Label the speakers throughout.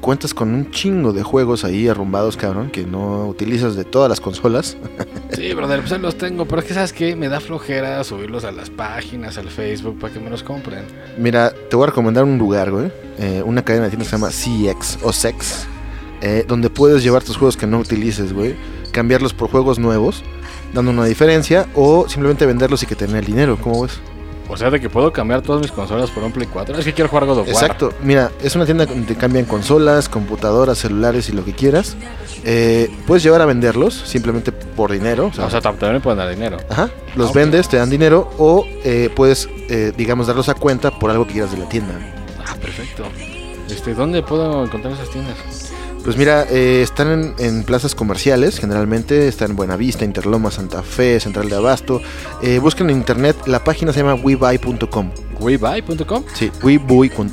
Speaker 1: cuentas con un chingo de juegos ahí arrumbados, cabrón, que no utilizas de todas las consolas.
Speaker 2: Sí, brother, pues ahí los tengo, pero es que sabes que me da flojera subirlos a las páginas, al Facebook, para que me los compren.
Speaker 1: Mira, te voy a recomendar un lugar, güey. eh, una cadena de tiendas que se llama CX o Sex, eh, donde puedes llevar tus juegos que no utilices, güey, cambiarlos por juegos nuevos, dando una diferencia, o simplemente venderlos y que tener el dinero, ¿cómo ves?
Speaker 2: O sea, de que puedo cambiar todas mis consolas por un Play 4. Es que quiero jugar God of War.
Speaker 1: Exacto, mira, es una tienda donde te cambian consolas, computadoras, celulares y lo que quieras. Eh, puedes llevar a venderlos simplemente por dinero. o sea,
Speaker 2: O sea, tam- también me pueden dar dinero.
Speaker 1: Ajá, los
Speaker 2: Ah, ok.
Speaker 1: vendes, te dan dinero o eh, puedes, eh, digamos, darlos a cuenta por algo que quieras de la tienda.
Speaker 2: Ah, perfecto. Este, ¿dónde puedo encontrar esas tiendas?
Speaker 1: Pues mira, eh, están en, en plazas comerciales, generalmente están en Buenavista, Interloma, Santa Fe, Central de Abasto. Eh, busquen en internet, la página se llama webuy.com.
Speaker 2: Rebuy.com.
Speaker 1: Sí, webuy.com,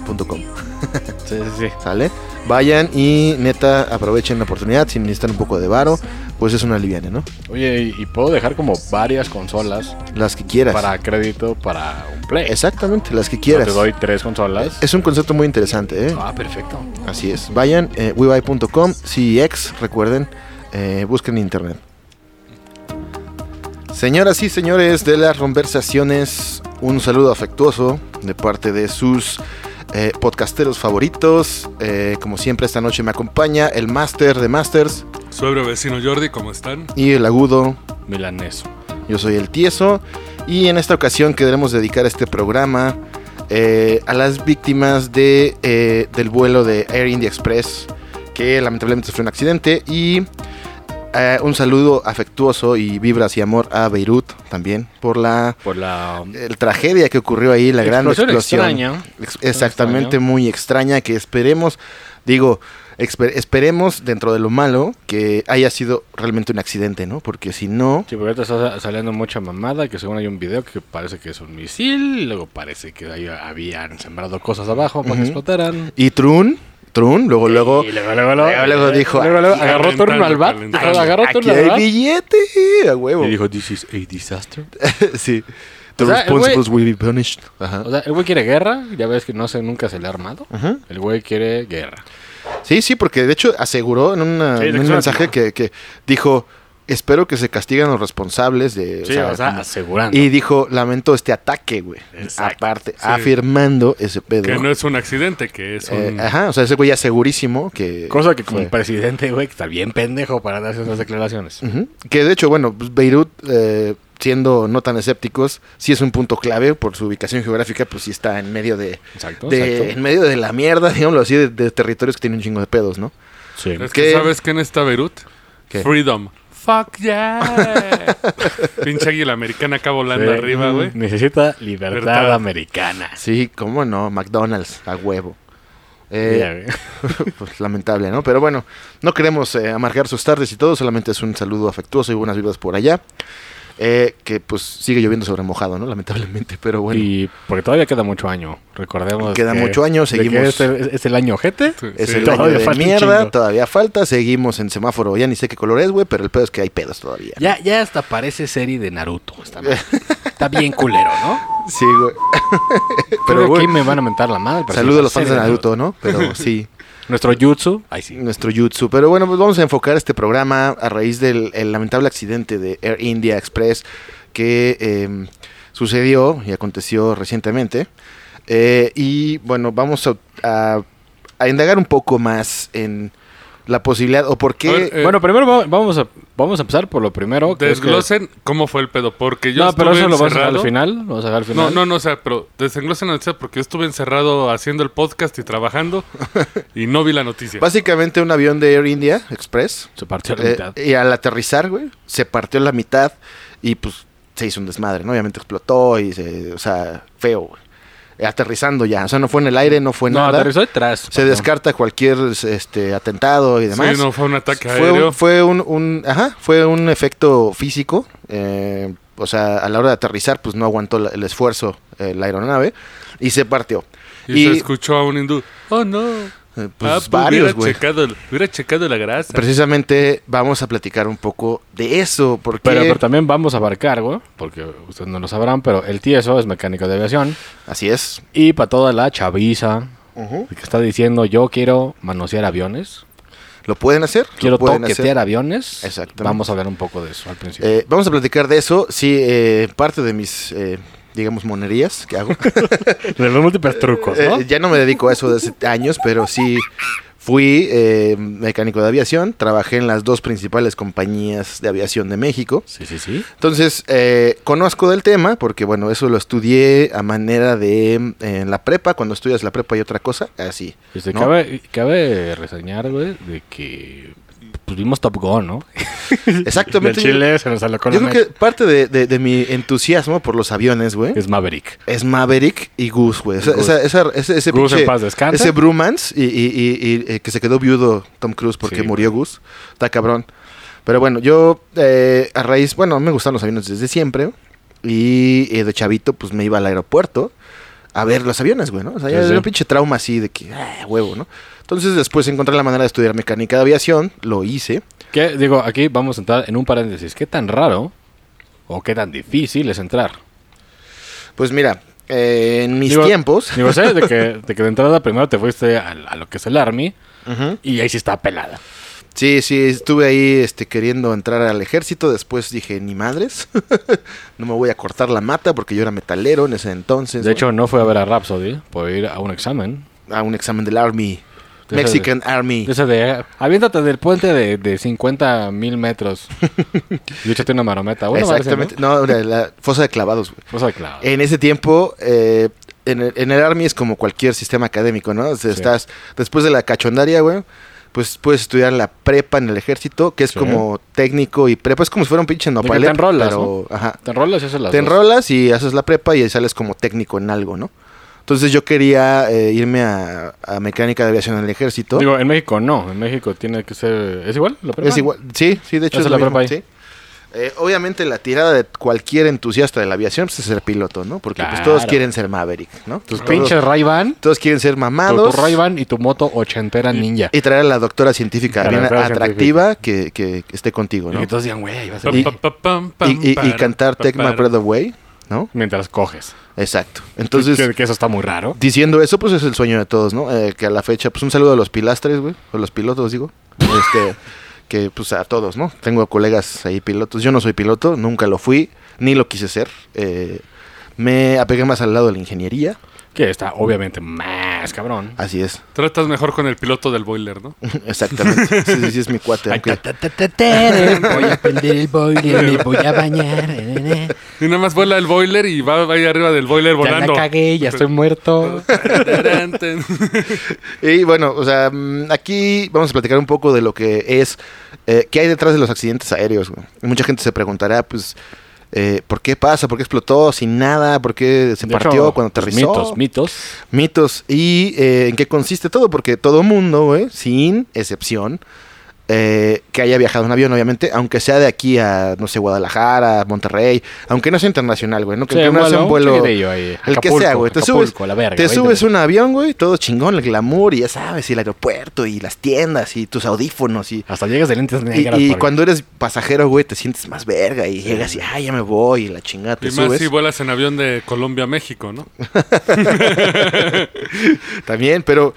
Speaker 2: Sí, sí, sí.
Speaker 1: ¿sale? Vayan y neta aprovechen la oportunidad, si necesitan un poco de varo, pues es una liviana, ¿no?
Speaker 2: Oye, y, y puedo dejar como varias consolas
Speaker 1: Las que quieras.
Speaker 2: para crédito para un Play.
Speaker 1: Exactamente, las que
Speaker 2: O sea,
Speaker 1: quieras.
Speaker 2: Te doy tres consolas.
Speaker 1: Es un concepto muy interesante, ¿eh?
Speaker 2: Ah, perfecto.
Speaker 1: Así es. Vayan, eh, webuy.com, CEX, E recuerden, eh, busquen en internet. Señoras y señores de las conversaciones, un saludo afectuoso de parte de sus eh, podcasteros favoritos. Eh, como siempre, esta noche me acompaña el máster de masters
Speaker 3: Suegro vecino Jordi, ¿cómo están?
Speaker 1: y el agudo.
Speaker 2: Milaneso.
Speaker 1: Yo soy el tieso y en esta ocasión queremos dedicar este programa eh, a las víctimas de, eh, del vuelo de Air India Express que lamentablemente sufrió un accidente y eh, un saludo afectuoso y vibras y amor a Beirut también por la
Speaker 2: Por la
Speaker 1: el tragedia que ocurrió ahí, la gran
Speaker 2: Explosión
Speaker 1: explosión.
Speaker 2: extraña.
Speaker 1: Ex- Exactamente,
Speaker 2: extraña.
Speaker 1: muy extraña que esperemos, digo, exper- esperemos dentro de lo malo que haya sido realmente un accidente, ¿no? Porque si no,
Speaker 2: Sí, porque ahorita está saliendo mucha mamada, que según hay un video que parece que es un misil, y luego parece que ahí habían sembrado cosas abajo para
Speaker 1: Ujú.
Speaker 2: que explotaran.
Speaker 1: Y Trun, Trun, luego, luego.
Speaker 2: Y luego, luego, luego,
Speaker 1: luego, luego dijo,
Speaker 2: luego, luego,
Speaker 1: "Aquí
Speaker 2: agarró
Speaker 3: calentando,
Speaker 2: turno al bat,
Speaker 3: calentando.
Speaker 2: agarró
Speaker 1: Aquí
Speaker 2: turno
Speaker 1: hay
Speaker 2: al bat,
Speaker 1: billete, a huevo.
Speaker 2: y dijo, this is a disaster.
Speaker 1: sí. The
Speaker 2: O sea, el
Speaker 1: responsibles will be punished. Ajá.
Speaker 2: O sea, el güey quiere guerra, ya ves que no sé, nunca se le ha armado.
Speaker 1: Ajá.
Speaker 2: El güey quiere guerra.
Speaker 1: Sí, sí, porque de hecho aseguró en, una-
Speaker 2: Sí,
Speaker 1: en
Speaker 2: de
Speaker 1: un
Speaker 2: que-
Speaker 1: mensaje que, que dijo, espero que se castiguen los responsables de... o
Speaker 2: Sí,
Speaker 1: sea,
Speaker 2: o sea,
Speaker 1: como-
Speaker 2: asegurando.
Speaker 1: y dijo, lamento este ataque, güey.
Speaker 2: Exacto.
Speaker 1: Aparte,
Speaker 3: Sí.
Speaker 1: afirmando ese pedo.
Speaker 3: Que no es un accidente, que es
Speaker 1: Eh,
Speaker 3: un...
Speaker 1: ajá, o sea, ese güey ya segurísimo que...
Speaker 2: Cosa que como
Speaker 1: fue.
Speaker 2: presidente, güey, que está bien pendejo para darse esas declaraciones.
Speaker 1: Ujú. Que de hecho, bueno, pues, Beirut, eh, siendo no tan escépticos, sí es un punto clave por su ubicación geográfica, pues sí está en medio de,
Speaker 2: Exacto,
Speaker 1: de-
Speaker 2: exacto.
Speaker 1: en medio de la mierda, digámoslo así, de, de territorios que tienen un chingo de pedos, ¿no?
Speaker 2: Sí.
Speaker 3: Es
Speaker 1: ¿Qué?
Speaker 3: que ¿sabes quién está Beirut?
Speaker 1: ¿Qué?
Speaker 3: Freedom. Fuck yeah. Pinche águila americana acá volando
Speaker 2: Sí. Mm,
Speaker 3: arriba, güey.
Speaker 2: Necesita libertad,
Speaker 3: Libertad.
Speaker 2: americana.
Speaker 1: Sí, cómo no, McDonald's, a huevo.
Speaker 2: Ya,
Speaker 1: Eh,
Speaker 2: güey.
Speaker 1: pues, lamentable, ¿no? Pero bueno, no queremos eh, amargar sus tardes y todo, solamente es un saludo afectuoso y buenas vibras por allá. Eh, que pues sigue lloviendo sobre mojado, ¿no? Lamentablemente, pero bueno.
Speaker 2: Y porque todavía queda mucho año. Recordemos.
Speaker 1: Queda
Speaker 2: que-
Speaker 1: mucho año,
Speaker 2: de que
Speaker 1: seguimos.
Speaker 2: es, el, es el año ojete.
Speaker 3: Sí,
Speaker 1: Es
Speaker 3: sí.
Speaker 1: el año
Speaker 2: Todavía
Speaker 1: de
Speaker 2: falta un
Speaker 1: mierda,
Speaker 2: chingo.
Speaker 1: todavía falta, seguimos en semáforo, ya ni sé qué color es, güey, pero el pedo es que hay pedos todavía.
Speaker 2: Ya, ya hasta parece serie de Naruto. Está, mal. Está bien culero, ¿no?
Speaker 1: Sí, güey.
Speaker 2: Pero
Speaker 1: pero
Speaker 2: aquí
Speaker 1: güey,
Speaker 2: me van a mentar la madre. pero
Speaker 1: saludo
Speaker 2: sí,
Speaker 1: a los fans de
Speaker 2: serie
Speaker 1: Naruto, ¿no? Pero sí,
Speaker 2: Nuestro jutsu. Ahí sí.
Speaker 1: nuestro jutsu. Pero bueno, pues vamos a enfocar este programa a raíz del el lamentable accidente de Air India Express que eh, sucedió y aconteció recientemente. Eh, y bueno, vamos a, a- a indagar un poco más en la posibilidad o por qué...
Speaker 3: A ver, eh,
Speaker 2: bueno, primero va- vamos a, vamos a empezar por lo primero. que es que-
Speaker 3: Desglosen cómo fue el pedo, porque yo
Speaker 2: No,
Speaker 3: estuve
Speaker 2: pero eso lo vas a dejar
Speaker 3: encerrado.
Speaker 2: al final. Lo vas a dejar al final.
Speaker 3: No, no, no, o sea, pero desglosen la noticia porque yo estuve encerrado haciendo el podcast y trabajando y no vi la
Speaker 2: eh,
Speaker 3: noticia.
Speaker 1: Básicamente un avión de Air India Express
Speaker 2: Se partió a la
Speaker 1: Eh,
Speaker 2: mitad.
Speaker 1: y al aterrizar, güey, se partió la mitad y pues se hizo un desmadre, ¿no? Obviamente explotó y se, o sea, feo, güey. eh, aterrizando ya. O sea, no fue en el aire, no fue
Speaker 2: No,
Speaker 1: pues nada.
Speaker 2: aterrizó detrás.
Speaker 1: Se
Speaker 2: papá.
Speaker 1: descarta cualquier este, atentado y demás.
Speaker 3: Sí, no, fue un ataque
Speaker 1: Fue,
Speaker 3: aéreo.
Speaker 1: un, fue un, un- ajá, fue un efecto físico. eh, o sea, a la hora de aterrizar, pues no aguantó la- el esfuerzo eh, la aeronave y se partió.
Speaker 3: Y,
Speaker 1: Y,
Speaker 3: se escuchó a un hindú. Oh, no.
Speaker 1: eh, pues,
Speaker 3: Ah, pues,
Speaker 1: varios,
Speaker 3: hubiera
Speaker 1: güey.
Speaker 3: checado, hubiera checado la grasa.
Speaker 1: Precisamente vamos a platicar un poco de eso, porque
Speaker 2: Pero, pero también vamos a abarcar, güey, porque ustedes no lo sabrán, pero el tieso es mecánico de aviación.
Speaker 1: así es.
Speaker 2: Y para toda la chaviza que está diciendo yo quiero manosear aviones,
Speaker 1: Lo pueden hacer. lo
Speaker 2: quiero
Speaker 1: pueden
Speaker 2: toquetear
Speaker 1: hacer.
Speaker 2: aviones,
Speaker 1: Exactamente.
Speaker 2: vamos a hablar un poco de eso al principio.
Speaker 1: Eh, vamos a platicar de eso. Sí, eh, parte de mis, eh, digamos, monerías que hago.
Speaker 2: de los múltiples trucos,
Speaker 1: Eh, ya no me dedico a eso desde hace años, pero sí fui eh, mecánico de aviación. Trabajé en las dos principales compañías de aviación de México.
Speaker 2: Sí, sí, sí.
Speaker 1: Entonces, eh, conozco del tema porque, bueno, eso lo estudié a manera de eh, en la prepa. Cuando estudias la prepa y otra cosa, así.
Speaker 2: Este,
Speaker 1: ¿no?
Speaker 2: cabe, cabe reseñar, güey, de que pues, vimos Top Gun, ¿no? Del
Speaker 1: Exactamente.
Speaker 2: Chile se nos alocó
Speaker 1: yo, yo
Speaker 2: la
Speaker 1: creo ¿eh?
Speaker 2: mecha.
Speaker 1: que parte de, de- de mi entusiasmo por los aviones, güey,
Speaker 2: Es Maverick.
Speaker 1: es Maverick y Goose, güey. Esa-
Speaker 2: Goose.
Speaker 1: esa- esa- ese ese
Speaker 2: Goose en
Speaker 1: pinche-
Speaker 2: paz descansa.
Speaker 1: Ese bromance y, y- y- y, eh, que se quedó viudo Tom Cruise porque
Speaker 2: Sí,
Speaker 1: murió Gus. Está cabrón. Pero bueno, yo eh, a raíz, bueno, me gustan los aviones desde siempre. Y eh, de chavito, pues me iba al aeropuerto a ver los aviones, güey, ¿no? O sea, ya
Speaker 2: Sí, sí.
Speaker 1: era un pinche trauma así de que, ah, huevo, ¿no? Entonces después encontré la manera de estudiar mecánica de aviación, lo hice.
Speaker 2: Que, digo, aquí vamos a entrar en un paréntesis. ¿Qué tan raro o qué tan difícil es entrar?
Speaker 1: Pues mira, eh, en mis
Speaker 2: Digo-
Speaker 1: tiempos...
Speaker 2: Digo, sé de que, de que de entrada primero te fuiste al- a, lo que es el Army
Speaker 1: Ujú.
Speaker 2: y ahí sí está pelada.
Speaker 1: Sí, sí, estuve ahí este, queriendo entrar al ejército, después dije, ni madres, no me voy a cortar la mata porque yo era metalero en ese entonces.
Speaker 2: De hecho, no fue a ver a Rhapsody por ir a un examen.
Speaker 1: a un examen del Army,
Speaker 2: Deja de-
Speaker 1: Mexican Army.
Speaker 2: Esa de, aviéntate del puente de, de 50 mil metros. Y échate una marometa. Una madre así,
Speaker 1: Exactamente, no, la, la fosa de clavados. güey.
Speaker 2: ¿no? O sea, claro.
Speaker 1: En ese tiempo, eh, en, el, en el Army es como cualquier sistema académico, ¿no? O sea,
Speaker 2: Sí.
Speaker 1: Estás después de la cachondaria, güey. Pues puedes estudiar la prepa en el ejército, que es
Speaker 2: Sí.
Speaker 1: como técnico y prepa. Es como si fuera un pinche
Speaker 2: que te
Speaker 1: nopalep,
Speaker 2: enrolas,
Speaker 1: pero... Ajá.
Speaker 2: te enrolas y haces las
Speaker 1: te
Speaker 2: dos.
Speaker 1: enrolas y haces la prepa y ahí sales como técnico en algo, ¿no? Entonces yo quería eh, irme a, a mecánica de aviación en el ejército.
Speaker 2: Digo, en México no. En México tiene que ser... ¿Es igual? la prepa?
Speaker 1: es igual, sí, sí, de hecho
Speaker 2: Esa
Speaker 1: es
Speaker 2: es
Speaker 1: lo
Speaker 2: la prepa
Speaker 1: mismo, sí. Eh, obviamente la tirada de cualquier entusiasta de la aviación pues, es ser piloto, ¿no? Porque pues, todos
Speaker 2: Claro.
Speaker 1: quieren ser Maverick, ¿no?
Speaker 2: Tus
Speaker 1: Todos-
Speaker 2: pinches Ray-Ban,
Speaker 1: Todos quieren ser
Speaker 2: tu,
Speaker 1: mamados.
Speaker 2: tu Ray-Ban y tu moto ochentera ninja.
Speaker 1: y traer a la doctora científica
Speaker 2: A la
Speaker 1: bien
Speaker 2: doctora
Speaker 1: atractiva que, que esté contigo, ¿no?
Speaker 2: Y todos digan, güey, va a ser...
Speaker 1: Y-
Speaker 3: Pa, pa, pam, pam,
Speaker 1: Y, y- y
Speaker 3: para,
Speaker 1: cantar
Speaker 3: pa,
Speaker 1: Take My
Speaker 3: para.
Speaker 1: Breath Away, ¿no?
Speaker 2: Mientras coges.
Speaker 1: Exacto. Entonces...
Speaker 2: que, que eso está muy raro.
Speaker 1: Diciendo eso, pues es el sueño de todos, ¿no? Eh, que a la fecha, pues un saludo a los pilastres, güey, o los pilotos, digo. Este, que pues a todos, ¿no? Tengo colegas ahí pilotos. Yo no soy piloto, nunca lo fui, ni lo quise ser. Eh, me apegué más al lado de la ingeniería,
Speaker 2: Que está obviamente más cabrón.
Speaker 1: así es,
Speaker 3: Tratas mejor con el piloto del boiler, ¿no?
Speaker 1: exactamente. Sí, sí, sí, es mi cuate.
Speaker 4: Ay,
Speaker 1: aunque-
Speaker 4: ta, ta, ta, ta, ta, Voy a prender el boiler, me voy a bañar. eh, eh, eh.
Speaker 3: Y nada más vuela el boiler y va va ahí arriba del boiler
Speaker 4: Ya la
Speaker 3: volando.
Speaker 4: cagué, ya estoy muerto.
Speaker 1: Y bueno, o sea, mm, aquí vamos a platicar un poco de lo que es, eh, qué hay detrás de los accidentes aéreos. güey. Mucha gente se preguntará, pues, eh, ¿por qué pasa? ¿Por qué explotó sin nada? ¿Por qué se
Speaker 2: De
Speaker 1: partió
Speaker 2: hecho,
Speaker 1: cuando
Speaker 2: pues,
Speaker 1: aterrizó?
Speaker 2: Mitos, mitos.
Speaker 1: Mitos y eh, en qué consiste todo, porque todo mundo, güey, sin excepción, eh, que haya viajado en avión, obviamente, aunque sea de aquí a, no sé, Guadalajara, Monterrey, aunque no sea internacional, güey, ¿no? que, que no sea un vuelo. El que sea, güey. Te subes, te subes un avión, güey, todo chingón, el glamour, y ya sabes, y el aeropuerto, y las tiendas, y tus audífonos, y,
Speaker 2: Hasta llegas de lentes
Speaker 1: y,
Speaker 2: negras.
Speaker 1: y
Speaker 2: porque-
Speaker 1: cuando eres pasajero, güey, te sientes más verga, y llegas y, ay, ya me voy, y la chingada, te
Speaker 3: Y más
Speaker 1: subes.
Speaker 3: si vuelas en avión de Colombia a México, ¿no?
Speaker 1: También, pero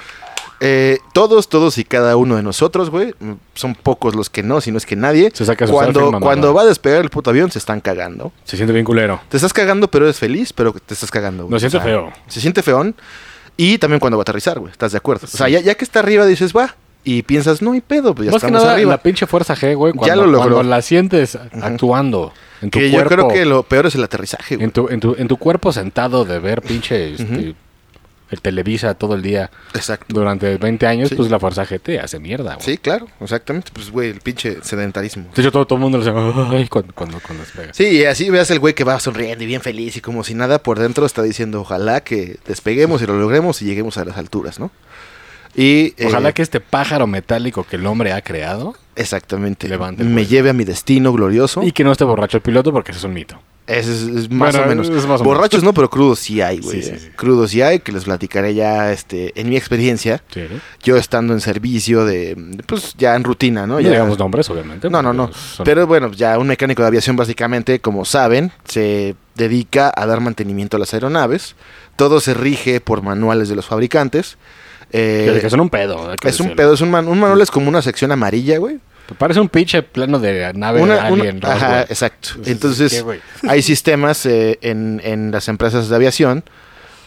Speaker 1: eh, todos, todos y cada uno de nosotros, güey, mm, son pocos los que no, si no es que nadie.
Speaker 2: Se saca su
Speaker 1: cuando,
Speaker 2: selfie, mamá.
Speaker 1: cuando va a despegar el puto avión, se están cagando.
Speaker 2: Se siente bien culero.
Speaker 1: Te estás cagando, pero eres feliz, pero te estás cagando. güey.
Speaker 2: No, se siente
Speaker 1: O sea,
Speaker 2: feo.
Speaker 1: Se siente feón. Y también cuando va a aterrizar, güey, ¿estás de acuerdo? O sea, ya, ya que está arriba, dices, va. Y piensas, no hay pedo, pues ya
Speaker 2: Más que
Speaker 1: estamos
Speaker 2: nada,
Speaker 1: arriba.
Speaker 2: la pinche fuerza G, güey.
Speaker 1: Ya lo
Speaker 2: Cuando,
Speaker 1: logró.
Speaker 2: cuando la sientes actuando en tu
Speaker 1: Que yo
Speaker 2: cuerpo.
Speaker 1: creo que lo peor es el aterrizaje, güey.
Speaker 2: en, tu, en, tu, en tu cuerpo sentado de ver pinche este, el Televisa todo el día
Speaker 1: Exacto.
Speaker 2: durante 20 años,
Speaker 1: Sí.
Speaker 2: pues la Fuerza GT hace mierda, güey.
Speaker 1: Sí, claro, exactamente. Pues, güey, el pinche sedentarismo.
Speaker 2: De hecho, todo, todo el mundo lo hace "Ay", cuando, cuando, cuando despega.
Speaker 1: Sí, y así veas el güey que va sonriendo y bien feliz y como si nada por dentro está diciendo, ojalá que despeguemos y lo logremos y lleguemos a las alturas, ¿no? Y eh,
Speaker 2: Ojalá que este pájaro metálico que el hombre ha creado
Speaker 1: exactamente
Speaker 2: levante el
Speaker 1: me
Speaker 2: vuelo.
Speaker 1: lleve a mi destino glorioso.
Speaker 2: y que no esté borracho el piloto porque eso es un mito.
Speaker 1: Ese es, es más
Speaker 2: Bueno,
Speaker 1: o menos.
Speaker 2: es más o
Speaker 1: Borrachos no, pero crudos sí hay, güey.
Speaker 2: Sí, sí,
Speaker 1: eh.
Speaker 2: sí.
Speaker 1: Crudos sí hay, que les platicaré ya este, en mi experiencia.
Speaker 2: Sí, ¿no?
Speaker 1: Yo estando en servicio de, pues ya en rutina, ¿no?
Speaker 2: No
Speaker 1: Ya-
Speaker 2: digamos nombres, obviamente.
Speaker 1: No, no, no.
Speaker 2: porque son-
Speaker 1: Pero bueno, ya un mecánico de aviación básicamente, como saben, se dedica a dar mantenimiento a las aeronaves. Todo se rige por manuales de los fabricantes. Eh,
Speaker 2: que- que son un pedo. hay que
Speaker 1: es un
Speaker 2: decirlo.
Speaker 1: pedo, es un, man- un manual es como una sección amarilla, güey.
Speaker 2: Parece un pinche plano de nave de
Speaker 1: Una- una-
Speaker 2: alien. Roswell.
Speaker 1: ajá, exacto.
Speaker 2: Entonces, ¿qué,
Speaker 1: Entonces,
Speaker 2: güey?
Speaker 1: hay sistemas eh, en, en las empresas de aviación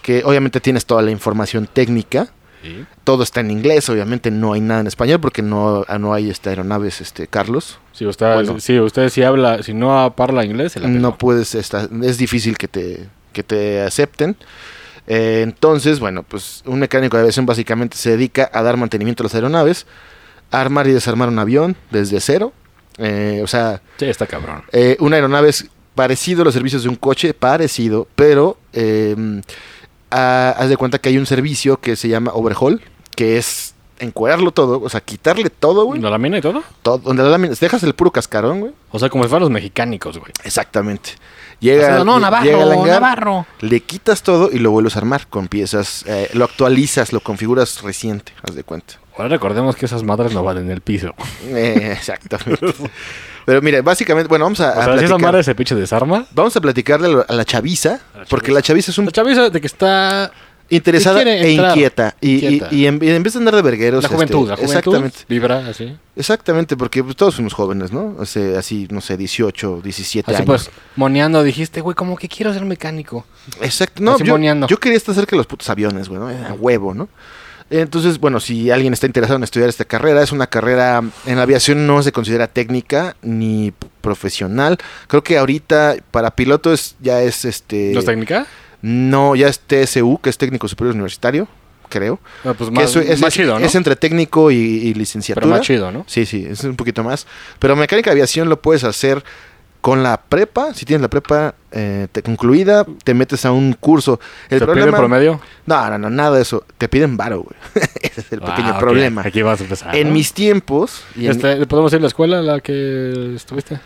Speaker 1: que obviamente tienes toda la información técnica.
Speaker 2: Sí.
Speaker 1: Todo está en inglés, obviamente no hay nada en español porque no, no hay este, aeronaves, este, Carlos.
Speaker 2: Si usted,
Speaker 1: Bueno.
Speaker 2: si usted si habla, si no parla inglés, se la peló.
Speaker 1: no puedes, esta- es difícil que te, que te acepten. Eh, entonces, bueno, pues un mecánico de aviación básicamente se dedica a dar mantenimiento a las aeronaves, a armar y desarmar un avión desde cero. Eh, o sea,
Speaker 2: Sí, está cabrón.
Speaker 1: eh, una aeronave es parecido a los servicios de un coche, parecido, pero eh, ah, haz de cuenta que hay un servicio que se llama overhaul, que es encuadrarlo todo, o sea, quitarle todo, güey.
Speaker 2: ¿No la mina y todo?
Speaker 1: Todo, donde la lámina- dejas el puro cascarón, güey.
Speaker 2: O sea, como si fueran los mexicánicos, güey.
Speaker 1: Exactamente. Llega,
Speaker 4: no,
Speaker 1: lle-
Speaker 4: Navarro,
Speaker 1: llega al hangar,
Speaker 4: Navarro.
Speaker 1: le quitas todo y lo vuelves a armar con piezas, eh, lo actualizas, lo configuras reciente, haz de cuenta.
Speaker 2: Ahora recordemos que esas madres no van en el piso.
Speaker 1: Eh, exactamente. Pero mire, básicamente, bueno, vamos a,
Speaker 2: O
Speaker 1: a
Speaker 2: sea, si esa
Speaker 1: Ah, platicar-
Speaker 2: madre se pinche desarma.
Speaker 1: vamos a platicarle a la- a la chaviza, porque la chaviza es un
Speaker 2: La chaviza de que está.
Speaker 1: interesada
Speaker 2: quiere
Speaker 1: e
Speaker 2: entrar.
Speaker 1: inquieta y, y-
Speaker 2: Inquieta.
Speaker 1: y en, y en vez de andar de vergueros,
Speaker 2: La
Speaker 1: este,
Speaker 2: juventud, la juventud.
Speaker 1: exactamente,
Speaker 2: Vibra así.
Speaker 1: exactamente, porque pues, todos fuimos jóvenes, ¿no? O sea, así, no sé, 18, 17
Speaker 2: Así
Speaker 1: años.
Speaker 2: pues, moneando, dijiste, güey, como que quiero ser mecánico.
Speaker 1: Exacto. No,
Speaker 2: Así
Speaker 1: yo,
Speaker 2: moneando.
Speaker 1: yo quería estar cerca de los putos aviones, güey, ¿no? Eh, A huevo, ¿no? Entonces, bueno, si alguien está interesado en estudiar esta carrera, es una carrera en la aviación no se considera técnica ni p- profesional. Creo que ahorita para piloto es- ya es este
Speaker 2: ¿No es técnica?
Speaker 1: no, ya es TSU, que es técnico superior universitario, creo.
Speaker 2: Ah, pues
Speaker 1: que
Speaker 2: más,
Speaker 1: eso es,
Speaker 2: más
Speaker 1: es-
Speaker 2: chido, ¿no?
Speaker 1: es entre técnico y, y
Speaker 2: Pero
Speaker 1: licenciatura.
Speaker 2: más chido, ¿no?
Speaker 1: Sí, sí, es un poquito más. Pero mecánica de aviación lo puedes hacer con la prepa. Si tienes la prepa eh, te concluida, te metes a un curso. El
Speaker 2: ¿Te
Speaker 1: problema.
Speaker 2: pide promedio?
Speaker 1: No, no, no, nada de eso. Te piden varo, güey. Ese es el pequeño
Speaker 2: Ah, ok.
Speaker 1: problema.
Speaker 2: Aquí vas a empezar.
Speaker 1: En
Speaker 2: ¿no?
Speaker 1: mis tiempos. y en-
Speaker 2: Este, ¿Podemos ir a la escuela a la que estuviste?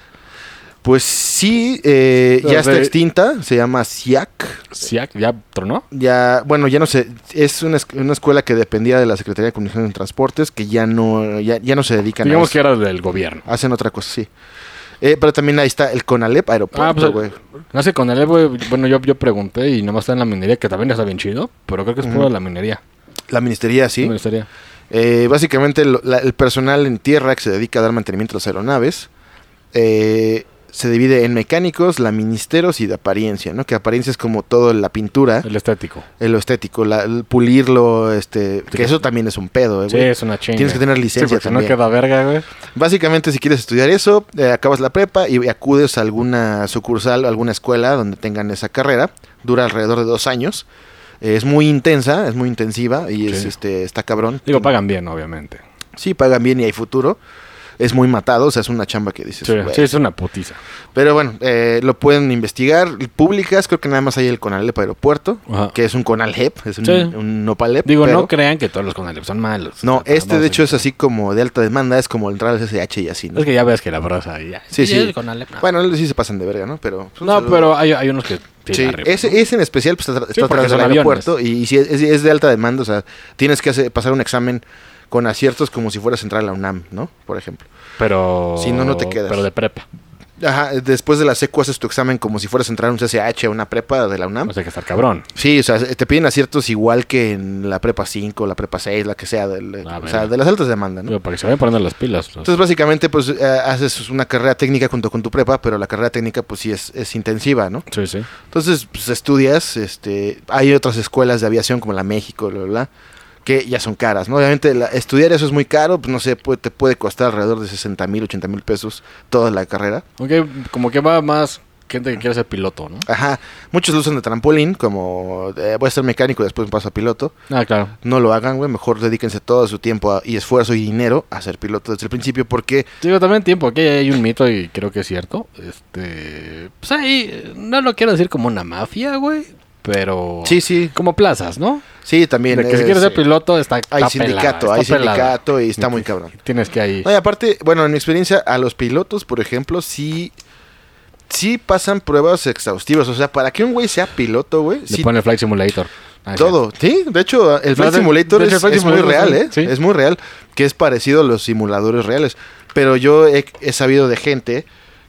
Speaker 1: Pues sí, eh, ya
Speaker 2: Los
Speaker 1: está
Speaker 2: de-
Speaker 1: extinta. Se llama SIAC.
Speaker 2: Sí, ya- ya tronó.
Speaker 1: Ya, bueno, ya no sé. Es una, es- una escuela que dependía de la Secretaría de Comunicaciones y Transportes, que ya no, ya, ya no se dedican a
Speaker 2: Digamos
Speaker 1: eso.
Speaker 2: que era del gobierno.
Speaker 1: Hacen otra cosa, sí. Eh, pero también ahí está el Conalep
Speaker 2: Ah, pues,
Speaker 1: Aeropuerto, güey.
Speaker 2: No sé, con el güey, bueno, yo, yo pregunté y nomás está en la minería, que también está bien chido, pero creo que es
Speaker 1: Ujú.
Speaker 2: pura la minería.
Speaker 1: la ministería,
Speaker 2: La
Speaker 1: sí.
Speaker 2: minería.
Speaker 1: Eh, básicamente lo- la- el personal en tierra que se dedica a dar mantenimiento a las aeronaves eh, se divide en mecánicos, laministeros y de apariencia, ¿no? Que apariencia es como todo la pintura,
Speaker 2: El estético.
Speaker 1: eh, lo estético, la- el pulirlo, este... Que eso también es un pedo, eh,
Speaker 2: Sí,
Speaker 1: güey.
Speaker 2: es una chinga.
Speaker 1: Tienes que tener licencia
Speaker 2: Sí, porque si no
Speaker 1: también.
Speaker 2: queda verga, güey.
Speaker 1: Básicamente, si quieres estudiar eso, eh, acabas la prepa y acudes a alguna sucursal o alguna escuela donde tengan esa carrera. Dura alrededor de dos años. Eh, es muy intensa, es muy intensiva y es,
Speaker 2: Sí.
Speaker 1: este, está cabrón.
Speaker 2: Digo, pagan bien, obviamente.
Speaker 1: Sí, pagan bien y hay futuro. Es muy matado, o sea, es una chamba que dices.
Speaker 2: Sí,
Speaker 1: "Güey".
Speaker 2: sí, es una putiza.
Speaker 1: Pero bueno, eh, lo pueden investigar. Públicas, creo que nada más hay el Conalep Aeropuerto,
Speaker 2: Ajá.
Speaker 1: que es un Conalep, es un,
Speaker 2: Sí.
Speaker 1: un Nopalep.
Speaker 2: Digo,
Speaker 1: pero-
Speaker 2: no Ah, crean que todos los conalep son malos.
Speaker 1: No, este de hecho
Speaker 2: es...
Speaker 1: es así como de alta demanda, es como entrar al SH y así, ¿no?
Speaker 2: Es que ya ves que la brosa ya...
Speaker 1: Sí, sí.
Speaker 4: el Conalep, no.
Speaker 1: Bueno, sí se pasan de verga, ¿no? Pero. pues, un
Speaker 2: No,
Speaker 1: saludo.
Speaker 2: pero hay, hay unos que... sí,
Speaker 1: Sí,
Speaker 2: arriba, ¿no?
Speaker 1: ese, ese en especial pues, está, está
Speaker 2: porque
Speaker 1: atrás del
Speaker 2: son aviones.
Speaker 1: aeropuerto y, y si es, es- es de alta demanda, o sea, tienes que hacer- pasar un examen con aciertos como si fueras a entrar a la UNAM, ¿no? Por ejemplo.
Speaker 2: Pero...
Speaker 1: Si no, no te quedas.
Speaker 2: Pero de prepa.
Speaker 1: Ajá, después de la secu haces tu examen como si fueras a entrar a un CCH o una prepa de la UNAM.
Speaker 2: O sea, que estar cabrón.
Speaker 1: Sí, o sea, te piden aciertos igual que en la prepa 5, la prepa 6, la que sea, del-
Speaker 2: Ah,
Speaker 1: o
Speaker 2: bueno.
Speaker 1: sea, de las altas demandas, ¿no?
Speaker 2: Digo, para que se vayan poniendo las pilas. los-
Speaker 1: Entonces, básicamente, pues, eh, haces una carrera técnica junto con tu prepa, pero la carrera técnica, pues, sí es, es intensiva, ¿no?
Speaker 2: Sí, sí.
Speaker 1: Entonces, pues estudias, este, hay otras escuelas de aviación como la México, bla, bla, bla, que ya son caras, ¿no? Obviamente la- estudiar eso es muy caro, pues no sé, puede- te puede costar alrededor de 60 mil, 80 mil pesos toda la carrera.
Speaker 2: Ok, como que va más gente que quiere ser piloto, ¿no?
Speaker 1: Ajá. Muchos lo usan de trampolín, como eh, voy a ser mecánico y después me paso a piloto.
Speaker 2: Ah, claro.
Speaker 1: No lo hagan, güey. Mejor dedíquense todo su tiempo a- y esfuerzo y dinero a ser piloto desde el principio porque
Speaker 2: Digo, también tiempo, aquí hay un mito y creo que es cierto. Este, pues ahí, eh, no lo quiero decir como una mafia, güey, pero...
Speaker 1: Sí, sí.
Speaker 2: Como plazas, ¿no?
Speaker 1: sí, también
Speaker 2: de que si
Speaker 1: eh,
Speaker 2: quieres ser
Speaker 1: sí.
Speaker 2: piloto está
Speaker 1: hay
Speaker 2: está
Speaker 1: sindicato,
Speaker 2: pelada,
Speaker 1: hay
Speaker 2: está pelada.
Speaker 1: sindicato y está muy cabrón.
Speaker 2: Tienes que ahí...
Speaker 1: No, y aparte, bueno, en mi experiencia, a los pilotos, por ejemplo, sí, sí pasan pruebas exhaustivas. O sea, para que un güey sea piloto, güey,
Speaker 2: Le
Speaker 1: sí,
Speaker 2: pone Flight Simulator. Ah,
Speaker 1: todo. Sí, de hecho, el Flight
Speaker 2: de-
Speaker 1: Simulator
Speaker 2: de hecho,
Speaker 1: es,
Speaker 2: el Flight
Speaker 1: es muy
Speaker 2: Simulator
Speaker 1: real,
Speaker 2: es-
Speaker 1: ¿eh?
Speaker 2: sí.
Speaker 1: Es muy real, que es parecido a los simuladores reales. Pero yo he, he sabido de gente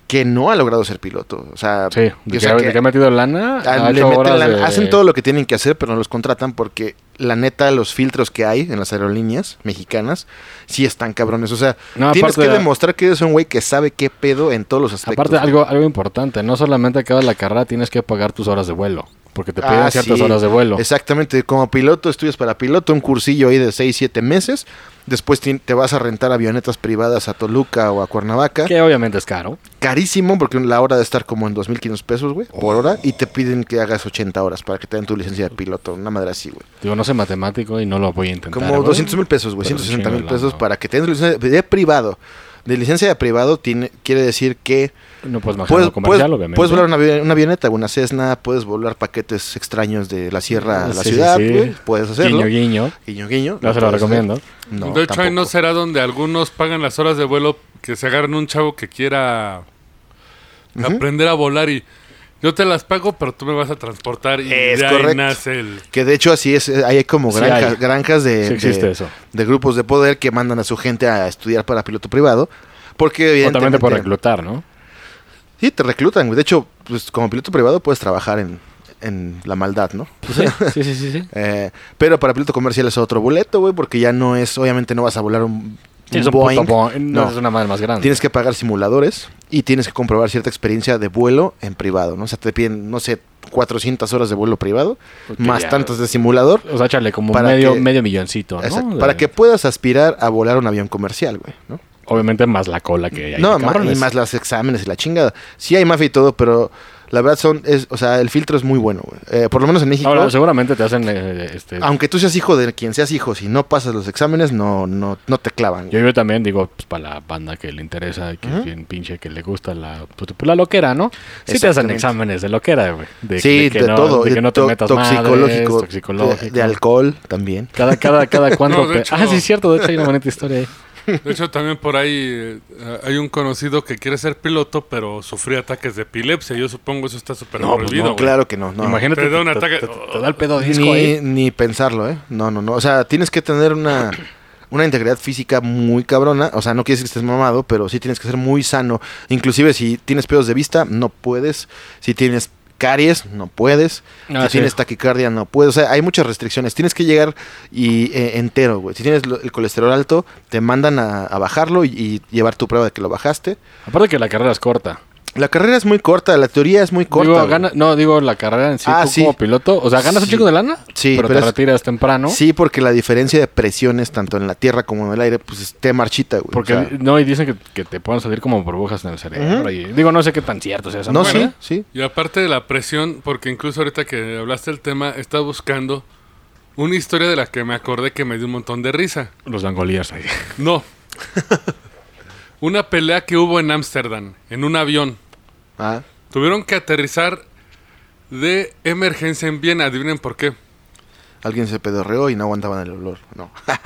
Speaker 1: que no ha logrado ser piloto. O sea,
Speaker 2: Sí, de
Speaker 1: o
Speaker 2: que,
Speaker 1: sea,
Speaker 2: de que ha metido lana.
Speaker 1: Ah,
Speaker 2: ha
Speaker 1: le
Speaker 2: hecho
Speaker 1: meten
Speaker 2: horas
Speaker 1: la-
Speaker 2: de-
Speaker 1: Hacen todo lo que tienen que hacer, pero no los contratan porque la neta, los filtros que hay en las aerolíneas mexicanas, sí están cabrones. O sea,
Speaker 2: No,
Speaker 1: tienes
Speaker 2: aparte
Speaker 1: que
Speaker 2: de-
Speaker 1: demostrar que eres un güey que sabe qué pedo en todos los aspectos.
Speaker 2: Aparte, algo, algo importante, no solamente acabas la carrera, tienes que pagar tus horas de vuelo, porque te piden
Speaker 1: Ah,
Speaker 2: ciertas
Speaker 1: sí.
Speaker 2: horas de vuelo.
Speaker 1: Exactamente, como piloto, estudias para piloto, un cursillo ahí de 6, 7 meses, después ti- te vas a rentar avionetas privadas a Toluca o a Cuernavaca,
Speaker 2: Que obviamente es caro.
Speaker 1: carísimo porque la hora de estar como en 2.500 pesos, güey, por hora, y te piden que hagas 80 horas para que te den tu licencia de piloto, una madre así, güey.
Speaker 2: Digo, no sé matemático y no lo voy a intentar.
Speaker 1: Como
Speaker 2: güey.
Speaker 1: 200 mil pesos, güey.
Speaker 2: Pero un
Speaker 1: 160 mil
Speaker 2: chingo de
Speaker 1: pesos
Speaker 2: lana.
Speaker 1: para que tengas licencia de privado. De licencia de privado tiene, quiere decir que
Speaker 2: No puedes manejar
Speaker 1: puedes,
Speaker 2: lo comercial,
Speaker 1: puedes-
Speaker 2: obviamente.
Speaker 1: puedes volar una, avi- una avioneta, una Cessna, puedes volar paquetes extraños de la sierra a la
Speaker 2: Sí, sí,
Speaker 1: ciudad,
Speaker 2: sí.
Speaker 1: güey. Puedes hacerlo.
Speaker 2: Guiño, guiño.
Speaker 1: Guiño, guiño.
Speaker 2: No se
Speaker 1: puedes
Speaker 2: lo
Speaker 1: hacer.
Speaker 2: recomiendo.
Speaker 1: No,
Speaker 3: de hecho, ahí no
Speaker 1: tampoco.
Speaker 3: será donde algunos pagan las horas de vuelo que se agarren un chavo que quiera aprender a volar y yo te las pago, pero tú me vas a transportar y
Speaker 1: Es
Speaker 3: de ahí
Speaker 1: correcto.
Speaker 3: nace el...
Speaker 1: Que de hecho así es, eh, ahí hay como
Speaker 2: Sí,
Speaker 1: granjas,
Speaker 2: hay.
Speaker 1: granjas de,
Speaker 2: Sí existe
Speaker 1: de-
Speaker 2: eso.
Speaker 1: de grupos de poder que mandan a su gente a estudiar para piloto privado. Porque
Speaker 2: O también
Speaker 1: evidentemente...
Speaker 2: te puedes reclutar, ¿no?
Speaker 1: Sí, te reclutan, güey. De hecho, pues, como piloto privado puedes trabajar en, en la maldad, ¿no?
Speaker 2: Sí, sí, sí, sí.
Speaker 1: Eh, pero para piloto comercial es otro boleto, güey, porque ya no es, obviamente no vas a volar un,
Speaker 2: Tienes
Speaker 1: un
Speaker 2: un puto
Speaker 1: Boeing.
Speaker 2: Boeing, No,
Speaker 1: No.
Speaker 2: es una madre más grande.
Speaker 1: Tienes que pagar simuladores y tienes que comprobar cierta experiencia de vuelo en privado, ¿no? O sea, te piden, no sé, 400 horas de vuelo privado,
Speaker 2: Porque
Speaker 1: más
Speaker 2: Pues ya-
Speaker 1: tantas de simulador,
Speaker 2: O sea, échale como
Speaker 1: Para
Speaker 2: medio,
Speaker 1: que-
Speaker 2: medio milloncito, ¿no?
Speaker 1: Exacto,
Speaker 2: De-
Speaker 1: para que puedas aspirar a volar un avión comercial, güey, ¿no?
Speaker 2: Obviamente más la cola que hay.
Speaker 1: No,
Speaker 2: de
Speaker 1: ma- y
Speaker 2: cabrones.
Speaker 1: más los exámenes y la chingada. Sí hay mafia y todo, pero la verdad son, es, o sea, el filtro es muy bueno, güey. Eh, por lo menos en México... Ah,
Speaker 2: Ahora, seguramente te hacen... eh, este,
Speaker 1: Aunque tú seas hijo de quien seas hijo, si no pasas los exámenes, no, no, no te clavan. güey.
Speaker 2: Yo, yo también digo, pues para la banda que le interesa, que es bien pinche, que le gusta la, pues, la loquera, ¿no? Sí te hacen
Speaker 1: Exactamente.
Speaker 2: exámenes de loquera, güey. De,
Speaker 1: sí, de,
Speaker 2: que no-
Speaker 1: todo.
Speaker 2: De que no te
Speaker 1: to-
Speaker 2: metas
Speaker 1: toxicológico,
Speaker 2: madres,
Speaker 1: De,
Speaker 2: toxicológico.
Speaker 1: de alcohol también.
Speaker 2: Cada, cada, cada cuánto...
Speaker 3: No, de
Speaker 2: pe-
Speaker 3: hecho-
Speaker 2: ah, sí, cierto. De hecho, hay una bonita historia ahí.
Speaker 3: De hecho, también por ahí eh, hay un conocido que quiere ser piloto, pero sufrió ataques de epilepsia. Yo supongo eso está súper
Speaker 2: No, pues
Speaker 3: prohibido.
Speaker 2: no,
Speaker 3: güey.
Speaker 1: claro que no. no.
Speaker 2: Imagínate,
Speaker 3: Te da
Speaker 2: te,
Speaker 3: un
Speaker 2: te-
Speaker 3: ataque-
Speaker 2: te- te da el pedo disco ahí.
Speaker 1: Ni, ni pensarlo, ¿eh? No, no, no. O sea, tienes que tener una, una integridad física muy cabrona. O sea, no quieres que estés mamado, pero sí tienes que ser muy sano. Inclusive si tienes pedos de vista, no puedes. Si tienes caries, no puedes.
Speaker 2: Ah,
Speaker 1: si
Speaker 2: sí.
Speaker 1: tienes taquicardia, no puedes. O sea, hay muchas restricciones. Tienes que llegar y eh, entero, güey. Si tienes lo- el colesterol alto, te mandan a, a bajarlo y, y llevar tu prueba de que lo bajaste.
Speaker 2: Aparte que la carrera es corta.
Speaker 1: La carrera es muy corta, la teoría es muy corta.
Speaker 2: digo,
Speaker 1: güey.
Speaker 2: gana- no, digo la carrera en sí,
Speaker 1: Ah,
Speaker 2: tú
Speaker 1: sí.
Speaker 2: como piloto. O sea, ganas un
Speaker 1: Sí.
Speaker 2: chico de lana,
Speaker 1: Sí,
Speaker 2: pero,
Speaker 1: pero es-
Speaker 2: te retiras temprano.
Speaker 1: Sí, porque la diferencia de presiones, tanto en la tierra como en el aire, pues esté marchita, güey.
Speaker 2: Porque
Speaker 1: O sea,
Speaker 2: no, y dicen que, que te pueden salir como burbujas en el cerebro.
Speaker 1: Ujú.
Speaker 2: y- digo, no sé qué tan cierto sea esa
Speaker 1: no,
Speaker 2: madre.
Speaker 1: sí, sí.
Speaker 3: Y aparte de la presión, porque incluso ahorita que hablaste del tema, estaba buscando una historia de la que me acordé que me dio un montón de risa.
Speaker 2: Los dangolías ahí.
Speaker 3: No. una pelea que hubo en Ámsterdam, en un avión.
Speaker 1: Ah,
Speaker 3: Tuvieron que aterrizar de emergencia en Viena. Adivinen por qué.
Speaker 1: alguien se pedorreó y no aguantaban el olor. No.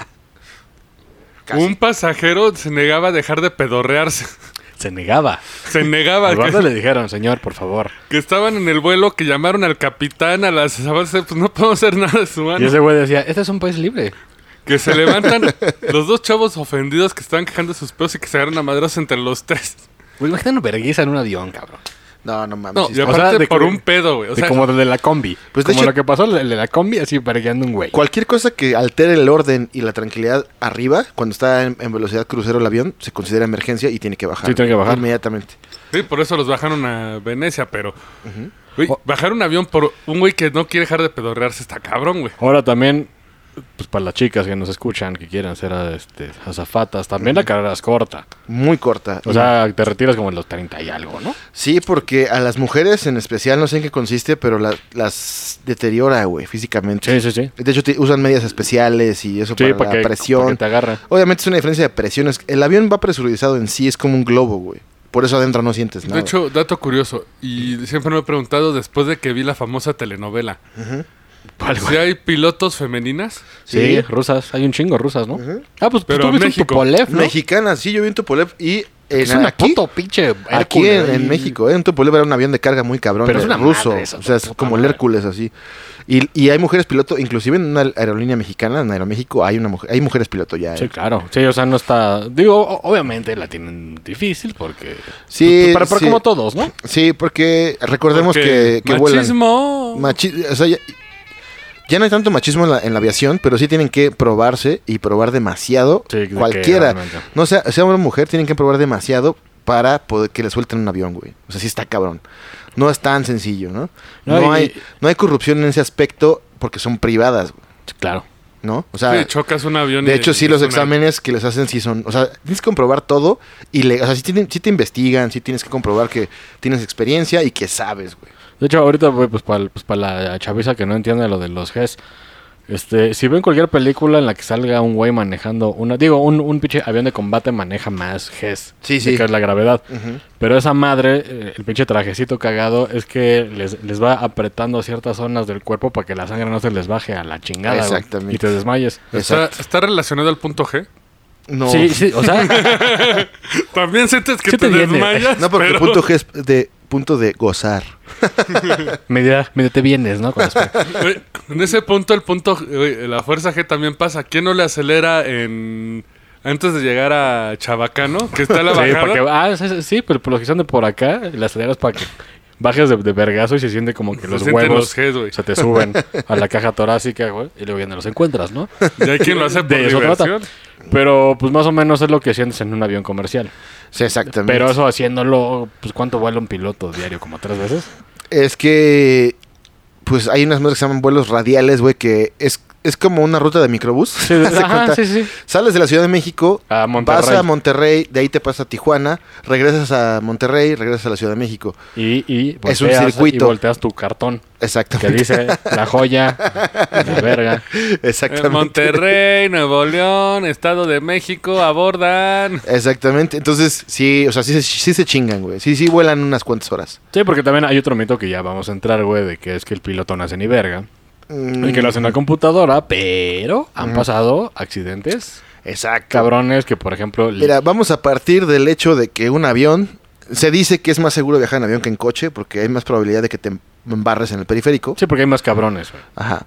Speaker 1: Casi.
Speaker 3: Un pasajero se negaba a dejar de pedorrearse.
Speaker 2: Se negaba.
Speaker 3: Se negaba.
Speaker 2: Al
Speaker 3: que-
Speaker 2: guarda le dijeron, señor, por favor.
Speaker 3: que estaban en el vuelo, que llamaron al capitán, a las avances, pues no podemos hacer nada de su
Speaker 2: Y
Speaker 3: mano.
Speaker 2: ese güey decía, este es un país libre.
Speaker 3: Que se levantan los dos chavos ofendidos que estaban quejando de sus pedos y que se agarran a madrazos entre los tres.
Speaker 2: Güey, imagínate una vergüenza en un avión, cabrón.
Speaker 1: No, no mames.
Speaker 3: No,
Speaker 1: sí
Speaker 3: y
Speaker 1: está-
Speaker 2: ya-
Speaker 3: aparte
Speaker 2: de
Speaker 3: por
Speaker 2: que-
Speaker 3: un pedo, güey. O
Speaker 2: De
Speaker 3: sea,
Speaker 2: como el de la combi.
Speaker 1: Pues, de
Speaker 2: como
Speaker 1: hecho-
Speaker 2: lo que pasó el de la combi, así vergueando un güey.
Speaker 1: Cualquier cosa que altere el orden y la tranquilidad arriba, cuando está en, en velocidad crucero el avión, se considera emergencia y tiene que bajar.
Speaker 2: Sí, tiene que bajar.
Speaker 1: Inmediatamente.
Speaker 3: sí, por eso los bajaron a Venecia, pero... güey, bajar un avión por un güey que no quiere dejar de pedorrearse está cabrón, güey.
Speaker 2: Ahora también, pues para las chicas que nos escuchan, que quieran ser este, azafatas, también la carrera es corta.
Speaker 1: Muy corta.
Speaker 2: O sea, te retiras como en los 30 y algo, ¿no?
Speaker 1: Sí, porque a las mujeres en especial, no sé en qué consiste, pero la- las deteriora, güey, físicamente.
Speaker 2: Sí, sí, sí.
Speaker 1: De hecho, te- usan medias especiales y eso
Speaker 2: Sí,
Speaker 1: para,
Speaker 2: para
Speaker 1: la
Speaker 2: que,
Speaker 1: presión.
Speaker 2: para que te agarra.
Speaker 1: Obviamente es una diferencia de presiones. El avión va presurizado en sí, es como un globo, güey. Por eso adentro no sientes nada.
Speaker 3: De hecho, dato curioso, y siempre me he preguntado después de que vi la famosa telenovela, si hay pilotos femeninas,
Speaker 2: Sí,
Speaker 1: Sí.
Speaker 2: rusas. Hay un chingo rusas, ¿no? Ah, pues
Speaker 3: Pero
Speaker 2: tú
Speaker 3: en
Speaker 2: viste
Speaker 3: México.
Speaker 2: Tupolev, ¿no?
Speaker 1: mexicana, sí, yo vi en Tupolev y
Speaker 2: Es
Speaker 1: en-
Speaker 2: una
Speaker 1: aquí,
Speaker 2: puto pinche
Speaker 1: aquí
Speaker 2: Hércules,
Speaker 1: en, en
Speaker 2: güey.
Speaker 1: México, ¿eh? en Tupolev era un avión de carga muy cabrón,
Speaker 2: Pero es
Speaker 1: de
Speaker 2: una
Speaker 1: ruso,
Speaker 2: madre esa
Speaker 1: o sea, es
Speaker 2: puta
Speaker 1: como el
Speaker 2: madre.
Speaker 1: Hércules así. Y, y hay mujeres piloto, inclusive en una aerolínea mexicana, en Aeroméxico, hay una mujer, hay mujeres piloto ya. ¿eh?
Speaker 2: Sí, claro. Sí, o sea, no está... Digo, o- obviamente la tienen difícil porque... pues,
Speaker 1: Sí,
Speaker 2: Para, para
Speaker 1: sí.
Speaker 2: como todos, ¿no?
Speaker 1: Sí, porque recordemos
Speaker 3: porque
Speaker 1: que, que vuelan.
Speaker 3: machismo,
Speaker 1: Machi- o sea, ya, ya no hay tanto machismo en la, en la aviación, pero sí tienen que probarse y probar demasiado
Speaker 2: Sí, de que
Speaker 1: cualquiera.
Speaker 2: realmente.
Speaker 1: no sea, sea hombre o mujer, tienen que probar demasiado para poder que le suelten un avión, güey. O sea, sí está cabrón. No es tan sencillo, ¿no? No,
Speaker 2: No, y-
Speaker 1: hay, no hay corrupción en ese aspecto porque son privadas, güey,
Speaker 2: Sí, Claro.
Speaker 1: ¿no? O sea,
Speaker 3: sí, chocas un avión.
Speaker 1: de
Speaker 3: y-
Speaker 1: hecho, sí,
Speaker 3: y
Speaker 1: los
Speaker 3: es una-
Speaker 1: exámenes que les hacen sí son. O sea, tienes que comprobar todo y le, o sea, sí, tienen- sí te investigan, sí tienes que comprobar que tienes experiencia y que sabes, güey.
Speaker 2: De hecho, ahorita, güey, pues para la chaviza que no entiende lo de los GES. Este, si ven cualquier película en la que salga un güey manejando una... Digo, un, un pinche avión de combate maneja más GES.
Speaker 1: Sí,
Speaker 2: de
Speaker 1: sí.
Speaker 2: Que es la gravedad. Pero esa madre, eh, el pinche trajecito cagado, es que les, les va apretando ciertas zonas del cuerpo para que la sangre no se les baje a la chingada. güey,
Speaker 1: Exactamente.
Speaker 2: y te desmayes.
Speaker 3: Está,
Speaker 1: Exacto.
Speaker 3: está relacionado al punto G.
Speaker 1: No.
Speaker 2: Sí, sí, o sea,
Speaker 3: También sientes que
Speaker 2: Sí
Speaker 3: te,
Speaker 2: te viene.
Speaker 3: desmayas.
Speaker 1: No, porque
Speaker 3: pero-
Speaker 1: punto G es de punto de gozar.
Speaker 2: medio, medio te vienes, ¿no? Con las-
Speaker 3: Güey, En ese punto, el punto, güey, la fuerza G también pasa. ¿Quién no le acelera en antes de llegar a Chabacano? Que está la
Speaker 2: Sí,
Speaker 3: bajada.
Speaker 2: porque- ah, sí, sí, sí, pero por los que están de por acá, las aceleras para que bajes de, de vergazo y se siente como que
Speaker 3: Se
Speaker 2: los
Speaker 3: sienten
Speaker 2: huevos
Speaker 3: los Gs, güey.
Speaker 2: se te suben a la caja torácica, güey, y luego ya no los encuentras, ¿no?
Speaker 3: Y hay quien lo hace por
Speaker 2: De eso trata.
Speaker 3: diversión.
Speaker 2: Pero pues más o menos es lo que sientes en un avión comercial.
Speaker 1: Sí, exactamente.
Speaker 2: Pero eso haciéndolo, pues ¿cuánto vuela un piloto diario? ¿Como tres veces?
Speaker 1: es que pues hay unas madres que se llaman vuelos radiales, güey, que es, es como una ruta de microbús.
Speaker 2: Sí,
Speaker 1: Haz de
Speaker 2: ajá,
Speaker 1: cuenta.
Speaker 2: sí, sí.
Speaker 1: Sales de la Ciudad de México,
Speaker 2: A Monterrey.
Speaker 1: vas a Monterrey, de ahí te pasas a Tijuana, regresas a Monterrey, regresas a la Ciudad de México.
Speaker 2: Y, y
Speaker 1: Es un
Speaker 2: volteas-
Speaker 1: circuito.
Speaker 2: Y volteas tu cartón que
Speaker 1: Exactamente.
Speaker 2: dice la joya, la verga.
Speaker 1: Exactamente.
Speaker 3: En Monterrey, Nuevo León, Estado de México, abordan.
Speaker 1: Exactamente. Entonces, sí, o sea, sí, se- sí se chingan, güey. Sí, sí vuelan unas cuantas horas.
Speaker 2: Sí, porque también hay otro mito que ya vamos a entrar, güey, de que es que el piloto no hace ni verga. Y
Speaker 1: Mm,
Speaker 2: que lo hacen en la computadora, pero han pasado accidentes.
Speaker 1: Exacto.
Speaker 2: Cabrones que, por ejemplo... el-
Speaker 1: Mira, vamos a partir del hecho de que un avión se dice que es más seguro viajar en avión que en coche porque hay más probabilidad de que te embarres en el periférico.
Speaker 2: Sí, porque hay más cabrones, güey.
Speaker 1: Ajá.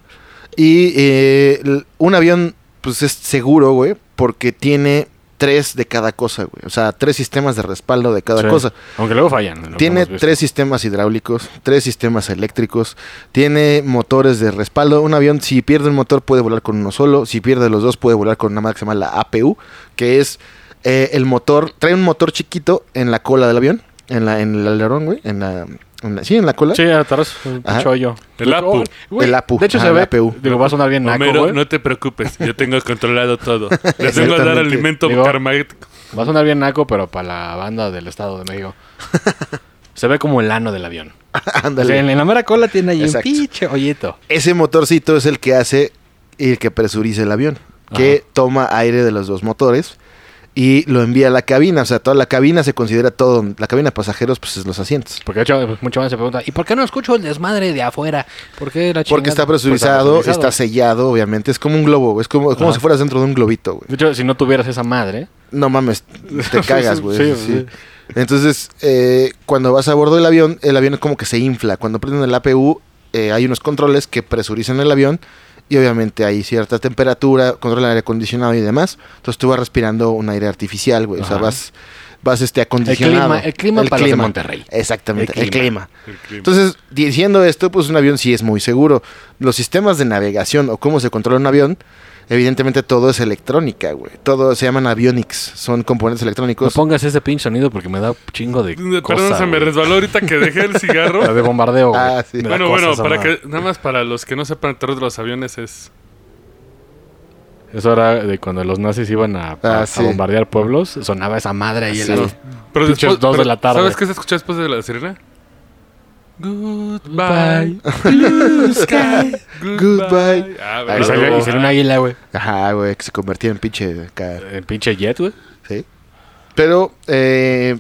Speaker 1: Y eh, l- un avión, pues es seguro, güey, porque tiene tres de cada cosa, güey. O sea, tres sistemas de respaldo de cada
Speaker 2: Sí.
Speaker 1: cosa.
Speaker 2: Aunque luego fallan. lo que
Speaker 1: Tiene
Speaker 2: hemos visto.
Speaker 1: tres sistemas hidráulicos, tres sistemas eléctricos, tiene motores de respaldo. Un avión, si pierde un motor, puede volar con uno solo. Si pierde los dos, puede volar con una madre que se llama la APU, que es eh, el motor. Trae un motor chiquito en la cola del avión, en, la, en el alerón, güey. En la, en la- sí, en la cola.
Speaker 2: Sí, atrás, un
Speaker 1: Ajá.
Speaker 2: chollo.
Speaker 3: El APU.
Speaker 2: Güey,
Speaker 1: El APU,
Speaker 2: De hecho,
Speaker 1: ajá,
Speaker 2: se
Speaker 1: el
Speaker 2: ve...
Speaker 1: APU.
Speaker 2: Digo, va a sonar bien naco,
Speaker 3: Homero,
Speaker 2: güey.
Speaker 3: no te preocupes, yo tengo controlado todo. Les tengo a dar
Speaker 1: Exactamente.
Speaker 3: alimento
Speaker 2: Digo- pues,
Speaker 3: karmático.
Speaker 2: Va a sonar bien naco, pero para la banda del Estado de México. se ve como el ano del avión. O
Speaker 1: Ándale.
Speaker 2: sea, en la mera cola tiene ahí
Speaker 1: Exacto.
Speaker 2: un pinche hoyito.
Speaker 1: Ese motorcito es el que hace y el que presuriza el avión, que toma aire de los dos motores y lo envía a la cabina. O sea, toda la cabina se considera todo. La cabina de pasajeros, pues es los asientos.
Speaker 2: Porque de hecho, mucha gente se pregunta, ¿y por qué no escucho el desmadre de afuera? ¿Por qué la
Speaker 1: Porque
Speaker 2: chingada?
Speaker 1: está
Speaker 2: Pues
Speaker 1: presurizado, está sellado, obviamente. Es como un globo, es como, como
Speaker 2: Ajá.
Speaker 1: si fueras dentro de un globito, güey.
Speaker 2: De hecho, si no tuvieras esa madre,
Speaker 1: No mames, te cagas, güey.
Speaker 2: Sí,
Speaker 1: sí.
Speaker 2: sí.
Speaker 1: Entonces, eh, cuando vas a bordo del avión, el avión como que se infla. Cuando prenden el APU, eh, hay unos controles que presurizan el avión y obviamente hay cierta temperatura, controlan el aire acondicionado y demás. Entonces tú vas respirando un aire artificial, güey. O sea,
Speaker 2: Ajá.
Speaker 1: vas, vas este, acondicionado.
Speaker 2: El clima- el clima para los de Monterrey.
Speaker 1: Exactamente,
Speaker 2: El
Speaker 1: el clima.
Speaker 3: El clima.
Speaker 1: Entonces, diciendo esto, pues un avión sí es muy seguro. Los sistemas de navegación o cómo se controla un avión, evidentemente todo es electrónica, güey. Todo se llaman avionics, son componentes
Speaker 2: no
Speaker 1: electrónicos.
Speaker 2: pongas ese pinche sonido porque me da chingo de
Speaker 3: Perdón,
Speaker 2: cosa,
Speaker 3: se me
Speaker 2: güey.
Speaker 3: resbaló ahorita que dejé el cigarro.
Speaker 2: La de bombardeo, güey.
Speaker 1: Ah, sí.
Speaker 2: Me da
Speaker 3: bueno,
Speaker 2: cosa
Speaker 3: bueno,
Speaker 2: esa
Speaker 3: para
Speaker 2: madre.
Speaker 3: que, nada más para los que no sepan, el terror de los aviones es
Speaker 2: Eso era de cuando los nazis iban a, a-
Speaker 1: Ah,
Speaker 2: a
Speaker 1: sí.
Speaker 2: bombardear pueblos. Sonaba esa madre ahí. en
Speaker 1: Sí.
Speaker 2: la-
Speaker 3: Pero
Speaker 2: Pinches
Speaker 3: después,
Speaker 2: dos de
Speaker 3: pero,
Speaker 2: la tarde.
Speaker 3: ¿Sabes qué se escucha después de la sirena? Goodbye. Sky.
Speaker 1: Goodbye.
Speaker 3: Ah,
Speaker 1: Ahí
Speaker 2: Y
Speaker 3: ¿verdad?
Speaker 2: salió,
Speaker 1: luego-
Speaker 2: y salió un águila, güey.
Speaker 1: Ajá, güey, que se convertía en pinche acá,
Speaker 2: En pinche jet, güey.
Speaker 1: ¿sí? Pero, eh,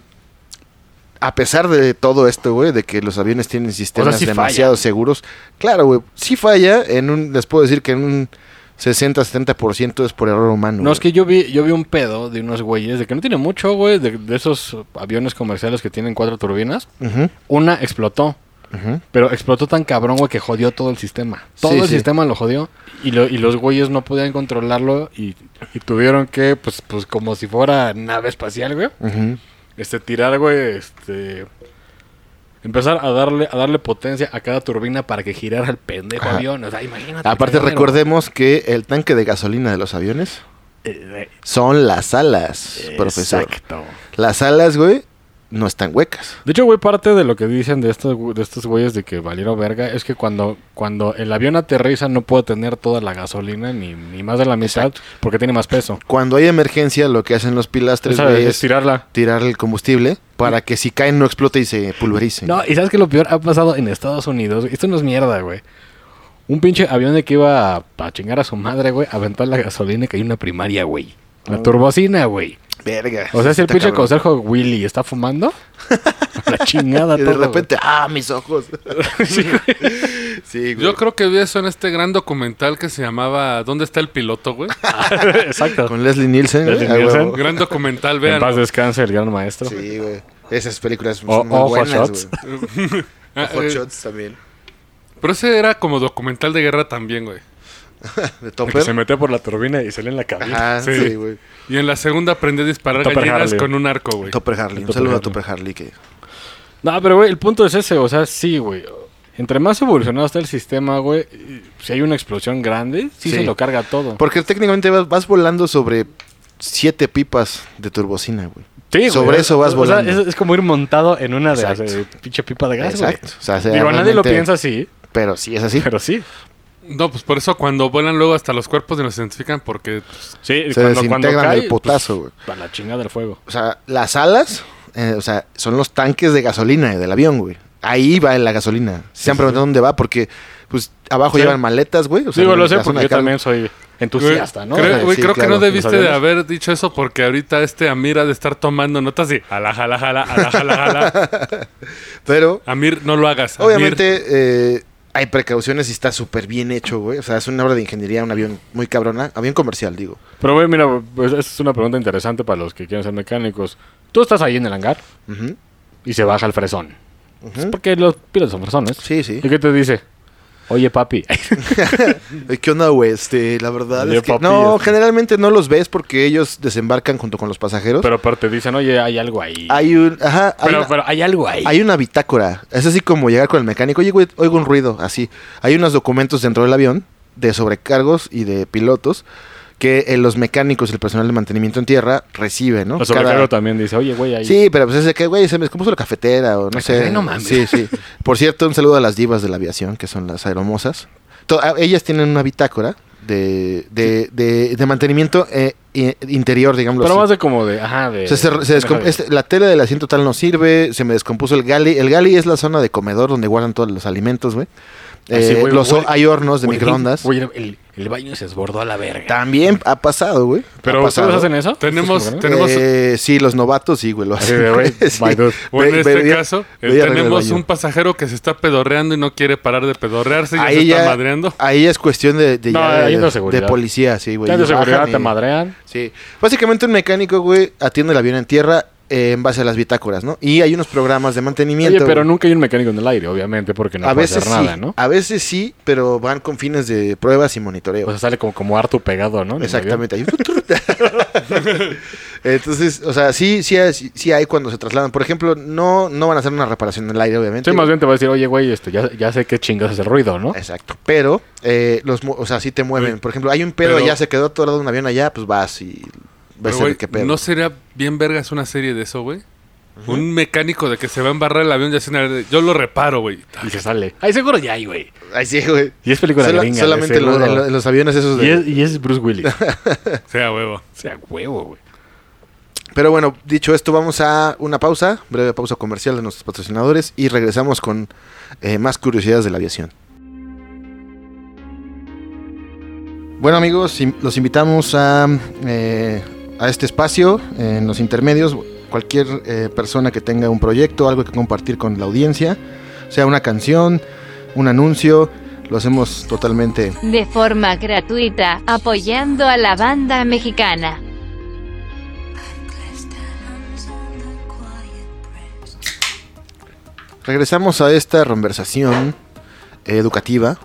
Speaker 1: a pesar de todo esto, güey, de que los aviones tienen sistemas
Speaker 2: sí falla.
Speaker 1: demasiado seguros, claro, güey, sí falla, en un, les puedo decir que en un 60-70% es por error humano.
Speaker 2: No, es
Speaker 1: güey.
Speaker 2: que yo vi, yo vi un pedo de unos güeyes, de que no tiene mucho, güey, de, de esos aviones comerciales que tienen cuatro turbinas.
Speaker 1: Ujú,
Speaker 2: Una explotó,
Speaker 1: ujú.
Speaker 2: pero explotó tan cabrón, güey, que jodió todo el sistema. Todo
Speaker 1: Sí,
Speaker 2: el
Speaker 1: sí.
Speaker 2: sistema lo jodió y, lo- y los güeyes no podían controlarlo y, y tuvieron que, pues, pues, como si fuera nave espacial, güey,
Speaker 1: Ujú.
Speaker 2: este, tirar, güey, este... Empezar a darle, a darle potencia a cada turbina para que girara el pendejo
Speaker 1: Ajá.
Speaker 2: avión. O sea, imagínate.
Speaker 1: Aparte,
Speaker 2: qué número.
Speaker 1: recordemos que el tanque de gasolina de los aviones
Speaker 2: Eh,
Speaker 1: son las alas,
Speaker 2: eh,
Speaker 1: profesor.
Speaker 2: Exacto.
Speaker 1: Las alas, güey, no están huecas.
Speaker 2: De hecho, güey, parte de lo que dicen de estos, gü- de estos güeyes de que valieron verga es que cuando, cuando el avión aterriza no puede tener toda la gasolina ni, ni más de la mitad porque tiene más peso.
Speaker 1: Cuando hay emergencia, lo que hacen los
Speaker 2: O
Speaker 1: pilastres,
Speaker 2: sea,
Speaker 1: güey,
Speaker 2: es
Speaker 1: es
Speaker 2: tirarla.
Speaker 1: tirar el combustible para que si caen no explote y se pulverice.
Speaker 2: No, y sabes que lo peor ha pasado en Estados Unidos. güey. Esto no es mierda, güey. Un pinche avión de que iba a, a chingar a su madre, güey, aventó la gasolina y cayó en una primaria, güey. La turbocina, güey.
Speaker 1: Verga.
Speaker 2: O sea, si
Speaker 1: Oh.
Speaker 2: el
Speaker 1: Está
Speaker 2: pinche
Speaker 1: cabrón.
Speaker 2: consejo Willy está fumando, la chingada
Speaker 1: Y de
Speaker 2: todo, güey.
Speaker 1: repente, ah, mis ojos. sí, güey. Sí, güey.
Speaker 3: Yo creo que vi eso en este gran documental que se llamaba ¿Dónde está el piloto, güey?
Speaker 2: Exacto.
Speaker 1: Con Leslie Nielsen. güey,
Speaker 2: Leslie
Speaker 1: a
Speaker 2: Nielsen.
Speaker 1: huevo.
Speaker 3: gran documental,
Speaker 2: En paz
Speaker 3: vean.
Speaker 2: descanse el gran maestro.
Speaker 1: Sí, güey. Esas películas son
Speaker 2: O-
Speaker 1: muy
Speaker 2: Ojo
Speaker 1: buenas,
Speaker 2: Shots.
Speaker 1: güey.
Speaker 3: Ah,
Speaker 1: Ojo
Speaker 3: eh,
Speaker 1: Shots también.
Speaker 3: pero ese era como documental de guerra también, güey.
Speaker 1: De
Speaker 2: El que se
Speaker 1: Topper.
Speaker 2: metió por la turbina y salió en la cabina.
Speaker 1: Ajá,
Speaker 3: Sí.
Speaker 1: sí, güey.
Speaker 3: Y en la segunda aprendí a disparar
Speaker 2: Topper
Speaker 3: gallinas
Speaker 2: Harley.
Speaker 3: con un arco, güey.
Speaker 1: Topper Harley. Un
Speaker 2: Topper
Speaker 1: saludo a
Speaker 2: Harley.
Speaker 1: Topper Harley. Que...
Speaker 2: No, pero güey, el punto es ese, o sea, sí, güey. Entre más evolucionado está el sistema, güey, y si hay una explosión grande, sí,
Speaker 1: Sí.
Speaker 2: se lo carga todo.
Speaker 1: Porque técnicamente vas, vas volando sobre siete pipas de turbocina, güey.
Speaker 2: Sí, güey.
Speaker 1: sobre eso vas
Speaker 2: O sea,
Speaker 1: volando.
Speaker 2: es, es como ir montado en una de las
Speaker 1: Exacto.
Speaker 2: eh, pinche pipa de gas, güey.
Speaker 1: Exacto. O sea, sea,
Speaker 2: Digo, nadie lo
Speaker 1: realmente-
Speaker 2: piensa así,
Speaker 1: Pero sí, es así.
Speaker 2: pero sí.
Speaker 3: No, pues por eso cuando vuelan luego hasta los cuerpos se los identifican porque pues,
Speaker 2: Sí,
Speaker 1: Se desintegran al putazo, güey.
Speaker 2: a la chinga del fuego.
Speaker 1: O sea, las alas, eh, o sea, son los tanques de gasolina del avión, güey. Ahí va la gasolina. Si se han preguntado dónde va, porque pues abajo
Speaker 2: Sí.
Speaker 1: llevan maletas, güey. O sea,
Speaker 2: pues, Digo, lo
Speaker 1: la
Speaker 2: sé
Speaker 1: zona
Speaker 2: porque
Speaker 1: de
Speaker 2: yo
Speaker 1: carga-
Speaker 2: también soy entusiasta, ¿no?
Speaker 3: Creo,
Speaker 2: O sea,
Speaker 3: güey,
Speaker 1: Pues Sí,
Speaker 3: creo que
Speaker 1: claro. pues,
Speaker 3: no
Speaker 2: Los
Speaker 3: debiste de
Speaker 2: aviones.
Speaker 3: haber dicho eso porque ahorita este Amir ha de estar tomando notas y ala, jala, jala, ala, jala, jala.
Speaker 1: Pero
Speaker 3: Amir, no lo hagas. Amir.
Speaker 1: obviamente eh, hay precauciones y está súper bien hecho, güey. O sea, es una obra de ingeniería, un avión muy cabrona. Avión comercial, digo.
Speaker 2: Pero, güey, mira, pues, esa es una pregunta interesante para los que quieren ser mecánicos. Tú estás ahí en el hangar
Speaker 1: Ujú,
Speaker 2: y se baja el fresón.
Speaker 1: ujú.
Speaker 2: Es porque los pilotos son fresones.
Speaker 1: ¿Mm? Sí, sí.
Speaker 2: ¿Y qué te dice? Oye, papi.
Speaker 1: Ay, ¿Qué onda, güey? Este, la verdad
Speaker 2: Oye,
Speaker 1: es que...
Speaker 2: papi,
Speaker 1: no,
Speaker 2: este-
Speaker 1: generalmente no los ves porque ellos desembarcan junto con los pasajeros.
Speaker 2: pero, pero te dicen, oye, hay algo ahí.
Speaker 1: hay un... Ajá, hay
Speaker 2: pero,
Speaker 1: una-
Speaker 2: pero hay algo ahí.
Speaker 1: Hay una bitácora. Es así como llegar con el mecánico. Oye, güey, oigo un ruido. Así. Hay unos documentos dentro del avión de sobrecargos y de pilotos que eh, los mecánicos y el personal de mantenimiento en tierra reciben, ¿no?
Speaker 2: La
Speaker 1: Cada-
Speaker 2: sobrecarga también dice, oye, güey, ahí.
Speaker 1: Sí, pero pues es de que, güey, se me descompuso la cafetera o no sé.
Speaker 2: Ay, no mames.
Speaker 1: Sí, sí. Por cierto, un saludo a las divas de la aviación, que son las aeromosas. To- a- ellas tienen una bitácora de, de, de, de mantenimiento eh, i- interior, digamos
Speaker 2: pero más de como de, ajá, de...
Speaker 1: o sea, se- se descom-
Speaker 2: de-
Speaker 1: este, la tela del asiento tal no sirve, se me descompuso el gali. El gali es la zona de comedor donde guardan todos los alimentos, güey.
Speaker 2: Ah, sí,
Speaker 1: Eh,
Speaker 2: güey,
Speaker 1: los,
Speaker 2: güey.
Speaker 1: hay hornos de
Speaker 2: Güey,
Speaker 1: microondas.
Speaker 2: Güey, el, el baño se esbordó a la verga.
Speaker 1: También ha pasado, güey.
Speaker 2: Pero
Speaker 1: ha
Speaker 2: ustedes
Speaker 1: pasado.
Speaker 2: hacen eso.
Speaker 3: Tenemos,
Speaker 2: ¿Ustedes
Speaker 3: tenemos,
Speaker 1: Eh, sí, los novatos sí, güey, lo
Speaker 2: Así
Speaker 1: hacen.
Speaker 2: de, güey,
Speaker 1: Sí.
Speaker 2: my dude.
Speaker 3: o en
Speaker 1: Ve-
Speaker 3: este
Speaker 1: veía-
Speaker 3: caso, eh,
Speaker 1: veía arreglar el
Speaker 3: tenemos
Speaker 1: baño.
Speaker 3: un pasajero que se está pedorreando y no quiere parar de pedorrearse y ya se
Speaker 1: Ahí ya,
Speaker 3: está
Speaker 1: ah,
Speaker 3: madreando.
Speaker 1: ahí ya es cuestión de, de,
Speaker 2: No,
Speaker 1: ya
Speaker 2: ahí
Speaker 1: de-
Speaker 2: no es seguridad.
Speaker 1: de policía, sí, güey.
Speaker 2: Ya
Speaker 1: Y
Speaker 2: de
Speaker 1: bajan
Speaker 2: seguridad
Speaker 1: y-
Speaker 2: te madrean.
Speaker 1: Sí. Básicamente un mecánico, güey, atiende el avión en tierra eh, en base a las bitácoras, ¿no? Y hay unos programas de mantenimiento.
Speaker 2: Oye, pero
Speaker 1: güey.
Speaker 2: nunca hay un mecánico en el aire, obviamente, porque no
Speaker 1: a
Speaker 2: puede
Speaker 1: veces
Speaker 2: hacer
Speaker 1: sí, Ah,
Speaker 2: nada, ¿no?
Speaker 1: a veces sí, pero van con fines de pruebas y monitoreo.
Speaker 2: O sea, sale como, como harto pegado, ¿no? Pues, En el
Speaker 1: Exactamente. ahí. Entonces, o sea, sí, sí, hay- sí hay cuando se trasladan. Por ejemplo, no, no van a hacer una reparación en el aire,
Speaker 2: avión.
Speaker 1: obviamente.
Speaker 2: Sí, más bien te va a decir, oye, güey, este, ya, ya sé qué chingas es el ruido, ¿no?
Speaker 1: Exacto. Pero, eh, los, mu- o sea, sí te mueven. Por ejemplo, hay un pedo
Speaker 3: Pero-
Speaker 1: allá, se quedó atorado un avión allá, pues vas y ves
Speaker 3: Pero, güey,
Speaker 1: el qué pedo.
Speaker 3: ¿No sería bien vergas una serie de eso, güey? Un mecánico de que se va a embarrar el avión de escena. Yo lo reparo, güey.
Speaker 2: Y se sale. Ay, seguro ya hay, güey.
Speaker 1: Ay, sí, güey.
Speaker 2: Y es película
Speaker 1: Sola-
Speaker 2: gringa. de
Speaker 1: solamente lo-
Speaker 2: seguro.
Speaker 1: en, lo- en los aviones esos de...
Speaker 2: y, es, y es Bruce Willis. o
Speaker 3: Sea huevo.
Speaker 2: sea, huevo, güey.
Speaker 1: Pero bueno, dicho esto, vamos a una pausa, breve pausa comercial de nuestros patrocinadores y regresamos con eh, más curiosidades de la aviación. Bueno amigos, in- los invitamos a, eh, a este espacio en los intermedios. Cualquier eh, persona que tenga un proyecto, algo que compartir con la audiencia, sea una canción, un anuncio, lo hacemos totalmente
Speaker 5: de forma gratuita, apoyando a la banda mexicana.
Speaker 1: Regresamos a esta conversación educativa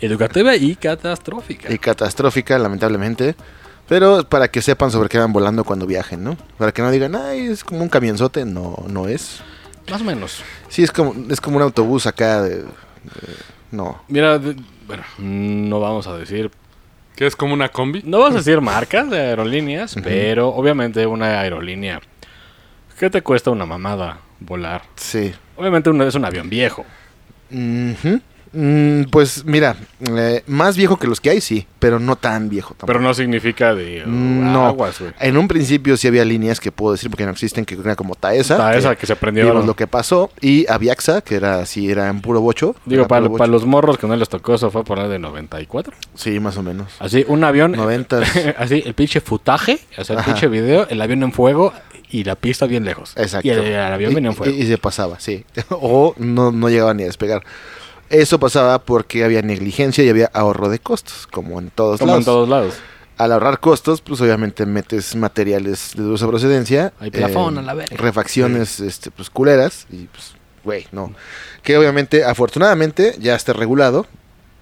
Speaker 2: Educativa y catastrófica.
Speaker 1: y catastrófica, lamentablemente. Pero para que sepan sobre qué van volando cuando viajen, ¿no? Para que no digan, ay, es como un camionzote. No, no es.
Speaker 2: Más o menos.
Speaker 1: Sí, es como, es como un autobús acá. de- de- no.
Speaker 2: Mira, de- bueno, mm, no vamos a decir.
Speaker 3: Que es como una combi.
Speaker 2: No vamos a decir marcas de aerolíneas, pero obviamente una aerolínea. ¿Qué te cuesta una mamada volar?
Speaker 1: Sí.
Speaker 2: Obviamente uno es un avión viejo.
Speaker 1: Ujú. Mm, pues mira, eh, más viejo que los que hay, sí, pero no tan viejo tampoco.
Speaker 2: Pero no significa de uh,
Speaker 1: Mm, no.
Speaker 2: aguas, güey.
Speaker 1: En un principio sí había líneas que puedo decir porque no existen, que era como Taesa.
Speaker 2: Está
Speaker 1: que
Speaker 2: esa que se prendió.
Speaker 1: Vimos lo que pasó. Y Aviaxa, que era así, era en puro bocho.
Speaker 2: Digo,
Speaker 1: era
Speaker 2: para,
Speaker 1: puro
Speaker 2: para
Speaker 1: bocho.
Speaker 2: los morros que no les tocó, eso fue por ahí de 94.
Speaker 1: Sí, más o menos.
Speaker 2: Así, un avión.
Speaker 1: 90.
Speaker 2: así, el pinche futaje, o sea, el
Speaker 1: Ajá.
Speaker 2: pinche video, el avión en fuego y la pista bien lejos.
Speaker 1: Exacto.
Speaker 2: Y el, el avión
Speaker 1: Y-
Speaker 2: venía en fuego.
Speaker 1: Y, y se pasaba, sí. O no, no llegaba ni a despegar. Eso pasaba porque había negligencia y había ahorro de costos, como en todos
Speaker 2: Como en
Speaker 1: lados.
Speaker 2: todos lados.
Speaker 1: Al ahorrar costos, pues obviamente metes materiales de dudosa procedencia. eh,
Speaker 2: Hay plafón, a la verga.
Speaker 1: Refacciones, este, pues, culeras. Y pues, güey, no. Que obviamente, afortunadamente, ya está regulado.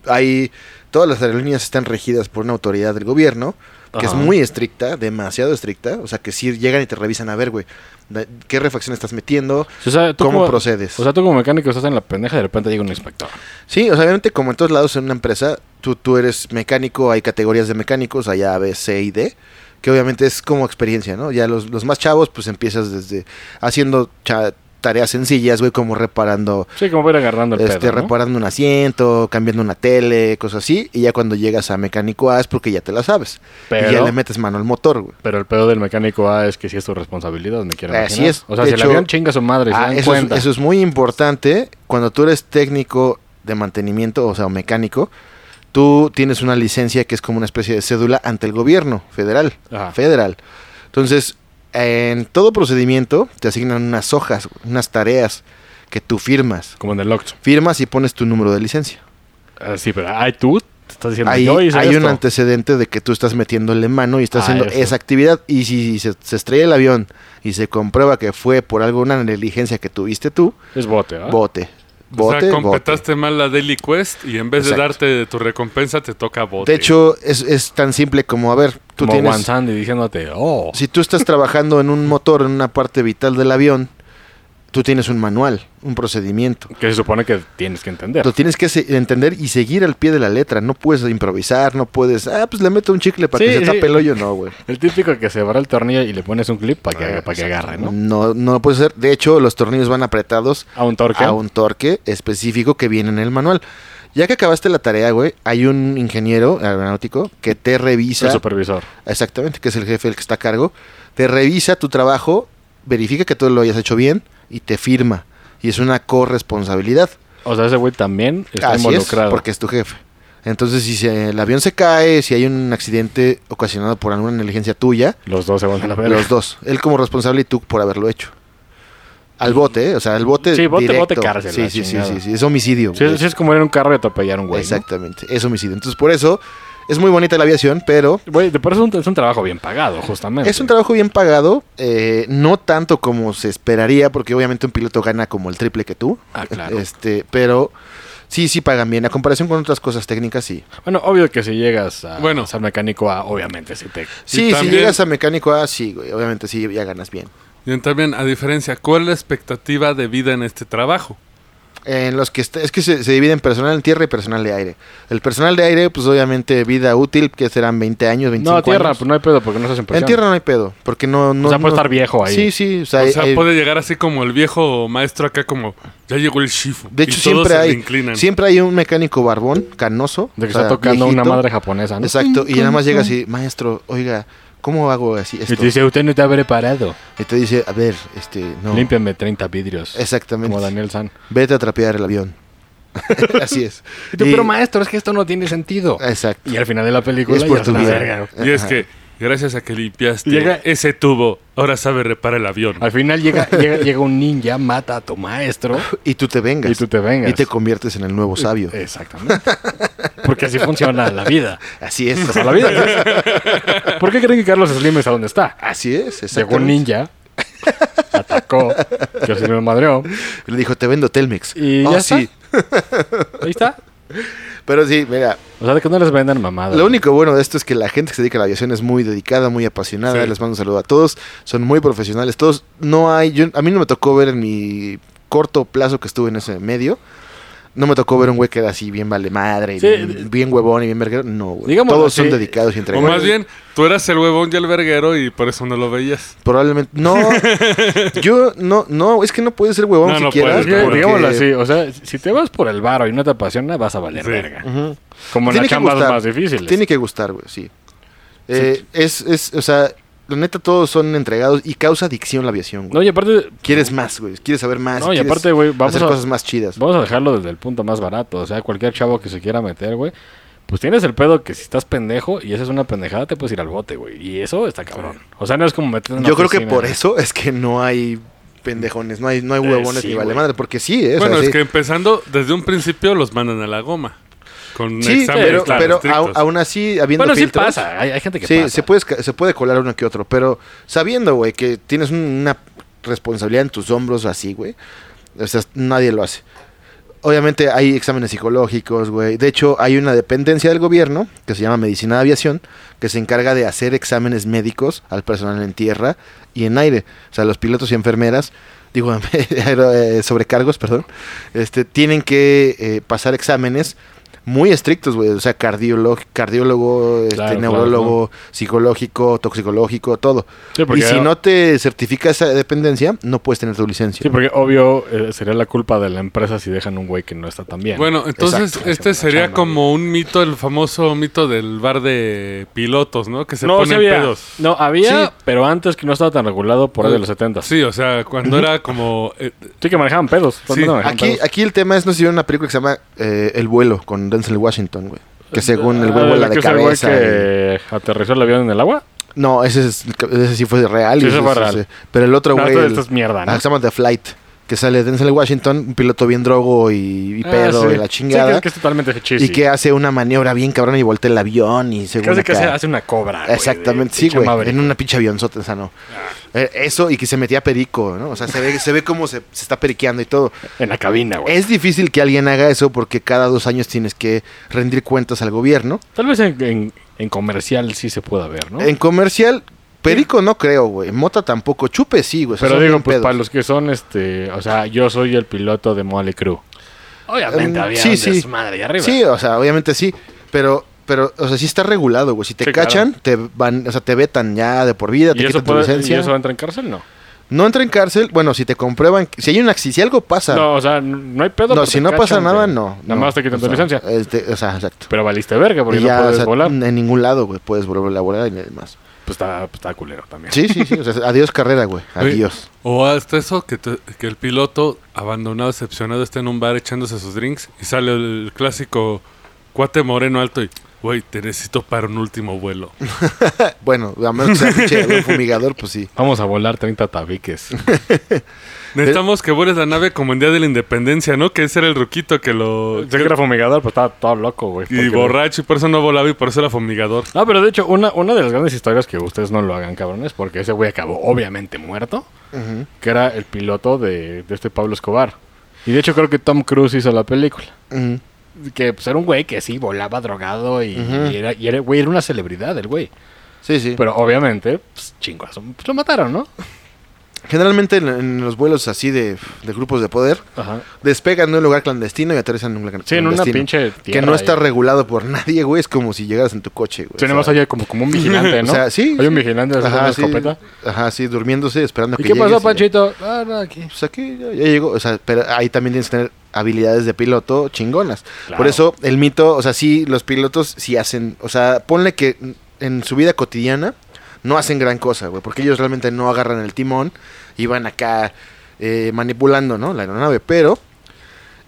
Speaker 1: Hay... Todas las aerolíneas están regidas por una autoridad del gobierno que es
Speaker 2: Ajá.
Speaker 1: muy estricta, demasiado estricta. O sea, que si llegan y te revisan, a ver, güey, da- ¿qué refacción estás metiendo?
Speaker 2: O sea, tú
Speaker 1: ¿Cómo
Speaker 2: como-
Speaker 1: procedes?
Speaker 2: O sea, tú como mecánico estás en la pendeja y de repente llega un inspector.
Speaker 1: sí, o sea, obviamente, como en todos lados en una empresa, tú, tú eres mecánico, hay categorías de mecánicos, hay A, B, C y D, que obviamente es como experiencia, ¿no? Ya los, los más chavos, pues empiezas desde haciendo cha- tareas sencillas, güey, como reparando
Speaker 2: Sí, como voy a ir agarrando el
Speaker 1: este,
Speaker 2: pedo, ¿no?
Speaker 1: reparando un asiento, cambiando una tele, cosas así, y ya cuando llegas a mecánico A es porque ya te la sabes. Y ya
Speaker 2: Pero,
Speaker 1: le metes mano al motor, güey.
Speaker 2: pero el pedo del mecánico A es que sí es tu responsabilidad, me quiero
Speaker 1: Así
Speaker 2: imaginar.
Speaker 1: Eh, es.
Speaker 2: O sea,
Speaker 1: De
Speaker 2: si
Speaker 1: hecho-
Speaker 2: el avión chinga a su madre, y se
Speaker 1: Ah,
Speaker 2: dan
Speaker 1: eso, es,
Speaker 2: cuenta.
Speaker 1: eso es muy importante. Cuando tú eres técnico de mantenimiento, o sea, o mecánico, tú tienes una licencia que es como una especie de cédula ante el gobierno federal.
Speaker 2: Ajá.
Speaker 1: Federal. Entonces, en todo procedimiento te asignan unas hojas, unas tareas que tú firmas.
Speaker 2: Como en el Oxxo.
Speaker 1: Firmas y pones tu número de licencia.
Speaker 2: Ah, sí, pero ay, tú te estás diciendo
Speaker 1: Ahí
Speaker 2: yo hice
Speaker 1: hay un
Speaker 2: esto".
Speaker 1: antecedente de que tú estás metiéndole mano y estás
Speaker 2: Ah,
Speaker 1: haciendo
Speaker 2: eso.
Speaker 1: esa actividad. Y si se, se estrella el avión y se comprueba que fue por alguna negligencia que tuviste tú,
Speaker 2: Es bote, ¿ah?
Speaker 1: bote. Bote,
Speaker 3: o sea,
Speaker 1: bote.
Speaker 3: completaste mal la Daily Quest y en vez
Speaker 1: Exacto.
Speaker 3: de darte tu recompensa, te toca bote.
Speaker 1: De hecho, es, es tan simple como, a ver, tú
Speaker 2: Como
Speaker 1: tienes...
Speaker 2: Juan Sandy diciéndote, oh.
Speaker 1: Si tú estás trabajando en un motor, en una parte vital del avión, tú tienes un manual, un procedimiento.
Speaker 2: Que se supone que tienes que entender.
Speaker 1: Lo tienes que se- entender y seguir al pie de la letra. No puedes improvisar, no puedes... Ah, pues le meto un chicle para
Speaker 2: Sí,
Speaker 1: que se
Speaker 2: sí.
Speaker 1: tape el hoyo. No, güey.
Speaker 2: El típico que se barra el tornillo y le pones un clip para que, para que agarre, ¿no?
Speaker 1: No, no lo puedes hacer. De hecho, los tornillos van apretados
Speaker 2: A un torque.
Speaker 1: a un torque específico que viene en el manual. Ya que acabaste la tarea, güey, hay un ingeniero aeronáutico que te revisa...
Speaker 2: el supervisor.
Speaker 1: Exactamente, que es el jefe el que está a cargo. Te revisa tu trabajo, verifica que todo lo hayas hecho bien y te firma. Y es una corresponsabilidad.
Speaker 2: O sea, ese güey también está
Speaker 1: Así es,
Speaker 2: involucrado.
Speaker 1: porque es tu jefe. Entonces, si se- el avión se cae, si hay un accidente ocasionado por alguna negligencia tuya,
Speaker 2: Los dos se van a la verga.
Speaker 1: los dos, él como responsable y tú por haberlo hecho. Al bote, ¿eh? o sea, al bote.
Speaker 2: Sí, bote,
Speaker 1: directo.
Speaker 2: bote, cárcel,
Speaker 1: Sí,
Speaker 2: la
Speaker 1: sí, sí,
Speaker 2: chingada.
Speaker 1: sí, sí, es homicidio.
Speaker 2: Sí,
Speaker 1: güey.
Speaker 2: es- sí es como ir en un carro y atropellar a un güey. ¿no?
Speaker 1: Exactamente, es homicidio. Entonces, por eso es muy bonita la aviación, pero
Speaker 2: Güey, de- pero es un, es un trabajo bien pagado, justamente.
Speaker 1: Es un trabajo bien pagado, eh, no tanto como se esperaría, porque obviamente un piloto gana como el triple que tú.
Speaker 2: Ah, claro.
Speaker 1: Este, pero sí, sí pagan bien. A comparación con otras cosas técnicas, sí.
Speaker 2: Bueno, obvio que si llegas a,
Speaker 3: Bueno.
Speaker 2: a ser mecánico A, obviamente, si te...
Speaker 1: Sí, si
Speaker 3: también-
Speaker 1: llegas a mecánico A, sí, güey. Obviamente sí, ya ganas bien.
Speaker 3: Y también, a diferencia, ¿cuál es la expectativa de vida en este trabajo?
Speaker 1: en los que está- es que se, se divide en personal en tierra y personal de aire. El personal de aire, pues obviamente vida útil, que serán 20 años, 25
Speaker 2: No, tierra,
Speaker 1: años.
Speaker 2: pues no hay pedo porque no se hacen
Speaker 1: En
Speaker 2: presión.
Speaker 1: tierra no hay pedo, porque no... no
Speaker 2: O sea, puede
Speaker 1: no-
Speaker 2: estar viejo ahí.
Speaker 1: Sí, sí, o sea,
Speaker 3: O sea,
Speaker 1: hay-
Speaker 3: puede llegar así como el viejo maestro acá, como ya llegó el Shifu.
Speaker 1: de
Speaker 3: Y
Speaker 1: hecho
Speaker 3: todos
Speaker 1: siempre
Speaker 3: se le
Speaker 1: hay,
Speaker 3: inclinan.
Speaker 1: siempre hay un mecánico barbón, canoso.
Speaker 2: De que
Speaker 1: o sea,
Speaker 2: está tocando
Speaker 1: viejito.
Speaker 2: una madre japonesa, ¿no?
Speaker 1: Exacto, y nada más llega así, maestro, oiga, ¿cómo hago así esto?
Speaker 2: Y te dice, usted no está preparado.
Speaker 1: Y te dice, a ver, este, no.
Speaker 2: Límpiame 30 vidrios.
Speaker 1: Exactamente.
Speaker 2: Como Daniel San.
Speaker 1: Vete a trapear el avión. así es. Y-
Speaker 2: Pero maestro, es que esto no tiene sentido.
Speaker 1: Exacto.
Speaker 2: Y al final de la película
Speaker 1: Eh, Es por
Speaker 2: ya
Speaker 1: tu
Speaker 2: la
Speaker 1: vida.
Speaker 2: verga.
Speaker 3: Y es
Speaker 1: Ajá.
Speaker 3: que, gracias a que limpiaste
Speaker 2: Llega-
Speaker 3: ese tubo, ahora sabe reparar el avión.
Speaker 2: Al final llega, llega, llega un ninja, mata a tu maestro.
Speaker 1: Y tú te vengas.
Speaker 2: Y tú te vengas. Eh,
Speaker 1: Y te conviertes en el nuevo sabio.
Speaker 2: Exactamente. Porque así funciona la vida.
Speaker 1: Así es.
Speaker 2: O sea, la vida es- ¿Por qué creen que Carlos Slim está donde está?
Speaker 1: Así es,
Speaker 2: Llegó
Speaker 1: exacto.
Speaker 2: un ninja, atacó, yo sí me madreó.
Speaker 1: Le dijo, te vendo Telmex.
Speaker 2: Y
Speaker 1: Oh,
Speaker 2: ya
Speaker 1: sí.
Speaker 2: Ahí está.
Speaker 1: Pero sí, mira,
Speaker 2: O sea, de que no les vendan mamadas.
Speaker 1: lo único bueno de esto es que la gente que se dedica a la aviación es muy dedicada, muy apasionada.
Speaker 3: Sí.
Speaker 1: Les mando un saludo a todos. Son muy profesionales. Todos, no hay, yo- a mí no me tocó ver en mi corto plazo que estuve en ese medio. No me tocó ver un güey que era así bien vale madre, y
Speaker 2: Sí,
Speaker 1: bien, bien huevón y bien verguero. No, güey.
Speaker 2: Digámoslo
Speaker 1: Todos son
Speaker 2: así.
Speaker 1: dedicados y
Speaker 3: o
Speaker 1: entregados.
Speaker 3: más bien, tú eras el huevón y el verguero y por eso no lo veías.
Speaker 1: Probablemente. No. yo no, no, es que no puede ser huevón
Speaker 3: No, no
Speaker 1: siquiera.
Speaker 2: Es
Speaker 3: puedes,
Speaker 2: que,
Speaker 3: porque-
Speaker 2: Pues, digámoslo así, o sea, si te vas por el varo y no te apasiona, vas a valer
Speaker 3: Sí.
Speaker 2: verga.
Speaker 1: Ujú.
Speaker 2: Como en
Speaker 1: Tiene
Speaker 2: las
Speaker 1: que
Speaker 2: chambas
Speaker 1: gustar,
Speaker 2: más difíciles.
Speaker 1: Tiene que gustar, güey, sí. Eh, Es, es, o sea, la neta todos son entregados y causa adicción la aviación,
Speaker 2: No,
Speaker 1: güey.
Speaker 2: y aparte,
Speaker 1: quieres más, güey, quieres saber más.
Speaker 2: No, y
Speaker 1: quieres
Speaker 2: aparte, güey, vamos
Speaker 1: hacer
Speaker 2: a-
Speaker 1: cosas más chidas.
Speaker 2: Pues vamos a dejarlo desde el punto más barato. O sea, cualquier chavo que se quiera meter, güey, pues tienes el pedo que si estás pendejo y esa es una pendejada, te puedes ir al bote, güey. Y eso está cabrón. O sea, no es como meterte en una
Speaker 1: Yo creo que
Speaker 2: oficina. Eh,
Speaker 1: por eso es que no hay pendejones, no hay, no hay huevones
Speaker 2: sí,
Speaker 1: ni vale
Speaker 2: güey.
Speaker 1: madre, porque sí, eh, o sea,
Speaker 3: bueno,
Speaker 1: sí.
Speaker 3: es que empezando, desde un principio los mandan a la goma. Con
Speaker 1: Sí, pero,
Speaker 3: exámenes tan
Speaker 1: pero au-
Speaker 3: estrictos.
Speaker 1: aún así, habiendo
Speaker 2: Bueno, sí
Speaker 1: filtros-
Speaker 2: pasa. Hay, hay gente que
Speaker 1: Sí,
Speaker 2: pasa.
Speaker 1: se puede, esca- se puede colar uno que otro, pero sabiendo, güey, que tienes un- una responsabilidad en tus hombros así, güey, o sea, nadie lo hace. Obviamente hay exámenes psicológicos, güey. De hecho, hay una dependencia del gobierno que se llama Medicina de Aviación, que se encarga de hacer exámenes médicos al personal en tierra y en aire. O sea, los pilotos y enfermeras, digo, aero- eh, sobrecargos, perdón, este, tienen que eh, pasar exámenes muy estrictos, güey. O sea, cardiólogo, cardiólogo este,
Speaker 2: Claro, claro,
Speaker 1: neurólogo, psicológico, toxicológico, todo.
Speaker 2: Sí, porque-
Speaker 1: y si no te certifica esa dependencia, no puedes tener tu licencia.
Speaker 2: Sí, porque obvio eh, sería la culpa de la empresa si dejan un güey que no está tan bien.
Speaker 3: Bueno, entonces
Speaker 1: Exacto.
Speaker 3: este
Speaker 2: Una
Speaker 3: sería
Speaker 2: chamba,
Speaker 3: como un mito, el famoso mito del bar de pilotos, ¿no? Que se
Speaker 2: no, sí
Speaker 3: ponen
Speaker 2: había,
Speaker 3: pedos.
Speaker 2: no había,
Speaker 1: Sí.
Speaker 2: pero antes que no estaba tan regulado por ahí de los 70. Sí,
Speaker 3: Sí, o sea, cuando era como... eh,
Speaker 2: que manejaban pedos.
Speaker 3: Sí.
Speaker 2: No manejaban
Speaker 1: Aquí,
Speaker 2: pedos.
Speaker 1: aquí el tema es, no sé si vieron una película que se llama eh, El vuelo con Denzel Washington, güey. Que según el
Speaker 2: Ah,
Speaker 1: güey vuela de
Speaker 2: que es el güey
Speaker 1: cabeza. y-
Speaker 2: que aterrizó el avión en el agua.
Speaker 1: No, ese, es, ese sí fue real.
Speaker 2: Sí,
Speaker 1: y
Speaker 2: ese fue
Speaker 1: ese-
Speaker 2: real.
Speaker 1: ese- Pero el otro
Speaker 2: No,
Speaker 1: güey.
Speaker 2: esto-
Speaker 1: el-
Speaker 2: esto es mierda, ¿no?
Speaker 1: ah, Se llama The Flight. Que sale Denzel Washington, un piloto bien drogo y, y pedo
Speaker 2: Ah, sí.
Speaker 1: y la
Speaker 2: Sí, que-
Speaker 1: chingada.
Speaker 2: que, es totalmente cheesy.
Speaker 1: y que hace una maniobra bien cabrón y voltea el avión y según
Speaker 2: Casi que
Speaker 1: acá-
Speaker 2: se hace una cobra. güey, Ah.
Speaker 1: Exactamente,
Speaker 2: de-
Speaker 1: sí,
Speaker 2: de
Speaker 1: güey.
Speaker 2: chamabri.
Speaker 1: En una pinche avionzota, o sea, no. Eh, Eso y que se metía perico, ¿no? O sea, se ve, se ve cómo se, se está periqueando y todo.
Speaker 2: En la cabina, güey.
Speaker 1: Es difícil que alguien haga eso porque cada dos años tienes que rendir cuentas al gobierno.
Speaker 2: Tal vez en, en- en comercial sí se pueda ver, ¿no?
Speaker 1: En comercial, perico no creo, güey. Mota tampoco. Chupe sí, güey. esos
Speaker 2: Pero
Speaker 1: son
Speaker 2: digo,
Speaker 1: bien
Speaker 2: pues
Speaker 1: pedos.
Speaker 2: para los que son, este, o sea, yo soy el piloto de Molly Crew. Obviamente
Speaker 1: Em,
Speaker 2: había
Speaker 1: sí,
Speaker 2: un
Speaker 1: sí.
Speaker 2: desmadre ahí arriba.
Speaker 1: Sí, o sea, obviamente sí. Pero, pero, o sea, sí está regulado, güey. Si te
Speaker 2: Sí, claro.
Speaker 1: cachan, te van, o sea, te vetan ya de por vida, te
Speaker 2: ¿Y eso,
Speaker 1: quitan tu
Speaker 2: puede-
Speaker 1: licencia.
Speaker 2: ¿Y eso entra en cárcel? No.
Speaker 1: No entra en cárcel. Bueno, si te comprueban, si hay un accidente, si algo pasa.
Speaker 2: no, o sea, no hay pedo.
Speaker 1: No,
Speaker 2: pero
Speaker 1: si
Speaker 2: te
Speaker 1: no pasa
Speaker 2: cachan,
Speaker 1: nada,
Speaker 2: te-
Speaker 1: no.
Speaker 2: Nada
Speaker 1: no.
Speaker 2: más te quitan
Speaker 1: O
Speaker 2: tu
Speaker 1: sea,
Speaker 2: licencia.
Speaker 1: este, o sea, exacto.
Speaker 2: Pero valiste verga porque
Speaker 1: Y
Speaker 2: no
Speaker 1: ya,
Speaker 2: puedes
Speaker 1: o sea,
Speaker 2: volar.
Speaker 1: En ningún lado, güey, puedes volver a volar y demás.
Speaker 2: Pues está, pues está culero también.
Speaker 1: Sí, sí, sí. O sea, adiós carrera, güey.
Speaker 3: oye,
Speaker 1: Adiós.
Speaker 3: O hasta eso, que, te- que el piloto abandonado, decepcionado, está en un bar echándose sus drinks y sale el clásico cuate moreno alto y... Güey, te necesito para un último vuelo.
Speaker 2: eh,
Speaker 1: Bueno, a menos que sea pinche avión fumigador, pues sí.
Speaker 2: Vamos a volar 30 tabiques.
Speaker 3: Necesitamos que vueles la nave como en Día de la Independencia, ¿no? Que ese era el ruquito que lo...
Speaker 2: Yo que era fumigador, pues estaba todo loco, güey.
Speaker 3: Y
Speaker 2: porque-
Speaker 3: borracho, y por eso no volaba y por eso era fumigador.
Speaker 2: No, pero de hecho, una, una de las grandes historias que ustedes no lo hagan, cabrones, porque ese güey acabó obviamente muerto,
Speaker 1: Ujú.
Speaker 2: que era el piloto de, de este Pablo Escobar. Y de hecho creo que Tom Cruise hizo la película.
Speaker 1: Ujú.
Speaker 2: Que pues, era un güey que sí, volaba drogado y,
Speaker 1: Ujú.
Speaker 2: y era, y era, güey, era una celebridad el güey.
Speaker 1: Sí, sí.
Speaker 2: Pero obviamente, pues, chingazo, pues, lo mataron, ¿no?
Speaker 1: Generalmente en, en los vuelos así de, de grupos de poder,
Speaker 2: Ajá.
Speaker 1: despegan de un lugar clandestino y aterrizan en un lugar
Speaker 2: Sí, en una
Speaker 1: clandestino.
Speaker 2: pinche
Speaker 1: Que
Speaker 2: tierra
Speaker 1: no está
Speaker 2: ahí.
Speaker 1: regulado por nadie, güey. Es como si llegaras en tu coche, güey.
Speaker 2: Tiene
Speaker 1: O
Speaker 2: más
Speaker 1: sea,
Speaker 2: allá como, como un vigilante, ¿no?
Speaker 1: O sea, sí.
Speaker 2: Hay
Speaker 1: sí.
Speaker 2: un vigilante haciendo una
Speaker 1: sí,
Speaker 2: escopeta.
Speaker 1: Ajá, sí, durmiéndose, esperando
Speaker 2: ¿Y
Speaker 1: que
Speaker 2: qué pasó,
Speaker 1: llegues y-
Speaker 2: Panchito? Ah, no, aquí.
Speaker 1: Pues aquí ya, ya llegó. O sea, pero ahí también tienes que tener habilidades de piloto chingonas. Por
Speaker 2: Claro.
Speaker 1: eso el mito, o sea, sí, los pilotos sí hacen. O sea, ponle que en su vida cotidiana no hacen gran cosa, güey. Porque ellos realmente no agarran el timón y van acá eh, manipulando, ¿no? La aeronave. Pero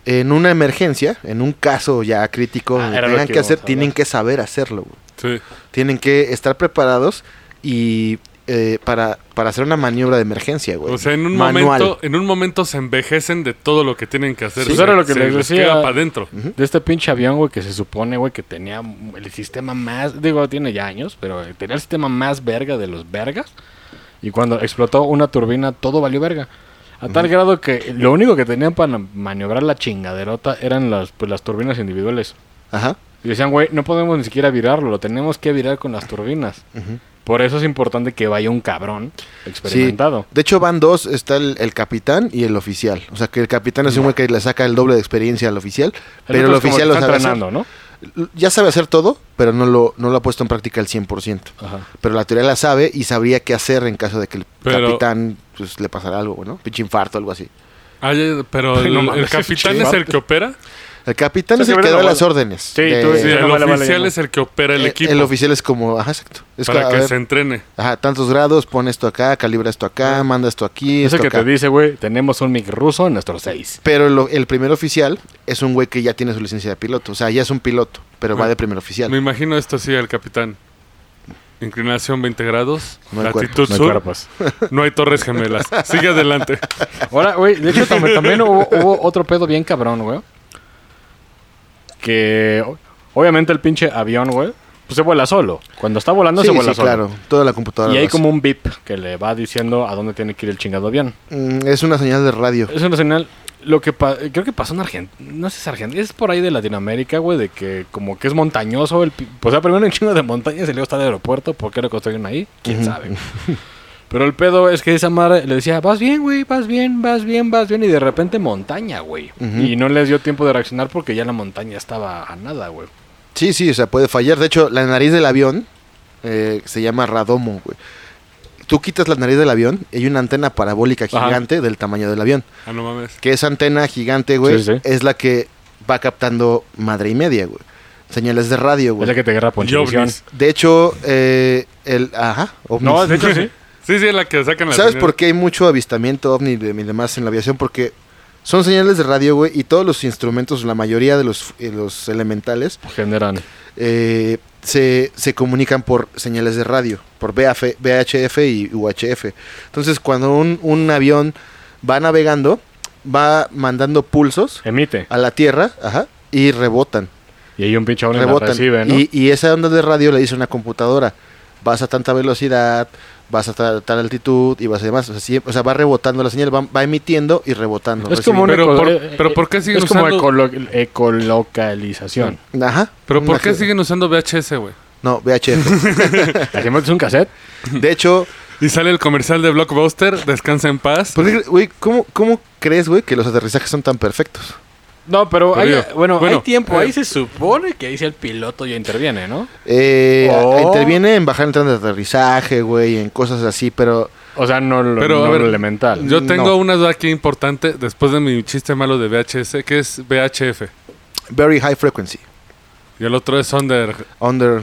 Speaker 1: en una emergencia, en un caso ya crítico,
Speaker 2: Ah,
Speaker 1: donde
Speaker 2: era lo
Speaker 1: tengan
Speaker 2: que
Speaker 1: que hacer,
Speaker 2: íbamos a
Speaker 1: tienen
Speaker 2: hablar.
Speaker 1: que saber hacerlo, güey
Speaker 3: Sí.
Speaker 1: tienen que estar preparados y eh, para, para hacer una maniobra de emergencia, güey.
Speaker 3: O sea, en un
Speaker 1: Manual.
Speaker 3: momento, en un momento se envejecen de todo lo que tienen que hacer.
Speaker 2: Sí.
Speaker 3: Se-
Speaker 2: Eso era lo que
Speaker 3: se
Speaker 2: les decía.
Speaker 3: queda para adentro.
Speaker 2: De este pinche avión, güey, que se supone, güey, que tenía el sistema más. Digo, tiene ya años, pero eh, tenía el sistema más verga de los vergas. Y cuando explotó una turbina, todo valió verga. A tal grado que lo único que tenían para maniobrar la chingaderota eran las, pues, las turbinas individuales.
Speaker 1: Ajá.
Speaker 2: Y decían, güey, no podemos ni siquiera virarlo, lo tenemos que virar con las turbinas. Por eso es importante que vaya un cabrón
Speaker 1: Sí.
Speaker 2: experimentado.
Speaker 1: De hecho, van dos: está el, el capitán y el oficial. O sea, que el capitán es un güey que le saca el doble de experiencia al oficial, pero el
Speaker 2: otro es como
Speaker 1: oficial lo
Speaker 2: que está
Speaker 1: sabe hacer.
Speaker 2: entrenando, ¿no?
Speaker 1: Ya sabe hacer todo, pero no lo, no lo ha puesto en práctica al 100%.
Speaker 2: Ajá.
Speaker 1: Pero la teoría la sabe y sabría qué hacer en caso de que el
Speaker 3: Pero-
Speaker 1: capitán pues, le pasara algo, güey, ¿no? Pinche infarto, algo así.
Speaker 3: Ah, ya, pero
Speaker 2: Ay,
Speaker 3: el,
Speaker 2: no
Speaker 3: el
Speaker 2: mames,
Speaker 3: capitán
Speaker 2: chingado.
Speaker 3: es el que opera.
Speaker 1: El capitán
Speaker 2: Sí,
Speaker 1: es el
Speaker 2: sí,
Speaker 1: que
Speaker 2: bueno,
Speaker 1: da las
Speaker 2: bueno.
Speaker 1: órdenes.
Speaker 2: Sí,
Speaker 1: de-
Speaker 2: tú
Speaker 3: Sí,
Speaker 2: dices,
Speaker 3: el
Speaker 2: vale, vale,
Speaker 3: oficial
Speaker 2: ya no. Eh,
Speaker 3: es el que opera el
Speaker 1: el-
Speaker 3: equipo.
Speaker 1: el oficial es como, ajá, exacto. Es
Speaker 3: para
Speaker 1: a
Speaker 3: que
Speaker 1: ver.
Speaker 3: se entrene.
Speaker 1: Ajá, tantos grados, pon esto acá, calibra esto acá, manda esto aquí.
Speaker 2: Eso
Speaker 1: esto
Speaker 2: que
Speaker 1: acá.
Speaker 2: te dice, güey, tenemos un MIG ruso en nuestro 6.
Speaker 1: Pero lo- el primer oficial es un güey que ya tiene su licencia de piloto. O sea, ya es un piloto, pero
Speaker 2: Ah.
Speaker 1: va de primer oficial.
Speaker 3: Me imagino esto así al capitán. Inclinación 20 grados,
Speaker 1: No hay
Speaker 3: latitud
Speaker 2: No hay
Speaker 3: sur,
Speaker 2: cuerpos.
Speaker 3: no hay torres gemelas. Sigue adelante.
Speaker 2: Ahora, güey, de hecho tam- también, hubo, hubo otro pedo bien cabrón, güey. Que o- obviamente el pinche avión, güey, pues se vuela solo. Cuando está volando
Speaker 1: sí,
Speaker 2: se vuela
Speaker 1: sí,
Speaker 2: solo.
Speaker 1: claro. Toda la computadora.
Speaker 2: Y hay
Speaker 1: lo hace.
Speaker 2: como un bip que le va diciendo a dónde tiene que ir el chingado avión.
Speaker 1: Mm, es una señal de radio.
Speaker 2: Es una señal. Lo que pa- creo que pasó en Argentina, no sé si es Argentina, es por ahí de Latinoamérica, güey, de que como que es montañoso el, pi- o sea, primero un chingo de montañas y luego está el aeropuerto, ¿por qué lo construyeron ahí? Quién sabe. Pero el pedo es que esa madre le decía, vas bien, güey, vas bien, vas bien, vas bien, y de repente montaña, güey.
Speaker 1: Ujú.
Speaker 2: Y no les dio tiempo de reaccionar porque ya la montaña estaba a nada, güey.
Speaker 1: Sí, sí, o sea, puede fallar. De hecho, la nariz del avión eh, se llama radomo, güey. Tú quitas la nariz del avión y hay una antena parabólica
Speaker 2: Ajá.
Speaker 1: gigante del tamaño del avión.
Speaker 3: Ah, no mames.
Speaker 1: Que esa antena gigante, güey,
Speaker 2: Sí, sí.
Speaker 1: es la que va captando madre y media, güey. Señales de radio,
Speaker 2: Es
Speaker 1: güey.
Speaker 2: la que te agarra
Speaker 3: Y
Speaker 2: ponchivisión.
Speaker 3: ovnis.
Speaker 1: De hecho, eh, el. Ajá, ovnis.
Speaker 2: No, de hecho sí.
Speaker 3: Sí, sí, es la que sacan la
Speaker 1: ¿Sabes
Speaker 3: señal.
Speaker 1: por qué hay mucho avistamiento ovni y de- y demás en la aviación? Porque son señales de radio, güey, y todos los instrumentos, la mayoría de los, eh, los elementales,
Speaker 2: Generan.
Speaker 1: eh, se, se comunican por señales de radio, por VAF VHF y UHF. Entonces, cuando un, un avión va navegando, va mandando pulsos
Speaker 2: Emite.
Speaker 1: a la Tierra, ajá, y rebotan.
Speaker 2: Y hay un pinche ovni la
Speaker 1: rebotan.
Speaker 2: recibe, ¿no?
Speaker 1: y, y esa onda de radio le dice una computadora, vas a tanta velocidad, vas a ta- tal altitud y vas a demás. O sea, sí, o sea, va rebotando la señal, va, va emitiendo y rebotando.
Speaker 2: Es como
Speaker 1: recibiendo.
Speaker 2: una
Speaker 3: Pero
Speaker 2: eco-
Speaker 3: por-
Speaker 2: eh,
Speaker 3: pero
Speaker 2: eh,
Speaker 3: ¿por qué siguen
Speaker 2: es como
Speaker 3: usando-
Speaker 2: ecolo- ecolocalización.
Speaker 1: Ajá.
Speaker 3: Pero ¿por
Speaker 1: Una
Speaker 3: qué
Speaker 1: ge-
Speaker 3: siguen usando VHS, güey?
Speaker 1: No, VHF.
Speaker 2: ¿La que metes un cassette?
Speaker 1: de hecho,
Speaker 3: Y sale el comercial de Blockbuster, Descansa en paz.
Speaker 1: ¿por qué, güey, ¿cómo, ¿cómo crees, güey, que los aterrizajes son tan perfectos?
Speaker 2: No, pero
Speaker 3: Por
Speaker 2: hay-
Speaker 3: ello.
Speaker 2: bueno,
Speaker 3: Bueno,
Speaker 2: hay tiempo.
Speaker 3: eh.
Speaker 2: Ahí se supone que ahí sí el piloto ya interviene, ¿no?
Speaker 1: Eh,
Speaker 2: Oh.
Speaker 1: Interviene en bajar el tren de aterrizaje, güey, en cosas así, pero
Speaker 2: O sea, no lo,
Speaker 3: Pero,
Speaker 2: no
Speaker 3: a ver,
Speaker 2: lo elemental.
Speaker 3: Yo
Speaker 1: Mm, No.
Speaker 3: tengo una duda aquí importante después de mi chiste malo de VHS, que es VHF.
Speaker 1: very high frequency,
Speaker 3: Y el otro es Under
Speaker 1: under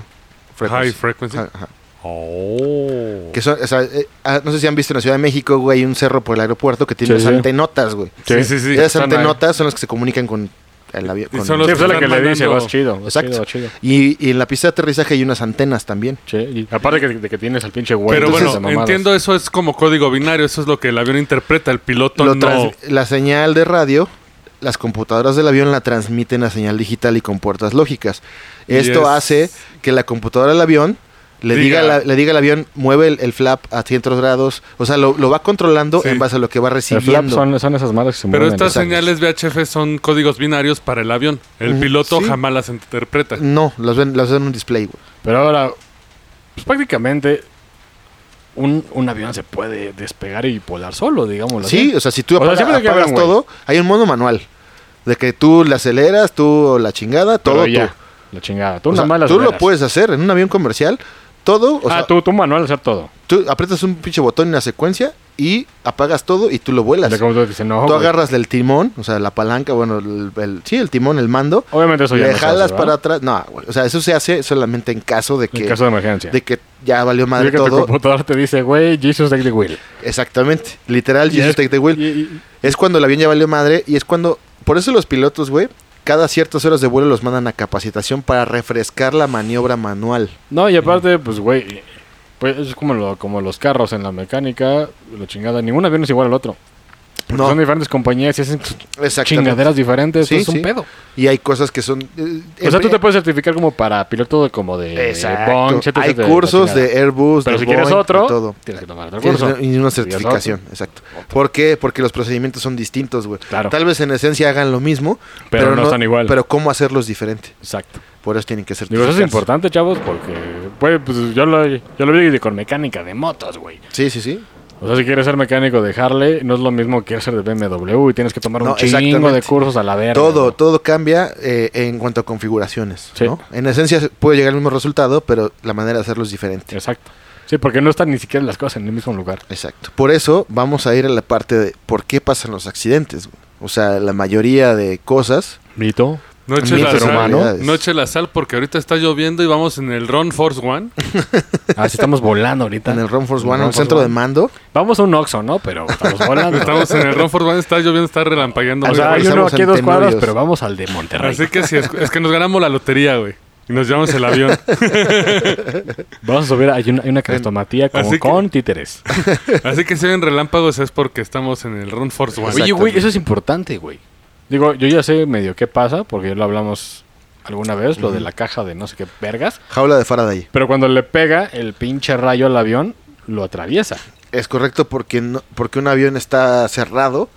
Speaker 1: frequency.
Speaker 3: High Frequency.
Speaker 1: Ajá, ajá.
Speaker 3: Oh.
Speaker 1: Que son, o sea, eh, ah, no sé si han visto en la Ciudad de México, güey, hay un cerro por el aeropuerto que tiene
Speaker 2: Sí,
Speaker 1: unas
Speaker 2: sí.
Speaker 1: antenotas, güey.
Speaker 3: Sí, sí, sí.
Speaker 1: Esas
Speaker 2: están ahí.
Speaker 1: antenotas son las que se comunican con el avión.
Speaker 3: Y
Speaker 1: con-
Speaker 3: son
Speaker 2: Sí,
Speaker 3: los
Speaker 2: pues es la que le
Speaker 3: mandando-
Speaker 2: dice, vas chido, vas
Speaker 1: Exacto.
Speaker 2: chido, vas chido.
Speaker 1: y, y en la pista de aterrizaje hay unas antenas también.
Speaker 2: Che, y aparte que, de que tienes al pinche güey.
Speaker 3: Pero
Speaker 2: entonces,
Speaker 3: bueno,
Speaker 2: de mamadas.
Speaker 3: entiendo eso es como código binario, eso es lo que el avión interpreta, el piloto
Speaker 1: Lo
Speaker 3: no.
Speaker 1: trans- La señal de radio, las computadoras del avión la transmiten a señal digital y con puertas lógicas.
Speaker 3: Y
Speaker 1: Esto
Speaker 3: es-
Speaker 1: hace que la computadora del avión le diga,
Speaker 3: Diga-
Speaker 1: a la- le diga al avión, mueve el, el flap a cientos grados. O sea, lo, lo va controlando
Speaker 3: Sí.
Speaker 1: en base a lo que va
Speaker 2: El flap
Speaker 1: recibiendo.
Speaker 2: son, son esas madres que se
Speaker 3: Pero
Speaker 2: mueven.
Speaker 3: estas
Speaker 2: Exacto.
Speaker 3: señales VHF son códigos binarios para el avión. El
Speaker 1: Ujú,
Speaker 3: piloto
Speaker 1: sí. Mm,
Speaker 3: jamás las interpreta.
Speaker 1: No, las ven, las ven en un display, güey.
Speaker 2: Pero ahora, pues prácticamente un, un avión se puede despegar y volar solo, digámoslo
Speaker 1: Sí, o sea, si tú
Speaker 2: O sea,
Speaker 1: apaga-
Speaker 2: siempre que
Speaker 1: apagas
Speaker 2: habrá un güey.
Speaker 1: todo, hay un modo manual. De que tú le aceleras, tú la chingada, todo
Speaker 2: todo ya,
Speaker 1: tú.
Speaker 2: La chingada. Tú,
Speaker 1: O sea,
Speaker 2: nada más las
Speaker 1: tú lo
Speaker 2: velas.
Speaker 1: puedes hacer en un avión comercial. Todo, o
Speaker 2: ah,
Speaker 1: sea, tú.
Speaker 2: tú, tú manual, hacer todo.
Speaker 1: aprietas un pinche botón en la secuencia y apagas todo y tú lo vuelas.
Speaker 2: De como tú dices, no,
Speaker 1: tú
Speaker 2: güey.
Speaker 1: agarras del timón, o sea, la palanca, bueno, el, el- sí, el timón, el mando.
Speaker 2: Obviamente Oh, eso ya
Speaker 1: le
Speaker 2: no se
Speaker 1: jalas
Speaker 2: hace, ¿verdad?
Speaker 1: para atrás. No, güey, o sea, eso se hace solamente en caso de que,
Speaker 2: En caso de emergencia.
Speaker 1: de que ya valió
Speaker 2: Madre
Speaker 1: madre
Speaker 2: que tu
Speaker 1: todo.
Speaker 2: computadora te dice, güey, Jesus take the wheel.
Speaker 1: Exactamente. Literal,
Speaker 2: Y
Speaker 1: Jesus
Speaker 2: es-
Speaker 1: take the wheel.
Speaker 2: y- y-
Speaker 1: Es cuando el avión ya valió madre y es cuando... Por eso los pilotos, güey, cada ciertas horas de vuelo los mandan a capacitación para refrescar la maniobra manual.
Speaker 2: No, y aparte, pues, güey, pues es como, lo, como los carros en la mecánica, la chingada. Ningún avión es igual al otro. Porque
Speaker 1: No,
Speaker 2: Son diferentes compañías y hacen sus
Speaker 1: exactamente.
Speaker 2: chingaderas diferentes.
Speaker 1: Sí,
Speaker 2: Entonces
Speaker 1: sí.
Speaker 2: es un pedo.
Speaker 1: Y hay cosas que son... eh,
Speaker 2: O sea,
Speaker 1: en-
Speaker 2: tú te puedes Eh, certificar como para piloto de, como de de
Speaker 1: Exacto.
Speaker 2: Boeing, etcétera,
Speaker 1: Hay
Speaker 2: etcétera, la
Speaker 1: cursos
Speaker 2: chingada.
Speaker 1: de Airbus,
Speaker 2: Pero
Speaker 1: de
Speaker 2: si quieres
Speaker 1: Boeing,
Speaker 2: otro,
Speaker 1: de todo.
Speaker 2: tienes que tomar otro
Speaker 1: Tienes
Speaker 2: curso.
Speaker 1: una- Y una
Speaker 2: Si quieres otro,
Speaker 1: certificación, exacto. ¿Por qué? Porque los procedimientos son distintos, güey.
Speaker 2: Claro.
Speaker 1: Tal vez en esencia hagan lo mismo,
Speaker 2: Pero no están igual.
Speaker 1: Pero cómo hacerlos diferente.
Speaker 2: Exacto.
Speaker 1: Por eso tienen que ser
Speaker 2: Digo, eso es importante, chavos, porque, güey, pues yo lo, yo lo vi de- con mecánica de motos, güey.
Speaker 1: Sí, sí, sí.
Speaker 2: O sea, si quieres ser mecánico de Harley, no es lo mismo que ser de BMW y tienes que tomar
Speaker 1: No,
Speaker 2: un chingo de
Speaker 1: exactamente.
Speaker 2: cursos a la verga.
Speaker 1: Todo,
Speaker 2: ¿no?
Speaker 1: todo cambia eh, en cuanto a configuraciones.
Speaker 2: Sí.
Speaker 1: ¿no? En esencia puede llegar al mismo resultado, pero la manera de hacerlo es diferente.
Speaker 2: Exacto. Sí, porque no están ni siquiera las cosas en el mismo lugar.
Speaker 1: Exacto. Por eso vamos a ir a la parte de por qué pasan los accidentes. güey. O sea, la mayoría de cosas.
Speaker 2: Mito.
Speaker 3: No eches la
Speaker 1: mitos y
Speaker 3: sal.
Speaker 1: realidades.
Speaker 3: No eches la sal porque ahorita está lloviendo y vamos en el Ron Force One.
Speaker 2: Ah, sí, estamos volando ahorita.
Speaker 1: En el Ron Force
Speaker 2: En el
Speaker 1: One,
Speaker 2: Ron
Speaker 1: un
Speaker 2: Force
Speaker 1: centro
Speaker 2: One.
Speaker 1: de mando.
Speaker 2: Vamos a un Oxxo, ¿no? Pero estamos volando.
Speaker 3: Estamos en el Ron Force One, está lloviendo, está relampagueando.
Speaker 2: Ah, o
Speaker 1: Ahí
Speaker 2: sea, hay uno
Speaker 1: regresamos
Speaker 2: aquí a
Speaker 1: en
Speaker 2: dos cuadros,
Speaker 1: Tenorios.
Speaker 2: pero vamos al de Monterrey.
Speaker 3: Así que si es, es que nos ganamos la lotería, güey. Y nos llevamos el avión.
Speaker 2: Vamos a subir, hay una, hay una crestomatía como
Speaker 3: Así que-
Speaker 2: con títeres.
Speaker 3: Así que si ven relámpagos es porque estamos en el Ron Force One.
Speaker 2: Oye, güey, eso es importante, güey. Digo, yo ya sé medio qué pasa, porque ya lo hablamos alguna vez, lo de la caja de no sé qué vergas.
Speaker 1: Jaula de Faraday.
Speaker 2: Pero cuando le pega el pinche rayo al avión, lo atraviesa.
Speaker 1: Es correcto porque, no- porque un avión está cerrado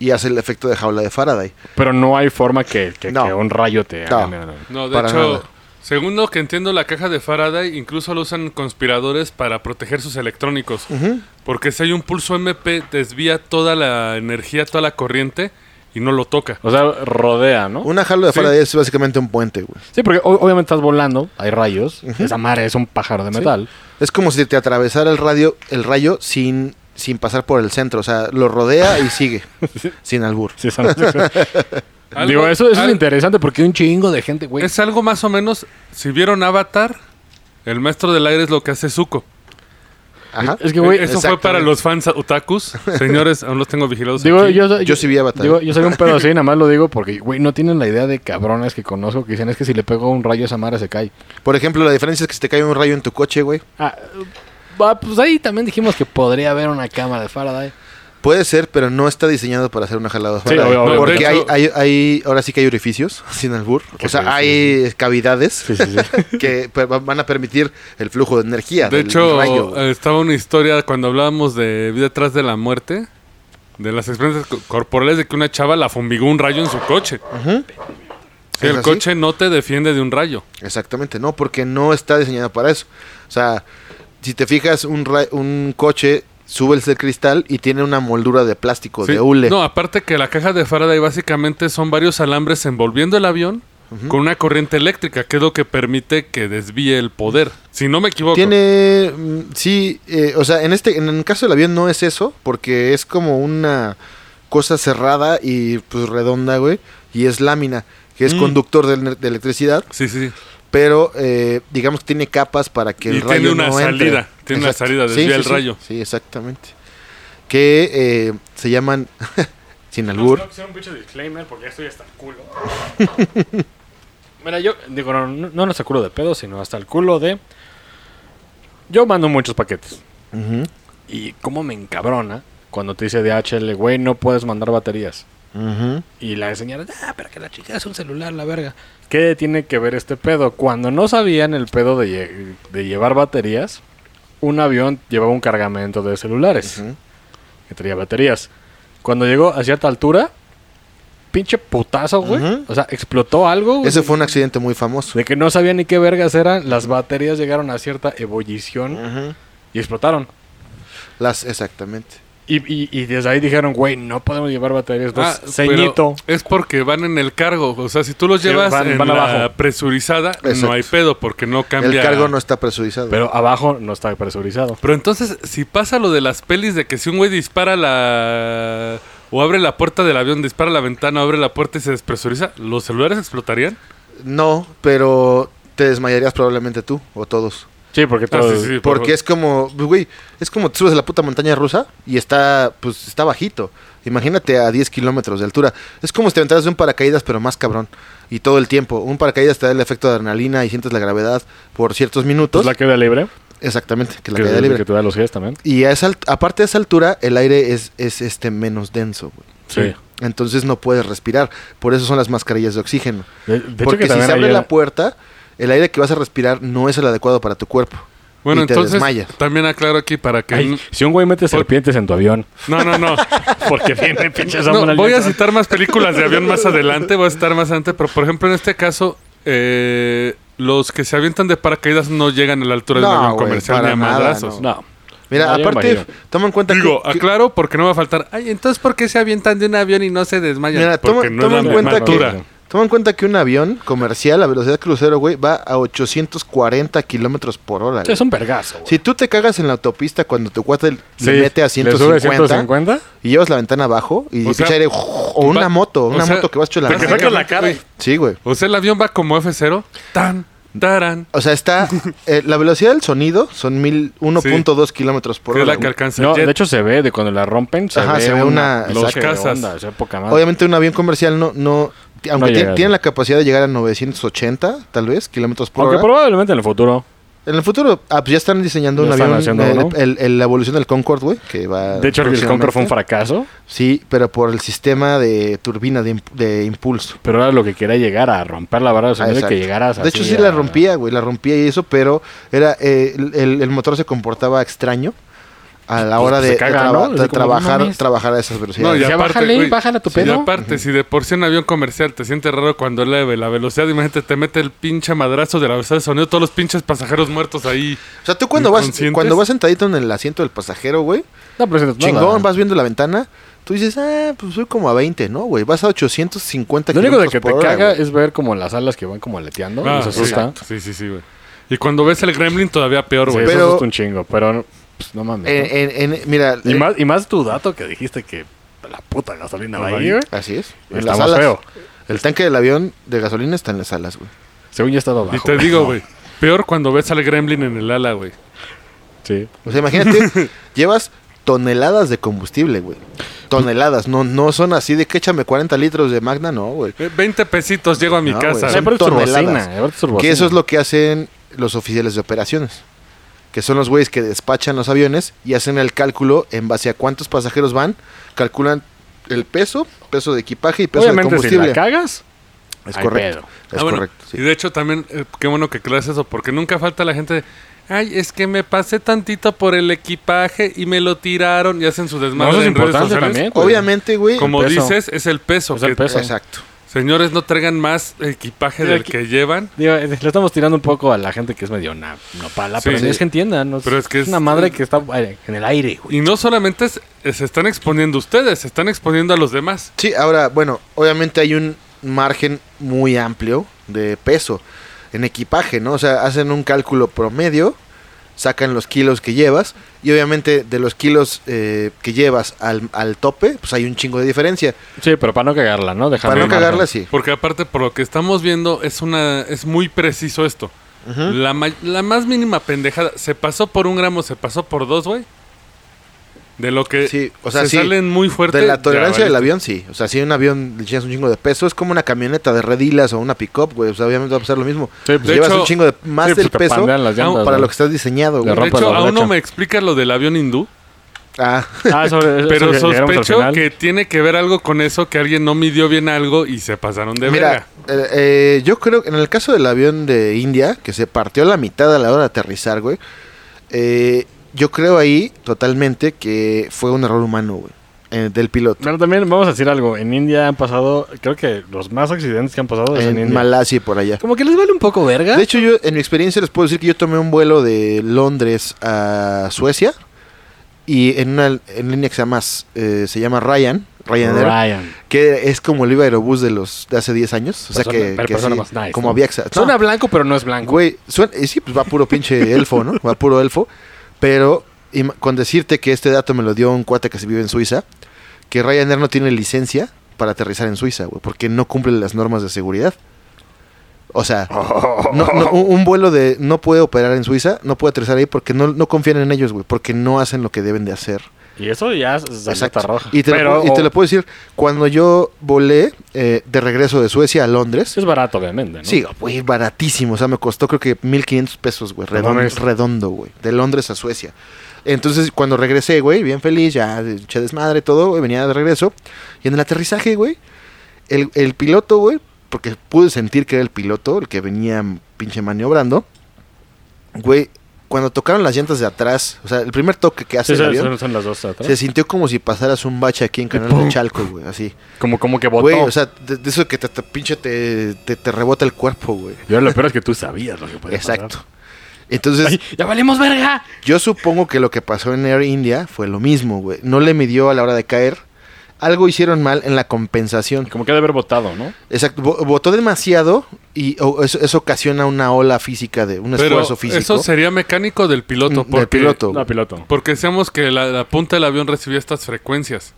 Speaker 1: y hace el efecto de jaula de Faraday.
Speaker 2: Pero no hay forma que, que-
Speaker 1: No.
Speaker 2: que un rayo te haga.
Speaker 1: No.
Speaker 2: mierda.
Speaker 3: No, de
Speaker 1: Para
Speaker 3: hecho,
Speaker 1: nada.
Speaker 3: según lo que entiendo, la caja de Faraday incluso lo usan conspiradores para proteger sus electrónicos. Porque si hay un pulso MP, desvía toda la energía, toda la corriente y no lo toca.
Speaker 2: O sea, rodea, ¿no?
Speaker 1: Una jaula de
Speaker 3: Sí.
Speaker 1: Faraday es básicamente un puente, güey.
Speaker 2: Sí, porque o- obviamente estás volando, hay rayos. Esa madre es un pájaro de metal.
Speaker 1: Es como si te atravesara el radio, el rayo sin, sin pasar por el centro. O sea, lo rodea y sigue. Sin albur.
Speaker 2: Sí, esa no- Digo,
Speaker 3: Algo-
Speaker 2: eso, eso
Speaker 3: al-
Speaker 2: es interesante porque un chingo de gente, güey.
Speaker 3: Es algo más o menos, si vieron Avatar, el maestro del aire es lo que hace Zuko.
Speaker 1: Ajá.
Speaker 2: Es que, güey,
Speaker 3: Eso fue
Speaker 1: exactamente.
Speaker 3: para los fans otakus. Señores, aún los tengo vigilados.
Speaker 2: Digo,
Speaker 3: aquí.
Speaker 2: Pues yo,
Speaker 1: Yo sí vi Avatar.
Speaker 2: Digo, yo soy un pedo así, nada más lo digo porque, güey, no tienen la idea de cabrones que conozco que dicen es que si le pego un rayo a esa madre se cae.
Speaker 1: Por ejemplo, la diferencia es que si te cae un rayo en tu coche, güey.
Speaker 2: Ah, va, pues ahí también dijimos que podría haber una cámara de Faraday.
Speaker 1: Puede ser, pero no está diseñado para hacer una jalada de
Speaker 2: Sí,
Speaker 1: Faraday.
Speaker 2: obvio, obvio.
Speaker 1: porque
Speaker 3: De
Speaker 1: hay,
Speaker 3: hecho-
Speaker 1: hay, hay- ahora sí que hay orificios sin albur.
Speaker 2: Qué
Speaker 1: O sea,
Speaker 2: feo,
Speaker 1: hay cavidades
Speaker 2: sí, sí.
Speaker 1: que per- van a permitir el flujo de energía.
Speaker 3: De
Speaker 1: del
Speaker 3: hecho,
Speaker 1: rayo, güey.
Speaker 3: eh, estaba una historia cuando hablábamos de vida atrás de la muerte, de las experiencias co- corporales de que una chava la fumigó un rayo en su coche. Sí,
Speaker 1: ¿Es
Speaker 3: el
Speaker 1: así?
Speaker 3: coche no te defiende de un rayo.
Speaker 1: Exactamente, no, porque no está diseñado para eso. O sea, si te fijas, un, ra- un coche sube el cristal y tiene una moldura de plástico,
Speaker 3: Sí.
Speaker 1: de Pues hule.
Speaker 3: No, aparte que la caja de Faraday básicamente son varios alambres envolviendo el avión con una corriente eléctrica, que es lo que permite que desvíe el poder. Si no me equivoco.
Speaker 1: tiene, mm, sí, eh, o sea, en este, en el caso del avión no es eso, porque es como una cosa cerrada y pues redonda, güey, y es lámina, que
Speaker 3: Mm.
Speaker 1: es conductor de, ener- de electricidad,
Speaker 3: Sí, sí, sí.
Speaker 1: pero eh, digamos que tiene capas para que el
Speaker 3: Y
Speaker 1: rayo
Speaker 3: tiene una
Speaker 1: no entre.
Speaker 3: salida, tiene una salida, desvía el rayo.
Speaker 1: Sí, exactamente. Que eh, se llaman, sin albur,
Speaker 2: un pinche disclaimer porque ya estoy hasta el culo. Mira, yo digo, no, no, no hasta el culo de pedo, sino hasta el culo de... Yo mando muchos paquetes.
Speaker 1: Ujú,
Speaker 2: Y cómo me encabrona cuando te dice DHL, güey, no puedes mandar baterías.
Speaker 1: ujú.
Speaker 2: Y la señora, ah, pero que la chica es un celular, la verga. ¿Qué tiene que ver este pedo? Cuando no sabían el pedo de, lle- de llevar baterías, un avión llevaba un cargamento de celulares
Speaker 1: Ujú.
Speaker 2: que traía baterías. Cuando llegó a cierta altura, pinche putazo, güey.
Speaker 1: Ujú.
Speaker 2: O sea, explotó algo. güey.
Speaker 1: Ese fue un accidente muy famoso.
Speaker 2: De que no sabían ni qué vergas eran, las baterías llegaron a cierta ebullición
Speaker 1: Ujú.
Speaker 2: y explotaron.
Speaker 1: Las, exactamente.
Speaker 2: Y, y- y desde ahí dijeron, güey, no podemos llevar baterías.
Speaker 3: Ah,
Speaker 2: Entonces, ceñito.
Speaker 3: pero Es porque van en el cargo. O sea, si tú los
Speaker 2: Sí,
Speaker 3: llevas
Speaker 2: van-
Speaker 3: en
Speaker 2: van
Speaker 3: la
Speaker 2: abajo.
Speaker 3: presurizada,
Speaker 1: Exacto.
Speaker 3: no hay pedo porque no cambia.
Speaker 1: El cargo no está presurizado.
Speaker 2: Pero abajo no está presurizado.
Speaker 3: Pero entonces, si pasa lo de las pelis de que si un güey dispara la. O abre la puerta del avión, dispara la ventana, abre la puerta y se despresuriza, ¿los celulares explotarían? Ah,
Speaker 1: No, pero te desmayarías probablemente tú o todos.
Speaker 2: Sí, porque
Speaker 3: Ah,
Speaker 2: todo.
Speaker 3: sí, sí, por
Speaker 1: Porque es como, pues, güey, es como te subes a la puta montaña rusa y está, pues, está bajito. Imagínate a 10 kilómetros de altura. Es como si te aventaras de un paracaídas, pero más cabrón. Y todo el tiempo. Un paracaídas te da el efecto de adrenalina y sientes la gravedad por ciertos minutos.
Speaker 2: Es Pues la queda libre.
Speaker 1: Exactamente, que la
Speaker 2: que,
Speaker 1: caída libre.
Speaker 2: que tú da los pies también.
Speaker 1: Y a esa alt- aparte de esa altura, el aire es, es este menos denso, güey.
Speaker 2: Sí.
Speaker 1: Entonces no puedes respirar. Por eso son las mascarillas de oxígeno.
Speaker 2: De, de hecho,
Speaker 1: Porque
Speaker 2: que
Speaker 1: si se
Speaker 2: también
Speaker 1: abre
Speaker 2: ayer-
Speaker 1: la puerta, el aire que vas a respirar no es el adecuado para tu cuerpo.
Speaker 3: Bueno,
Speaker 1: y te
Speaker 3: entonces,
Speaker 1: desmayas.
Speaker 3: también aclaro aquí para que.
Speaker 2: Ay, si un güey mete serpientes en tu avión,
Speaker 3: No, no, no.
Speaker 2: porque viene pinche
Speaker 3: No,
Speaker 2: Samuel
Speaker 3: voy a
Speaker 2: Jackson.
Speaker 3: citar más películas de avión más adelante, voy a citar más adelante, pero por ejemplo en este caso, eh, los que se avientan de paracaídas no llegan a la altura de
Speaker 1: No,
Speaker 3: un avión
Speaker 1: güey,
Speaker 3: comercial ni
Speaker 1: para
Speaker 3: a
Speaker 1: nada,
Speaker 3: madrazos.
Speaker 2: No.
Speaker 1: Mira,
Speaker 2: No, yo
Speaker 1: aparte,
Speaker 2: imagino.
Speaker 1: toma en cuenta
Speaker 3: Digo,
Speaker 1: que, que-
Speaker 3: aclaro porque no va a faltar. Ay, entonces ¿por qué se avientan de un avión y no se desmayan?
Speaker 1: mira, toma,
Speaker 3: porque no
Speaker 1: toma
Speaker 3: es
Speaker 1: en
Speaker 3: la
Speaker 1: cuenta
Speaker 3: misma
Speaker 1: que,
Speaker 3: altura.
Speaker 1: toma en cuenta que un avión comercial a velocidad crucero, güey, va a 840 kilómetros por hora.
Speaker 2: Sí,
Speaker 1: güey.
Speaker 2: es un vergazo. güey.
Speaker 1: Si tú te cagas en la autopista cuando tu cuate le
Speaker 2: Sí,
Speaker 1: mete a
Speaker 2: ¿Le sube
Speaker 1: 150
Speaker 2: 150?
Speaker 1: y llevas la ventana abajo y
Speaker 3: O
Speaker 1: pinche
Speaker 3: sea,
Speaker 1: aire, uf, o una
Speaker 3: va-
Speaker 1: moto,
Speaker 3: o
Speaker 1: una
Speaker 3: sea,
Speaker 1: moto que vas chulando.
Speaker 2: Te
Speaker 3: Prácticamente,
Speaker 2: sacas la cara.
Speaker 3: güey.
Speaker 1: Sí, güey.
Speaker 3: O sea, el avión va como F0, tan, taran,
Speaker 1: O sea, está eh, la velocidad del sonido son mil- 1.2 kilómetros por
Speaker 3: que es
Speaker 1: hora.
Speaker 3: la que
Speaker 1: güey.
Speaker 3: alcanza el
Speaker 2: No,
Speaker 3: jet.
Speaker 2: de hecho se ve, de cuando la rompen, se
Speaker 1: Ajá,
Speaker 2: ve
Speaker 1: se ve una-
Speaker 2: los
Speaker 3: exacto.
Speaker 2: casas. Onda, o sea, poca madre.
Speaker 1: Obviamente un avión comercial no, no t- aunque
Speaker 2: No
Speaker 1: ti-
Speaker 2: llega.
Speaker 1: tiene la capacidad de llegar a 980, tal vez, kilómetros por
Speaker 2: Aunque
Speaker 1: hora.
Speaker 2: probablemente en el futuro.
Speaker 1: En el futuro, ah, pues ya están diseñando
Speaker 2: Ya
Speaker 1: un
Speaker 2: están
Speaker 1: avión,
Speaker 2: haciendo
Speaker 1: el-
Speaker 2: uno.
Speaker 1: el- el- la evolución del Concorde, güey, que va...
Speaker 2: De hecho, el
Speaker 1: Ah, próximamente.
Speaker 2: Concorde fue un fracaso,
Speaker 1: Sí, pero por el sistema de turbina de, imp- de impulso.
Speaker 2: pero era lo que quería llegar a romper la barra de
Speaker 1: Ah,
Speaker 2: sonido y
Speaker 1: exacto.
Speaker 2: que llegaras
Speaker 1: de hecho,
Speaker 2: así
Speaker 1: sí
Speaker 2: a-
Speaker 1: la rompía, güey, la rompía y eso, pero era eh, el, el- el motor se comportaba extraño a la
Speaker 2: Pues,
Speaker 1: hora
Speaker 2: pues,
Speaker 1: de,
Speaker 2: se caga,
Speaker 1: de
Speaker 2: ¿no?
Speaker 1: traba-
Speaker 2: Así
Speaker 1: de
Speaker 2: como, no
Speaker 1: trabajar,
Speaker 2: mames.
Speaker 1: trabajar a esas
Speaker 3: No,
Speaker 1: velocidades.
Speaker 3: y
Speaker 2: Ya
Speaker 3: aparte,
Speaker 2: bájale,
Speaker 3: güey,
Speaker 2: bájale tu
Speaker 3: si
Speaker 2: pedo.
Speaker 3: aparte, si de por sí en avión comercial te sientes raro cuando eleve la velocidad, imagínate, te mete el pinche madrazo de la velocidad de sonido, todos los pinches pasajeros muertos ahí.
Speaker 1: o sea, tú cuando vas,
Speaker 3: ¿Inconscientes?
Speaker 1: cuando vas sentadito en el asiento del pasajero, güey,
Speaker 2: No, pero eso no es Pues nada.
Speaker 1: chingón, vas viendo la ventana, tú dices, ah, pues soy como a 20, ¿no, güey? Vas a 850
Speaker 2: Lo único de
Speaker 1: kilómetros
Speaker 2: que te
Speaker 1: por hora,
Speaker 2: caga
Speaker 1: güey.
Speaker 2: es ver como las alas que van como aleteando.
Speaker 3: Ah,
Speaker 2: nos asusta.
Speaker 3: exacto. Sí, sí, sí, güey. Y cuando ves el Gremlin todavía peor,
Speaker 2: Sí,
Speaker 3: güey.
Speaker 1: Pero- Eh,
Speaker 2: eso asusta un chingo, pero pues, no mames. ¿no?
Speaker 1: En- en- en- mira,
Speaker 2: Y,
Speaker 1: eh,
Speaker 2: más, y más tu dato que dijiste que la puta gasolina va ahí, güey.
Speaker 1: así es. En
Speaker 2: Está
Speaker 1: las
Speaker 2: más
Speaker 1: alas.
Speaker 2: feo.
Speaker 1: El tanque del avión de gasolina está en las alas, güey.
Speaker 2: Según yo estaba abajo.
Speaker 3: y te digo, güey, peor cuando ves al Gremlin en el ala, güey.
Speaker 2: Sí.
Speaker 1: O sea, imagínate, llevas toneladas de combustible, güey. Toneladas, no, no son así de que échame 40 litros de Magna, no, güey.
Speaker 3: Eh, 20 pesitos llego a mi
Speaker 1: No,
Speaker 3: casa.
Speaker 1: güey.
Speaker 2: Sí, aparte es
Speaker 1: toneladas.
Speaker 2: turbocina, aparte es turbocina.
Speaker 1: Que eso es lo que hacen los oficiales de operaciones. Que son los güeyes que despachan los aviones y hacen el cálculo en base a cuántos pasajeros van. Calculan el peso, peso de equipaje y peso de
Speaker 2: Obviamente, si
Speaker 1: combustible.
Speaker 2: la cagas,
Speaker 1: es
Speaker 2: hay
Speaker 1: correcto.
Speaker 2: pedo.
Speaker 1: Es
Speaker 3: Ah, bueno,
Speaker 1: correcto. sí.
Speaker 3: Y de hecho también, eh, qué bueno que aclaras eso, porque nunca falta la gente de, ay, es que me pasé tantito por el equipaje y me lo tiraron y hacen su
Speaker 2: No,
Speaker 3: desmadre
Speaker 2: eso es
Speaker 3: en redes
Speaker 2: importante
Speaker 3: sociales.
Speaker 2: también. güey.
Speaker 1: Obviamente, güey.
Speaker 3: Como
Speaker 2: El peso.
Speaker 3: dices, es el peso.
Speaker 2: Es el
Speaker 3: que-
Speaker 2: peso.
Speaker 1: Exacto.
Speaker 3: Señores, no traigan más equipaje
Speaker 2: Sí,
Speaker 3: del
Speaker 2: aquí-
Speaker 3: que llevan.
Speaker 2: Digo, eh, le estamos tirando un poco a la gente que es medio na, nopala,
Speaker 3: Sí,
Speaker 2: pero
Speaker 3: sí.
Speaker 2: es que entiendan. ¿no?
Speaker 3: Pero es que es-
Speaker 2: una madre que está eh, en el aire, güey.
Speaker 3: Y no solamente es- se están exponiendo ustedes, se están exponiendo a los demás.
Speaker 1: Sí, ahora, bueno, obviamente hay un margen muy amplio de peso en equipaje, ¿no? O sea, hacen un cálculo promedio, sacan los kilos que llevas y obviamente de los kilos eh, que llevas al, al tope, pues hay un chingo de diferencia.
Speaker 2: Sí, pero para no cagarla, ¿no? Déjame
Speaker 1: Para no
Speaker 2: el margen.
Speaker 1: cagarla, sí.
Speaker 3: Porque aparte, por lo que estamos viendo, es una es muy preciso esto. la, ma- la más mínima pendejada, se pasó por un gramo, se pasó por dos, güey. De lo que
Speaker 1: Sí, o sea,
Speaker 3: se
Speaker 1: sí,
Speaker 3: salen muy fuerte.
Speaker 1: De la tolerancia
Speaker 3: ya,
Speaker 1: del
Speaker 3: ¿vale?
Speaker 1: avión, sí. O sea, si un avión le echas un chingo de peso, es como una camioneta de redilas o una pick-up, güey. O sea, obviamente va a pasar lo mismo.
Speaker 2: Sí, pues,
Speaker 1: Si
Speaker 3: de
Speaker 1: llevas
Speaker 3: hecho-
Speaker 1: un chingo de más
Speaker 2: Sí, pues,
Speaker 1: del
Speaker 2: te
Speaker 1: peso
Speaker 2: pandean las llantas,
Speaker 1: para
Speaker 2: ¿no?
Speaker 1: lo que estás diseñado,
Speaker 2: Le
Speaker 1: güey.
Speaker 3: De
Speaker 2: rompe
Speaker 3: hecho,
Speaker 2: la
Speaker 3: aún no
Speaker 2: brocha.
Speaker 3: me explica lo del avión hindú,
Speaker 1: Ah,
Speaker 2: Ah, sobre eso, eso
Speaker 3: pero
Speaker 2: que llegáramos al
Speaker 3: sospecho
Speaker 2: final.
Speaker 3: que tiene que ver algo con eso, que alguien no midió bien algo y se pasaron de verga.
Speaker 1: Mira, eh, eh, yo creo que en el caso del avión de India, que se partió a la mitad a la hora de aterrizar, güey, eh, yo creo ahí totalmente que fue un error humano, güey, eh, del piloto.
Speaker 2: Pero también vamos a decir algo. En India han pasado, creo que los más accidentes que han pasado es en,
Speaker 1: en
Speaker 2: India.
Speaker 1: Malasia y por allá.
Speaker 2: Como que les vale un poco verga.
Speaker 1: De hecho, yo en mi experiencia les puedo decir que yo tomé un vuelo de Londres a Suecia Y en una en línea que se llama, eh, se llama Ryan, Ryan
Speaker 2: Ryan.
Speaker 1: que es como el IVA Aerobús de los de hace 10 años. O sea
Speaker 2: Persona-
Speaker 1: que,
Speaker 2: pero
Speaker 1: que
Speaker 2: persona
Speaker 1: sí,
Speaker 2: más nice,
Speaker 1: como
Speaker 2: ¿no?
Speaker 1: Aviaxa. No,
Speaker 2: Suena blanco, pero no es blanco.
Speaker 1: Güey, suena, y sí, pues va puro pinche elfo, ¿no? Va puro elfo. Pero im- con decirte que este dato me lo dio un cuate que se vive en Suiza, que Ryanair no tiene licencia para aterrizar en Suiza, güey, porque no cumple las normas de seguridad. O sea, no- no, un un vuelo de no puede operar en Suiza, no puede aterrizar ahí porque no, no confían en ellos, güey, porque no hacen lo que deben de hacer.
Speaker 2: Y eso ya es es alerta
Speaker 1: Exacto.
Speaker 2: roja.
Speaker 1: Y te, lo,
Speaker 2: pero,
Speaker 1: pu- y te lo puedo decir, cuando yo volé eh, de regreso de Suecia a Londres,
Speaker 2: Es barato, obviamente, ¿no?
Speaker 1: Sí, güey, baratísimo. O sea, me costó creo que 1500 pesos, güey. Redondo,
Speaker 2: mames.
Speaker 1: redondo, güey. De Londres a Suecia. Entonces, cuando regresé, güey, bien feliz, ya eché desmadre, todo, güey, venía de regreso. Y en el aterrizaje, güey, el, el piloto, güey, porque pude sentir que era el piloto, el que venía pinche maniobrando, güey, cuando tocaron las llantas de atrás, o sea, el primer toque que hace
Speaker 2: Sí,
Speaker 1: el
Speaker 2: son,
Speaker 1: avión,
Speaker 2: son- son las dos atrás.
Speaker 1: se sintió como si pasaras un bache aquí en Canal de Chalco, güey, así.
Speaker 2: Como, como que botó.
Speaker 1: Güey, o sea, de, de eso que te, te pinche te, te, te rebota el cuerpo, güey.
Speaker 2: y ahora lo peor es que tú sabías lo que podía pasar.
Speaker 1: Exacto. Entonces,
Speaker 2: Ay, ¡Ya valimos verga!
Speaker 1: yo supongo que lo que pasó en Air India fue lo mismo, güey. No le midió a la hora de caer. Algo hicieron mal en la compensación.
Speaker 2: Como que ha de haber votado, ¿no?
Speaker 1: Exacto. Bo- Botó demasiado y o- eso, eso ocasiona una ola física, de un
Speaker 3: Pero
Speaker 1: esfuerzo físico.
Speaker 3: eso sería mecánico del piloto.
Speaker 1: Mm, del
Speaker 3: Porque,
Speaker 1: piloto.
Speaker 2: No, piloto.
Speaker 3: Porque decíamos que la, la punta del avión recibía estas frecuencias.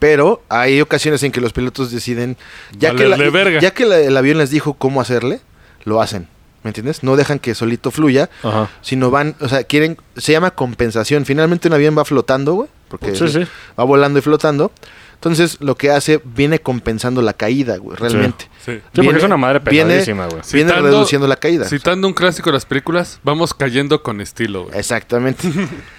Speaker 1: Pero hay ocasiones en que los pilotos deciden, ya que, la-
Speaker 3: Valerle verga.
Speaker 1: ya que la- el avión les dijo cómo hacerle, lo hacen. ¿Me entiendes? No dejan que solito fluya,
Speaker 2: Ajá.
Speaker 1: sino van, o sea, quieren, se llama compensación. Finalmente un avión va flotando, güey, porque
Speaker 2: Sí, sí.
Speaker 1: va volando y flotando. Entonces, lo que hace, viene compensando la caída, güey, realmente.
Speaker 3: Sí.
Speaker 2: Sí,
Speaker 1: Viene-
Speaker 2: porque es una madre
Speaker 1: viene-
Speaker 2: pesadísima, güey.
Speaker 1: Viene
Speaker 3: Citando-
Speaker 1: reduciendo la caída.
Speaker 3: Citando un clásico de las películas, vamos cayendo con estilo. güey.
Speaker 1: Exactamente.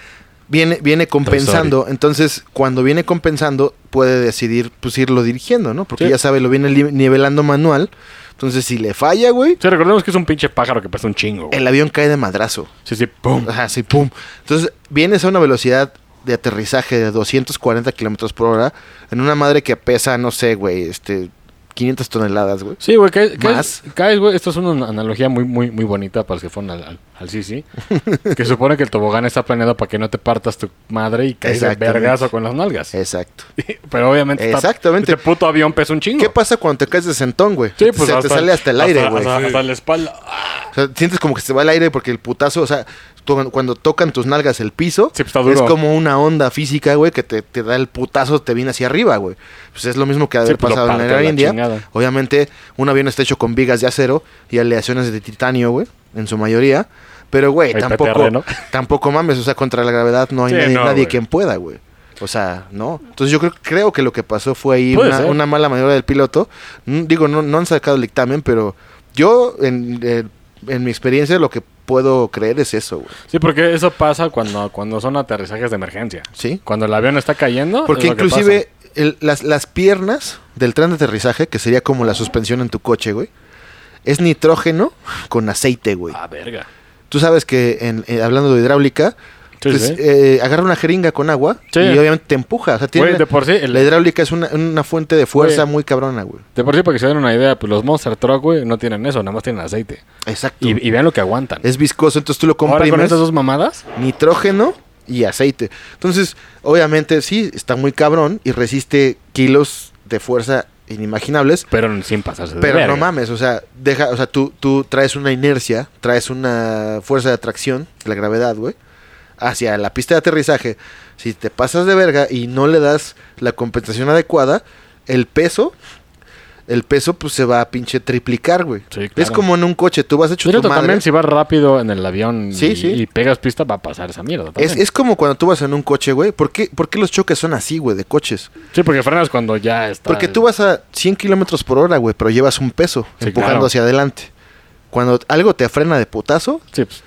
Speaker 1: Viene, viene compensando, entonces cuando viene compensando puede decidir pues irlo dirigiendo, ¿no? Porque
Speaker 2: Sí.
Speaker 1: ya sabe, lo viene li- nivelando manual, entonces si le falla, güey,
Speaker 2: Sí, recordemos que es un pinche pájaro que pasa un chingo, güey.
Speaker 1: el avión cae de madrazo.
Speaker 2: Sí, sí, pum.
Speaker 1: Ajá, sí, pum. Entonces, vienes a una velocidad de aterrizaje de 240 kilómetros por hora en una madre que pesa, no sé, güey, este, 500 toneladas, güey.
Speaker 2: Sí, güey, caes,
Speaker 1: Más.
Speaker 2: caes, caes, güey. Esto es una analogía muy, muy, muy bonita para los que fueron al, al, al CC. que supone que el tobogán está planeado para que no te partas tu madre y caes de
Speaker 1: Exactamente.
Speaker 2: vergazo con las nalgas.
Speaker 1: Exacto.
Speaker 2: Pero obviamente está-
Speaker 1: Exactamente.
Speaker 2: este puto avión pesa un chingo.
Speaker 1: ¿Qué pasa cuando te caes de sentón, güey?
Speaker 2: Sí, pues
Speaker 1: se te
Speaker 2: hasta-
Speaker 1: sale hasta el aire, güey.
Speaker 2: Hasta, hasta la espalda.
Speaker 1: O sea, sientes como que se va el aire porque el putazo, o sea, to- cuando tocan tus nalgas el piso,
Speaker 2: Sí, pues, está duro.
Speaker 1: es como una onda física, güey, que te, te da el putazo, te viene hacia arriba, güey. Pues es lo mismo que ha de
Speaker 2: Sí,
Speaker 1: haber
Speaker 2: pues, lo
Speaker 1: pasado en
Speaker 2: parte
Speaker 1: la
Speaker 2: a la
Speaker 1: India.
Speaker 2: chingada.
Speaker 1: Obviamente, un avión está hecho con vigas de acero y aleaciones de titanio, güey, en su mayoría. Pero, güey,
Speaker 2: Ahí está
Speaker 1: tampoco,
Speaker 2: PRD, ¿no?
Speaker 1: tampoco mames, o sea, contra la gravedad no hay
Speaker 2: Sí,
Speaker 1: nadie,
Speaker 2: no,
Speaker 1: nadie
Speaker 2: güey.
Speaker 1: quien pueda, güey. O sea, no. Entonces yo creo, creo que lo que pasó fue ahí
Speaker 2: Puede
Speaker 1: una,
Speaker 2: ser.
Speaker 1: una mala maniobra del piloto. Mm, Digo, no, no han sacado el dictamen, pero yo, en, eh, en mi experiencia, lo que puedo creer es eso, güey.
Speaker 2: Sí, porque eso pasa cuando, cuando son aterrizajes de emergencia.
Speaker 1: Sí.
Speaker 2: Cuando el avión está cayendo.
Speaker 1: Porque
Speaker 2: es lo que
Speaker 1: inclusive el- las, las piernas del tren de aterrizaje, que sería como la suspensión en tu coche, güey, es nitrógeno con aceite, güey.
Speaker 2: pasa. Ah, verga.
Speaker 1: Tú sabes que, en, eh, hablando de hidráulica,
Speaker 2: Sí,
Speaker 1: pues,
Speaker 2: sí.
Speaker 1: eh, agarra una jeringa con agua
Speaker 2: Sí.
Speaker 1: y obviamente te empuja. O sea, tiene
Speaker 2: Güey, de
Speaker 1: una-
Speaker 2: por sí, el-
Speaker 1: la hidráulica es una, una fuente de fuerza
Speaker 2: Güey.
Speaker 1: muy cabrona, güey.
Speaker 2: de por sí, para que se den una idea, pues los Monster Truck, güey, no tienen eso, nada más tienen aceite.
Speaker 1: Exacto.
Speaker 2: Y, y vean lo que aguantan.
Speaker 1: Es viscoso, entonces tú lo
Speaker 2: Ahora con
Speaker 1: comprimes.
Speaker 2: estas dos mamadas.
Speaker 1: nitrógeno y aceite. Entonces, obviamente, sí, está muy cabrón y resiste kilos de fuerza inimaginables.
Speaker 2: Pero sin pasarse de
Speaker 1: Pero no
Speaker 2: verga.
Speaker 1: mames, o sea, deja, o sea, tú, tú traes una inercia, traes una fuerza de atracción, de la gravedad, güey, hacia la pista de aterrizaje. Si te pasas de verga y no le das la compensación adecuada, el peso, el peso pues se va a pinche triplicar, güey.
Speaker 2: Sí,
Speaker 1: Es
Speaker 2: claro.
Speaker 1: como en un coche, tú vas hecho
Speaker 2: Pero
Speaker 1: tu madre.
Speaker 2: también si vas rápido en el avión
Speaker 1: Sí,
Speaker 2: y,
Speaker 1: sí.
Speaker 2: y pegas pista, va a pasar esa mierda.
Speaker 1: Es,
Speaker 2: también.
Speaker 1: es como cuando tú vas en un coche, güey. ¿Por qué, por qué los choques son así, güey, de coches?
Speaker 2: Sí, porque frenas cuando ya está.
Speaker 1: Porque tú vas a 100 kilómetros por hora, güey, pero llevas un peso
Speaker 2: Sí,
Speaker 1: empujando
Speaker 2: claro.
Speaker 1: hacia adelante. Cuando algo te frena de putazo,
Speaker 2: Sí, pues,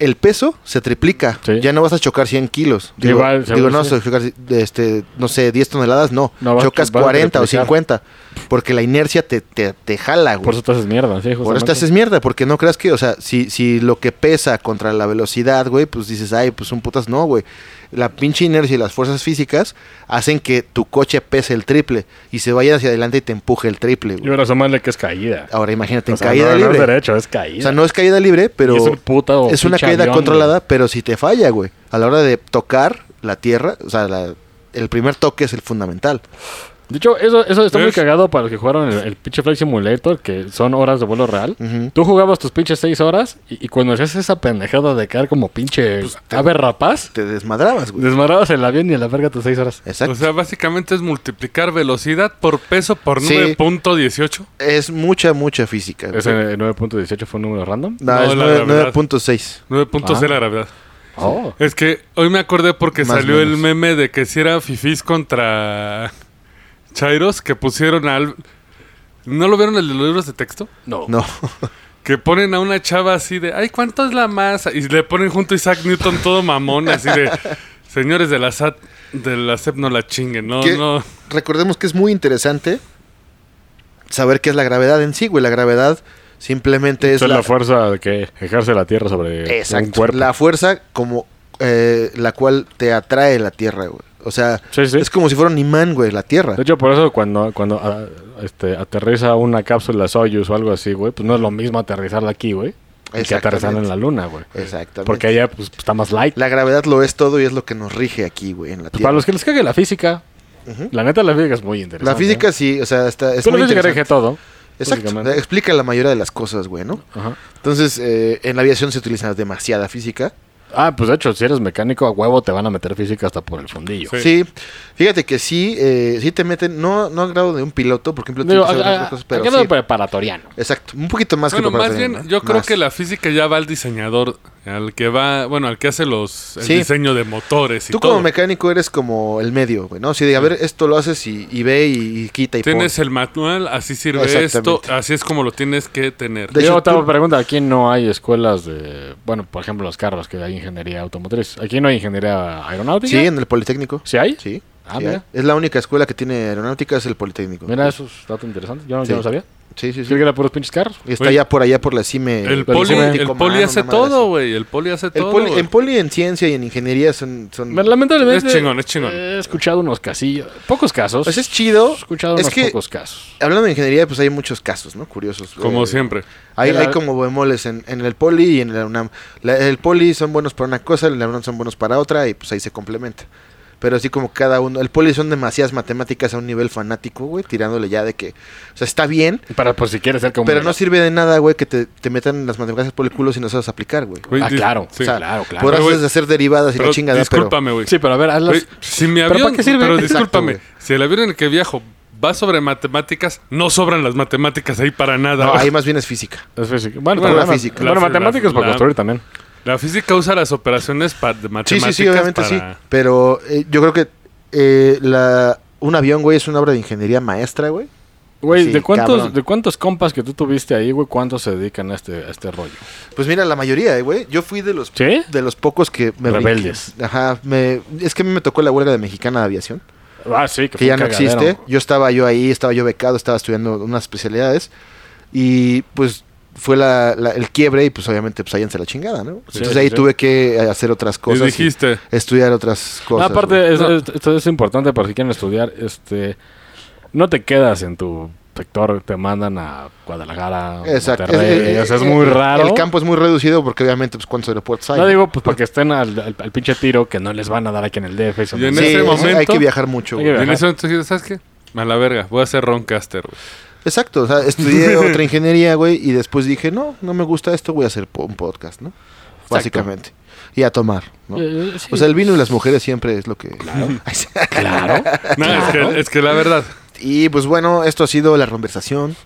Speaker 1: el peso se triplica.
Speaker 2: Sí.
Speaker 1: Ya no vas a chocar 100 kilos. Digo,
Speaker 2: Igual,
Speaker 1: digo, no
Speaker 2: seguro,
Speaker 1: vas a chocar, este, no sé, 10 toneladas, no.
Speaker 2: No, vas-
Speaker 1: Chocas
Speaker 2: vas a
Speaker 1: 40 o
Speaker 2: triplicar.
Speaker 1: 50. Porque la inercia te, te, te jala, güey.
Speaker 2: por eso te haces mierda. Sí,
Speaker 1: Por eso te haces mierda, porque no creas que, o sea, si, si lo que pesa contra la velocidad, güey, pues dices, ay, pues un putas, no, güey. La pinche inercia y las fuerzas físicas hacen que tu coche pese el triple y se vaya hacia adelante y te empuje el triple,
Speaker 2: Y
Speaker 1: güey.
Speaker 2: ahora sumándole que es caída.
Speaker 1: Ahora imagínate en
Speaker 2: O sea,
Speaker 1: caída
Speaker 2: no,
Speaker 1: Ah, libre.
Speaker 2: No es derecho, es caída.
Speaker 1: o sea, no es caída libre, pero
Speaker 2: Y es un puta o
Speaker 1: es una
Speaker 2: pinche
Speaker 1: caída
Speaker 2: avión,
Speaker 1: controlada, pero si te falla, güey, a la hora de tocar, la tierra, o sea, la- el primer toque es el fundamental.
Speaker 2: De hecho, eso, eso está muy
Speaker 3: ¿Ves?
Speaker 2: cagado para los que jugaron el, el pinche Flight Simulator, que son horas de vuelo real.
Speaker 1: Ujú.
Speaker 2: Tú jugabas tus pinches seis horas y, y cuando hacías esa pendejada de caer como pinche
Speaker 1: Pues te-
Speaker 2: ave rapaz,
Speaker 1: Te desmadrabas, güey.
Speaker 2: desmarabas el avión y a la verga tus seis horas.
Speaker 1: Exacto.
Speaker 3: O sea, básicamente es multiplicar velocidad por peso por
Speaker 1: Sí.
Speaker 3: 9.18.
Speaker 1: es mucha, mucha física. güey.
Speaker 2: Ese 9.18 fue un número random.
Speaker 1: No,
Speaker 3: No,
Speaker 1: es
Speaker 3: la
Speaker 1: nueve-
Speaker 3: gravedad.
Speaker 1: 9.6.
Speaker 3: 9.0
Speaker 2: Ah.
Speaker 3: la gravedad.
Speaker 2: Oh.
Speaker 3: Es que hoy me acordé porque
Speaker 1: Más
Speaker 3: salió el
Speaker 1: menos.
Speaker 3: meme de que si era fifís contra Chairos que pusieron al... ¿No lo vieron el de los libros de texto?
Speaker 2: No.
Speaker 1: No.
Speaker 3: Que ponen a una chava así de, ay, ¿cuánto es la masa? Y le ponen junto a Isaac Newton todo mamón, así de, señores de la SAT, de la SEP no la chinguen, no,
Speaker 1: ¿Qué?
Speaker 3: no.
Speaker 1: Recordemos que es muy interesante saber qué es la gravedad en sí, güey. La gravedad simplemente es
Speaker 2: Esa es la,
Speaker 1: la,
Speaker 2: fuerza que ejerce la Tierra sobre
Speaker 1: Exacto.
Speaker 2: un cuerpo.
Speaker 1: La fuerza como eh, la cual te atrae la Tierra, güey. O sea,
Speaker 2: Sí, sí.
Speaker 1: es como si fuera un imán, güey, la Tierra.
Speaker 2: De hecho, por eso cuando, cuando ah, este, aterriza una cápsula Soyuz o algo así, güey, pues no es lo mismo aterrizarla aquí, güey, que aterrizarla en la Luna, güey.
Speaker 1: Exactamente.
Speaker 2: Porque allá pues, está más light.
Speaker 1: la gravedad lo es todo y es lo que nos rige aquí, güey, en la
Speaker 2: Pues para
Speaker 1: Tierra.
Speaker 2: los que les cague la física, la neta la física es muy interesante.
Speaker 1: La física sí, o sea, está, es
Speaker 2: es la
Speaker 1: muy
Speaker 2: física rige
Speaker 1: interesante.
Speaker 2: todo.
Speaker 1: Exacto,
Speaker 2: básicamente.
Speaker 1: explica la mayoría de las cosas, güey, ¿no?
Speaker 2: Ajá.
Speaker 1: Entonces, eh, en la aviación se utiliza demasiada física.
Speaker 2: Ah, pues de hecho, si eres mecánico a huevo te van a meter física hasta por el fundillo.
Speaker 3: Sí.
Speaker 1: Sí, fíjate que sí, eh, sí te meten, no, no al grado de un piloto, porque un piloto
Speaker 2: Digo,
Speaker 1: tiene que saber
Speaker 2: a- a-
Speaker 1: otras cosas,
Speaker 2: a
Speaker 1: pero
Speaker 2: grado
Speaker 1: sí.
Speaker 2: preparatoriano.
Speaker 1: Exacto, un poquito más
Speaker 3: Bueno,
Speaker 1: que
Speaker 3: más
Speaker 1: preparatoria,
Speaker 3: bien,
Speaker 1: ¿no?
Speaker 3: yo creo
Speaker 1: Más.
Speaker 3: que la física ya va al diseñador, al que va, bueno, al que hace los, el
Speaker 1: Sí.
Speaker 3: diseño de motores y
Speaker 1: Tú
Speaker 3: todo.
Speaker 1: como mecánico eres como el medio, güey, ¿no? Así de, a ver, esto lo haces y, y ve y, y quita y
Speaker 3: Tienes
Speaker 1: pon.
Speaker 3: el manual, así sirve esto,
Speaker 1: Exactamente.
Speaker 3: así es como lo tienes que tener.
Speaker 1: De
Speaker 2: Yo
Speaker 1: hecho,
Speaker 2: otra
Speaker 1: tú-
Speaker 2: pregunta, aquí no hay escuelas de, bueno, por ejemplo, los carros que hay ingeniería automotriz. Aquí no hay ingeniería aeronáutica.
Speaker 1: Sí, en el Politécnico.
Speaker 2: ¿Sí hay?
Speaker 1: Sí.
Speaker 2: Ah,
Speaker 1: sí
Speaker 2: mira.
Speaker 1: hay. Es la única escuela que tiene aeronáutica, es el Politécnico.
Speaker 2: Mira, eso es dato interesante. Yo, no- yo
Speaker 1: Sí.
Speaker 2: no sabía.
Speaker 1: Sí, sí,
Speaker 2: Yo
Speaker 1: sí.
Speaker 2: Creí que era puros pinches carros.
Speaker 1: Y está
Speaker 3: Oye,
Speaker 1: ya por allá por la CIME.
Speaker 3: el
Speaker 2: pero sí
Speaker 3: poli,
Speaker 2: me-
Speaker 3: el poli
Speaker 1: Ticomán,
Speaker 3: hace
Speaker 1: una madre
Speaker 3: todo,
Speaker 1: así.
Speaker 3: güey, el poli hace
Speaker 1: El
Speaker 3: todo.
Speaker 1: poli-
Speaker 3: güey.
Speaker 1: en poli, en ciencia y en ingeniería son... son...
Speaker 2: Lamentablemente.
Speaker 3: Es chingón, es chingón.
Speaker 2: He escuchado unos casillos. Pocos casos.
Speaker 1: Pues es chido.
Speaker 2: He escuchado
Speaker 1: Es
Speaker 2: unos
Speaker 1: que-
Speaker 2: pocos casos.
Speaker 1: Hablando de ingeniería, pues hay muchos casos, ¿no? Curiosos.
Speaker 3: como
Speaker 1: Eh,
Speaker 3: siempre.
Speaker 1: Hay,
Speaker 2: Mira,
Speaker 1: hay como bemoles en, en el poli y en la UNAM. La- el poli son buenos para una cosa, en la UNAM son buenos para otra y pues ahí se complementa. Pero así como cada uno, el poli son demasiadas matemáticas a un nivel fanático, güey, tirándole ya de que, o sea, está bien,
Speaker 2: Para por pues, si quieres ser como.
Speaker 1: pero no sirve de nada, güey, que te, te metan las matemáticas por el culo si no sabes aplicar, güey.
Speaker 3: Güey,
Speaker 2: Ah,
Speaker 3: dis-
Speaker 2: claro.
Speaker 3: sí.
Speaker 2: O sea, claro, claro.
Speaker 1: Podrás
Speaker 3: Pero, güey,
Speaker 1: hacer derivadas y
Speaker 3: Pero
Speaker 1: la chingada,
Speaker 3: discúlpame, güey.
Speaker 2: Sí, pero a ver, hazlas.
Speaker 3: Oye, si mi
Speaker 2: ¿Pero
Speaker 3: avión,
Speaker 2: para qué sirve?
Speaker 3: pero
Speaker 2: Exacto,
Speaker 3: discúlpame,
Speaker 1: güey.
Speaker 3: si el avión en el que viajo va sobre matemáticas, no sobran las matemáticas ahí para nada.
Speaker 1: pero no, ahí más bien es física.
Speaker 2: Es física. Bueno,
Speaker 1: Bueno,
Speaker 2: también-
Speaker 1: la física.
Speaker 2: bueno,
Speaker 3: La-
Speaker 2: matemáticas
Speaker 3: la-
Speaker 2: para
Speaker 3: la-
Speaker 2: construir también.
Speaker 3: La física usa las operaciones pa- de
Speaker 1: Sí,
Speaker 3: matemáticas.
Speaker 1: sí, sí, obviamente
Speaker 3: para-
Speaker 1: sí. Pero eh, yo creo que eh, la, un avión, güey, es una obra de ingeniería maestra, güey.
Speaker 2: Güey,
Speaker 1: Sí,
Speaker 2: ¿de, cuántos,
Speaker 1: cabrón.
Speaker 2: ¿de cuántos compas que tú tuviste ahí, güey, cuántos se dedican a este, a este rollo?
Speaker 1: Pues mira, la mayoría, eh, güey. Yo fui de los
Speaker 2: ¿Sí?
Speaker 1: de los pocos que me
Speaker 2: Rebeldes.
Speaker 1: Ajá, me, es que a mí me tocó la huelga de mexicana de aviación,
Speaker 2: Ah, sí, que,
Speaker 1: que ya no existe. Yo estaba yo ahí, estaba yo becado, estaba estudiando unas especialidades y pues fue la, la- el quiebre y pues obviamente pues váyanse a la chingada, ¿no?
Speaker 2: Sí,
Speaker 1: Entonces
Speaker 2: sí,
Speaker 1: ahí
Speaker 2: sí.
Speaker 1: tuve que hacer otras
Speaker 3: Y
Speaker 1: cosas, y
Speaker 3: dijiste,
Speaker 1: estudiar otras cosas. güey.
Speaker 2: aparte, es-
Speaker 3: No.
Speaker 2: es- esto es importante para si quieren estudiar. este No te quedas en tu sector, te mandan a Guadalajara,
Speaker 1: Exacto.
Speaker 2: Monterrey, o sea, es muy
Speaker 1: el-
Speaker 2: raro.
Speaker 1: El campo es muy reducido porque obviamente pues cuántos aeropuertos hay.
Speaker 2: No digo, pues para que estén al, al- al pinche tiro que no les van a dar aquí en el DF. eso
Speaker 3: Y
Speaker 2: no
Speaker 3: en
Speaker 2: sé.
Speaker 1: Sí,
Speaker 3: ese
Speaker 1: es- hay
Speaker 3: momento-
Speaker 1: que viajar mucho.
Speaker 2: Hay
Speaker 1: güey.
Speaker 2: que
Speaker 3: y en
Speaker 2: Ajá.
Speaker 3: ese momento dijiste, ¿sabes qué? A la verga, voy a ser Roncaster, güey.
Speaker 1: Exacto, o sea, estudié otra ingeniería, güey, y después dije, no, no me gusta esto, voy a hacer po- un podcast, ¿no? Básicamente. Y a tomar, ¿no?
Speaker 2: Eh, sí.
Speaker 1: O sea, el vino y las mujeres siempre es lo que...
Speaker 2: claro.
Speaker 3: No, es que, es que la verdad,
Speaker 1: y pues bueno, esto ha sido la conversación,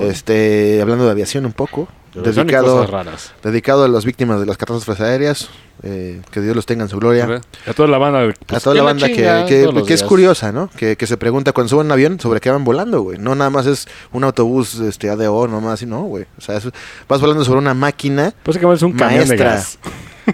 Speaker 1: este, hablando de aviación un poco,
Speaker 2: Son cosas
Speaker 1: dedicado,
Speaker 2: raras.
Speaker 1: dedicado a las víctimas de las catástrofes aéreas, eh, que Dios los tenga en su gloria.
Speaker 3: ¿verdad?
Speaker 2: A toda la banda. pues,
Speaker 1: a toda
Speaker 2: que
Speaker 1: la banda que-
Speaker 2: chinga,
Speaker 1: que,
Speaker 2: todos los
Speaker 1: que es
Speaker 2: días.
Speaker 1: curiosa, ¿no? Que, que se pregunta cuando suben un avión sobre qué van volando, güey. No nada más es un autobús este, ADO, nomás, y no, güey. O sea, es- vas volando sobre una máquina,
Speaker 2: Básicamente es un camión de
Speaker 1: Maestra.
Speaker 2: gas.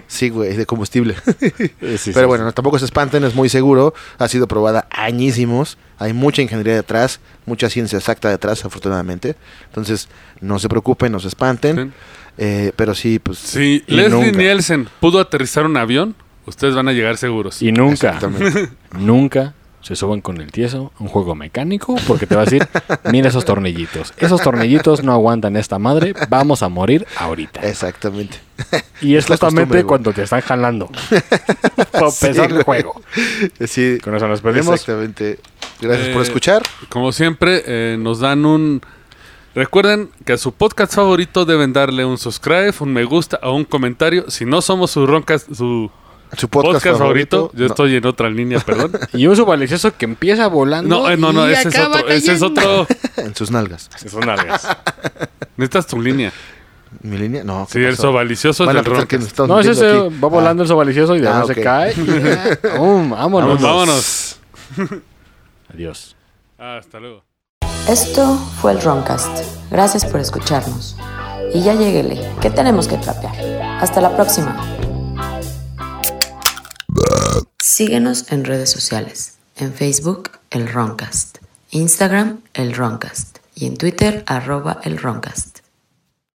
Speaker 1: sí, güey, de combustible.
Speaker 2: Eh, sí, sí,
Speaker 1: Pero bueno, no, tampoco se espanten, es muy seguro. Ha sido probada añísimos. Hay mucha ingeniería detrás, mucha ciencia exacta detrás, afortunadamente. Entonces, no se preocupen, no se espanten. Eh, pero sí, pues...
Speaker 3: Si
Speaker 1: y
Speaker 3: Leslie
Speaker 1: nunca.
Speaker 3: Nielsen pudo aterrizar un avión, ustedes van a llegar seguros.
Speaker 2: sí. Y nunca,
Speaker 1: Exactamente.
Speaker 2: nunca se suban con el tieso a un juego mecánico porque te va a decir, mira esos tornillitos. Esos tornillitos no aguantan esta madre, vamos a morir ahorita.
Speaker 1: Exactamente.
Speaker 2: y es
Speaker 1: es la costumbre,
Speaker 2: justamente
Speaker 1: güey.
Speaker 2: cuando te están jalando. Para
Speaker 1: Sí,
Speaker 2: empezar el
Speaker 1: güey.
Speaker 2: juego.
Speaker 1: Sí,
Speaker 2: Con eso nos pedimos.
Speaker 1: exactamente. Gracias por
Speaker 3: Eh,
Speaker 1: escuchar.
Speaker 3: Como siempre, eh, nos dan un... Recuerden que a su podcast favorito deben darle un subscribe, un me gusta o un comentario. Si no somos su, roncas, su
Speaker 1: Su podcast,
Speaker 3: podcast, favorito,
Speaker 1: favorito.
Speaker 3: yo
Speaker 1: no.
Speaker 3: estoy en otra línea, perdón.
Speaker 2: Y un subalicioso que empieza volando.
Speaker 3: No, eh, no, no,
Speaker 2: y
Speaker 3: ese es
Speaker 2: acaba
Speaker 3: otro. Ese es
Speaker 2: cayendo.
Speaker 3: otro.
Speaker 1: En sus nalgas.
Speaker 2: Son nalgas.
Speaker 3: Necesitas tu línea.
Speaker 1: ¿Mi línea? No. ¿qué
Speaker 3: Sí, el
Speaker 1: pasó?
Speaker 3: sobalicioso
Speaker 1: Van a
Speaker 3: es del
Speaker 1: pensar que
Speaker 3: Roncas.
Speaker 1: nos estamos
Speaker 2: No, ese
Speaker 1: metiendo
Speaker 2: se-
Speaker 1: aquí.
Speaker 2: va volando
Speaker 1: Ah,
Speaker 2: el sobalicioso y de
Speaker 1: Ah,
Speaker 2: no
Speaker 1: ok.
Speaker 2: se cae. y ya. ¡Pum! vámonos.
Speaker 3: Vámonos. Vámonos.
Speaker 2: Adiós.
Speaker 3: Ah, hasta luego.
Speaker 6: Esto fue el Roncast. Gracias por escucharnos. Y ya lleguele, que tenemos que trapear. Hasta la próxima. Síguenos en redes sociales. En Facebook, el Roncast. Instagram, el Roncast. Y en Twitter, arroba el Roncast.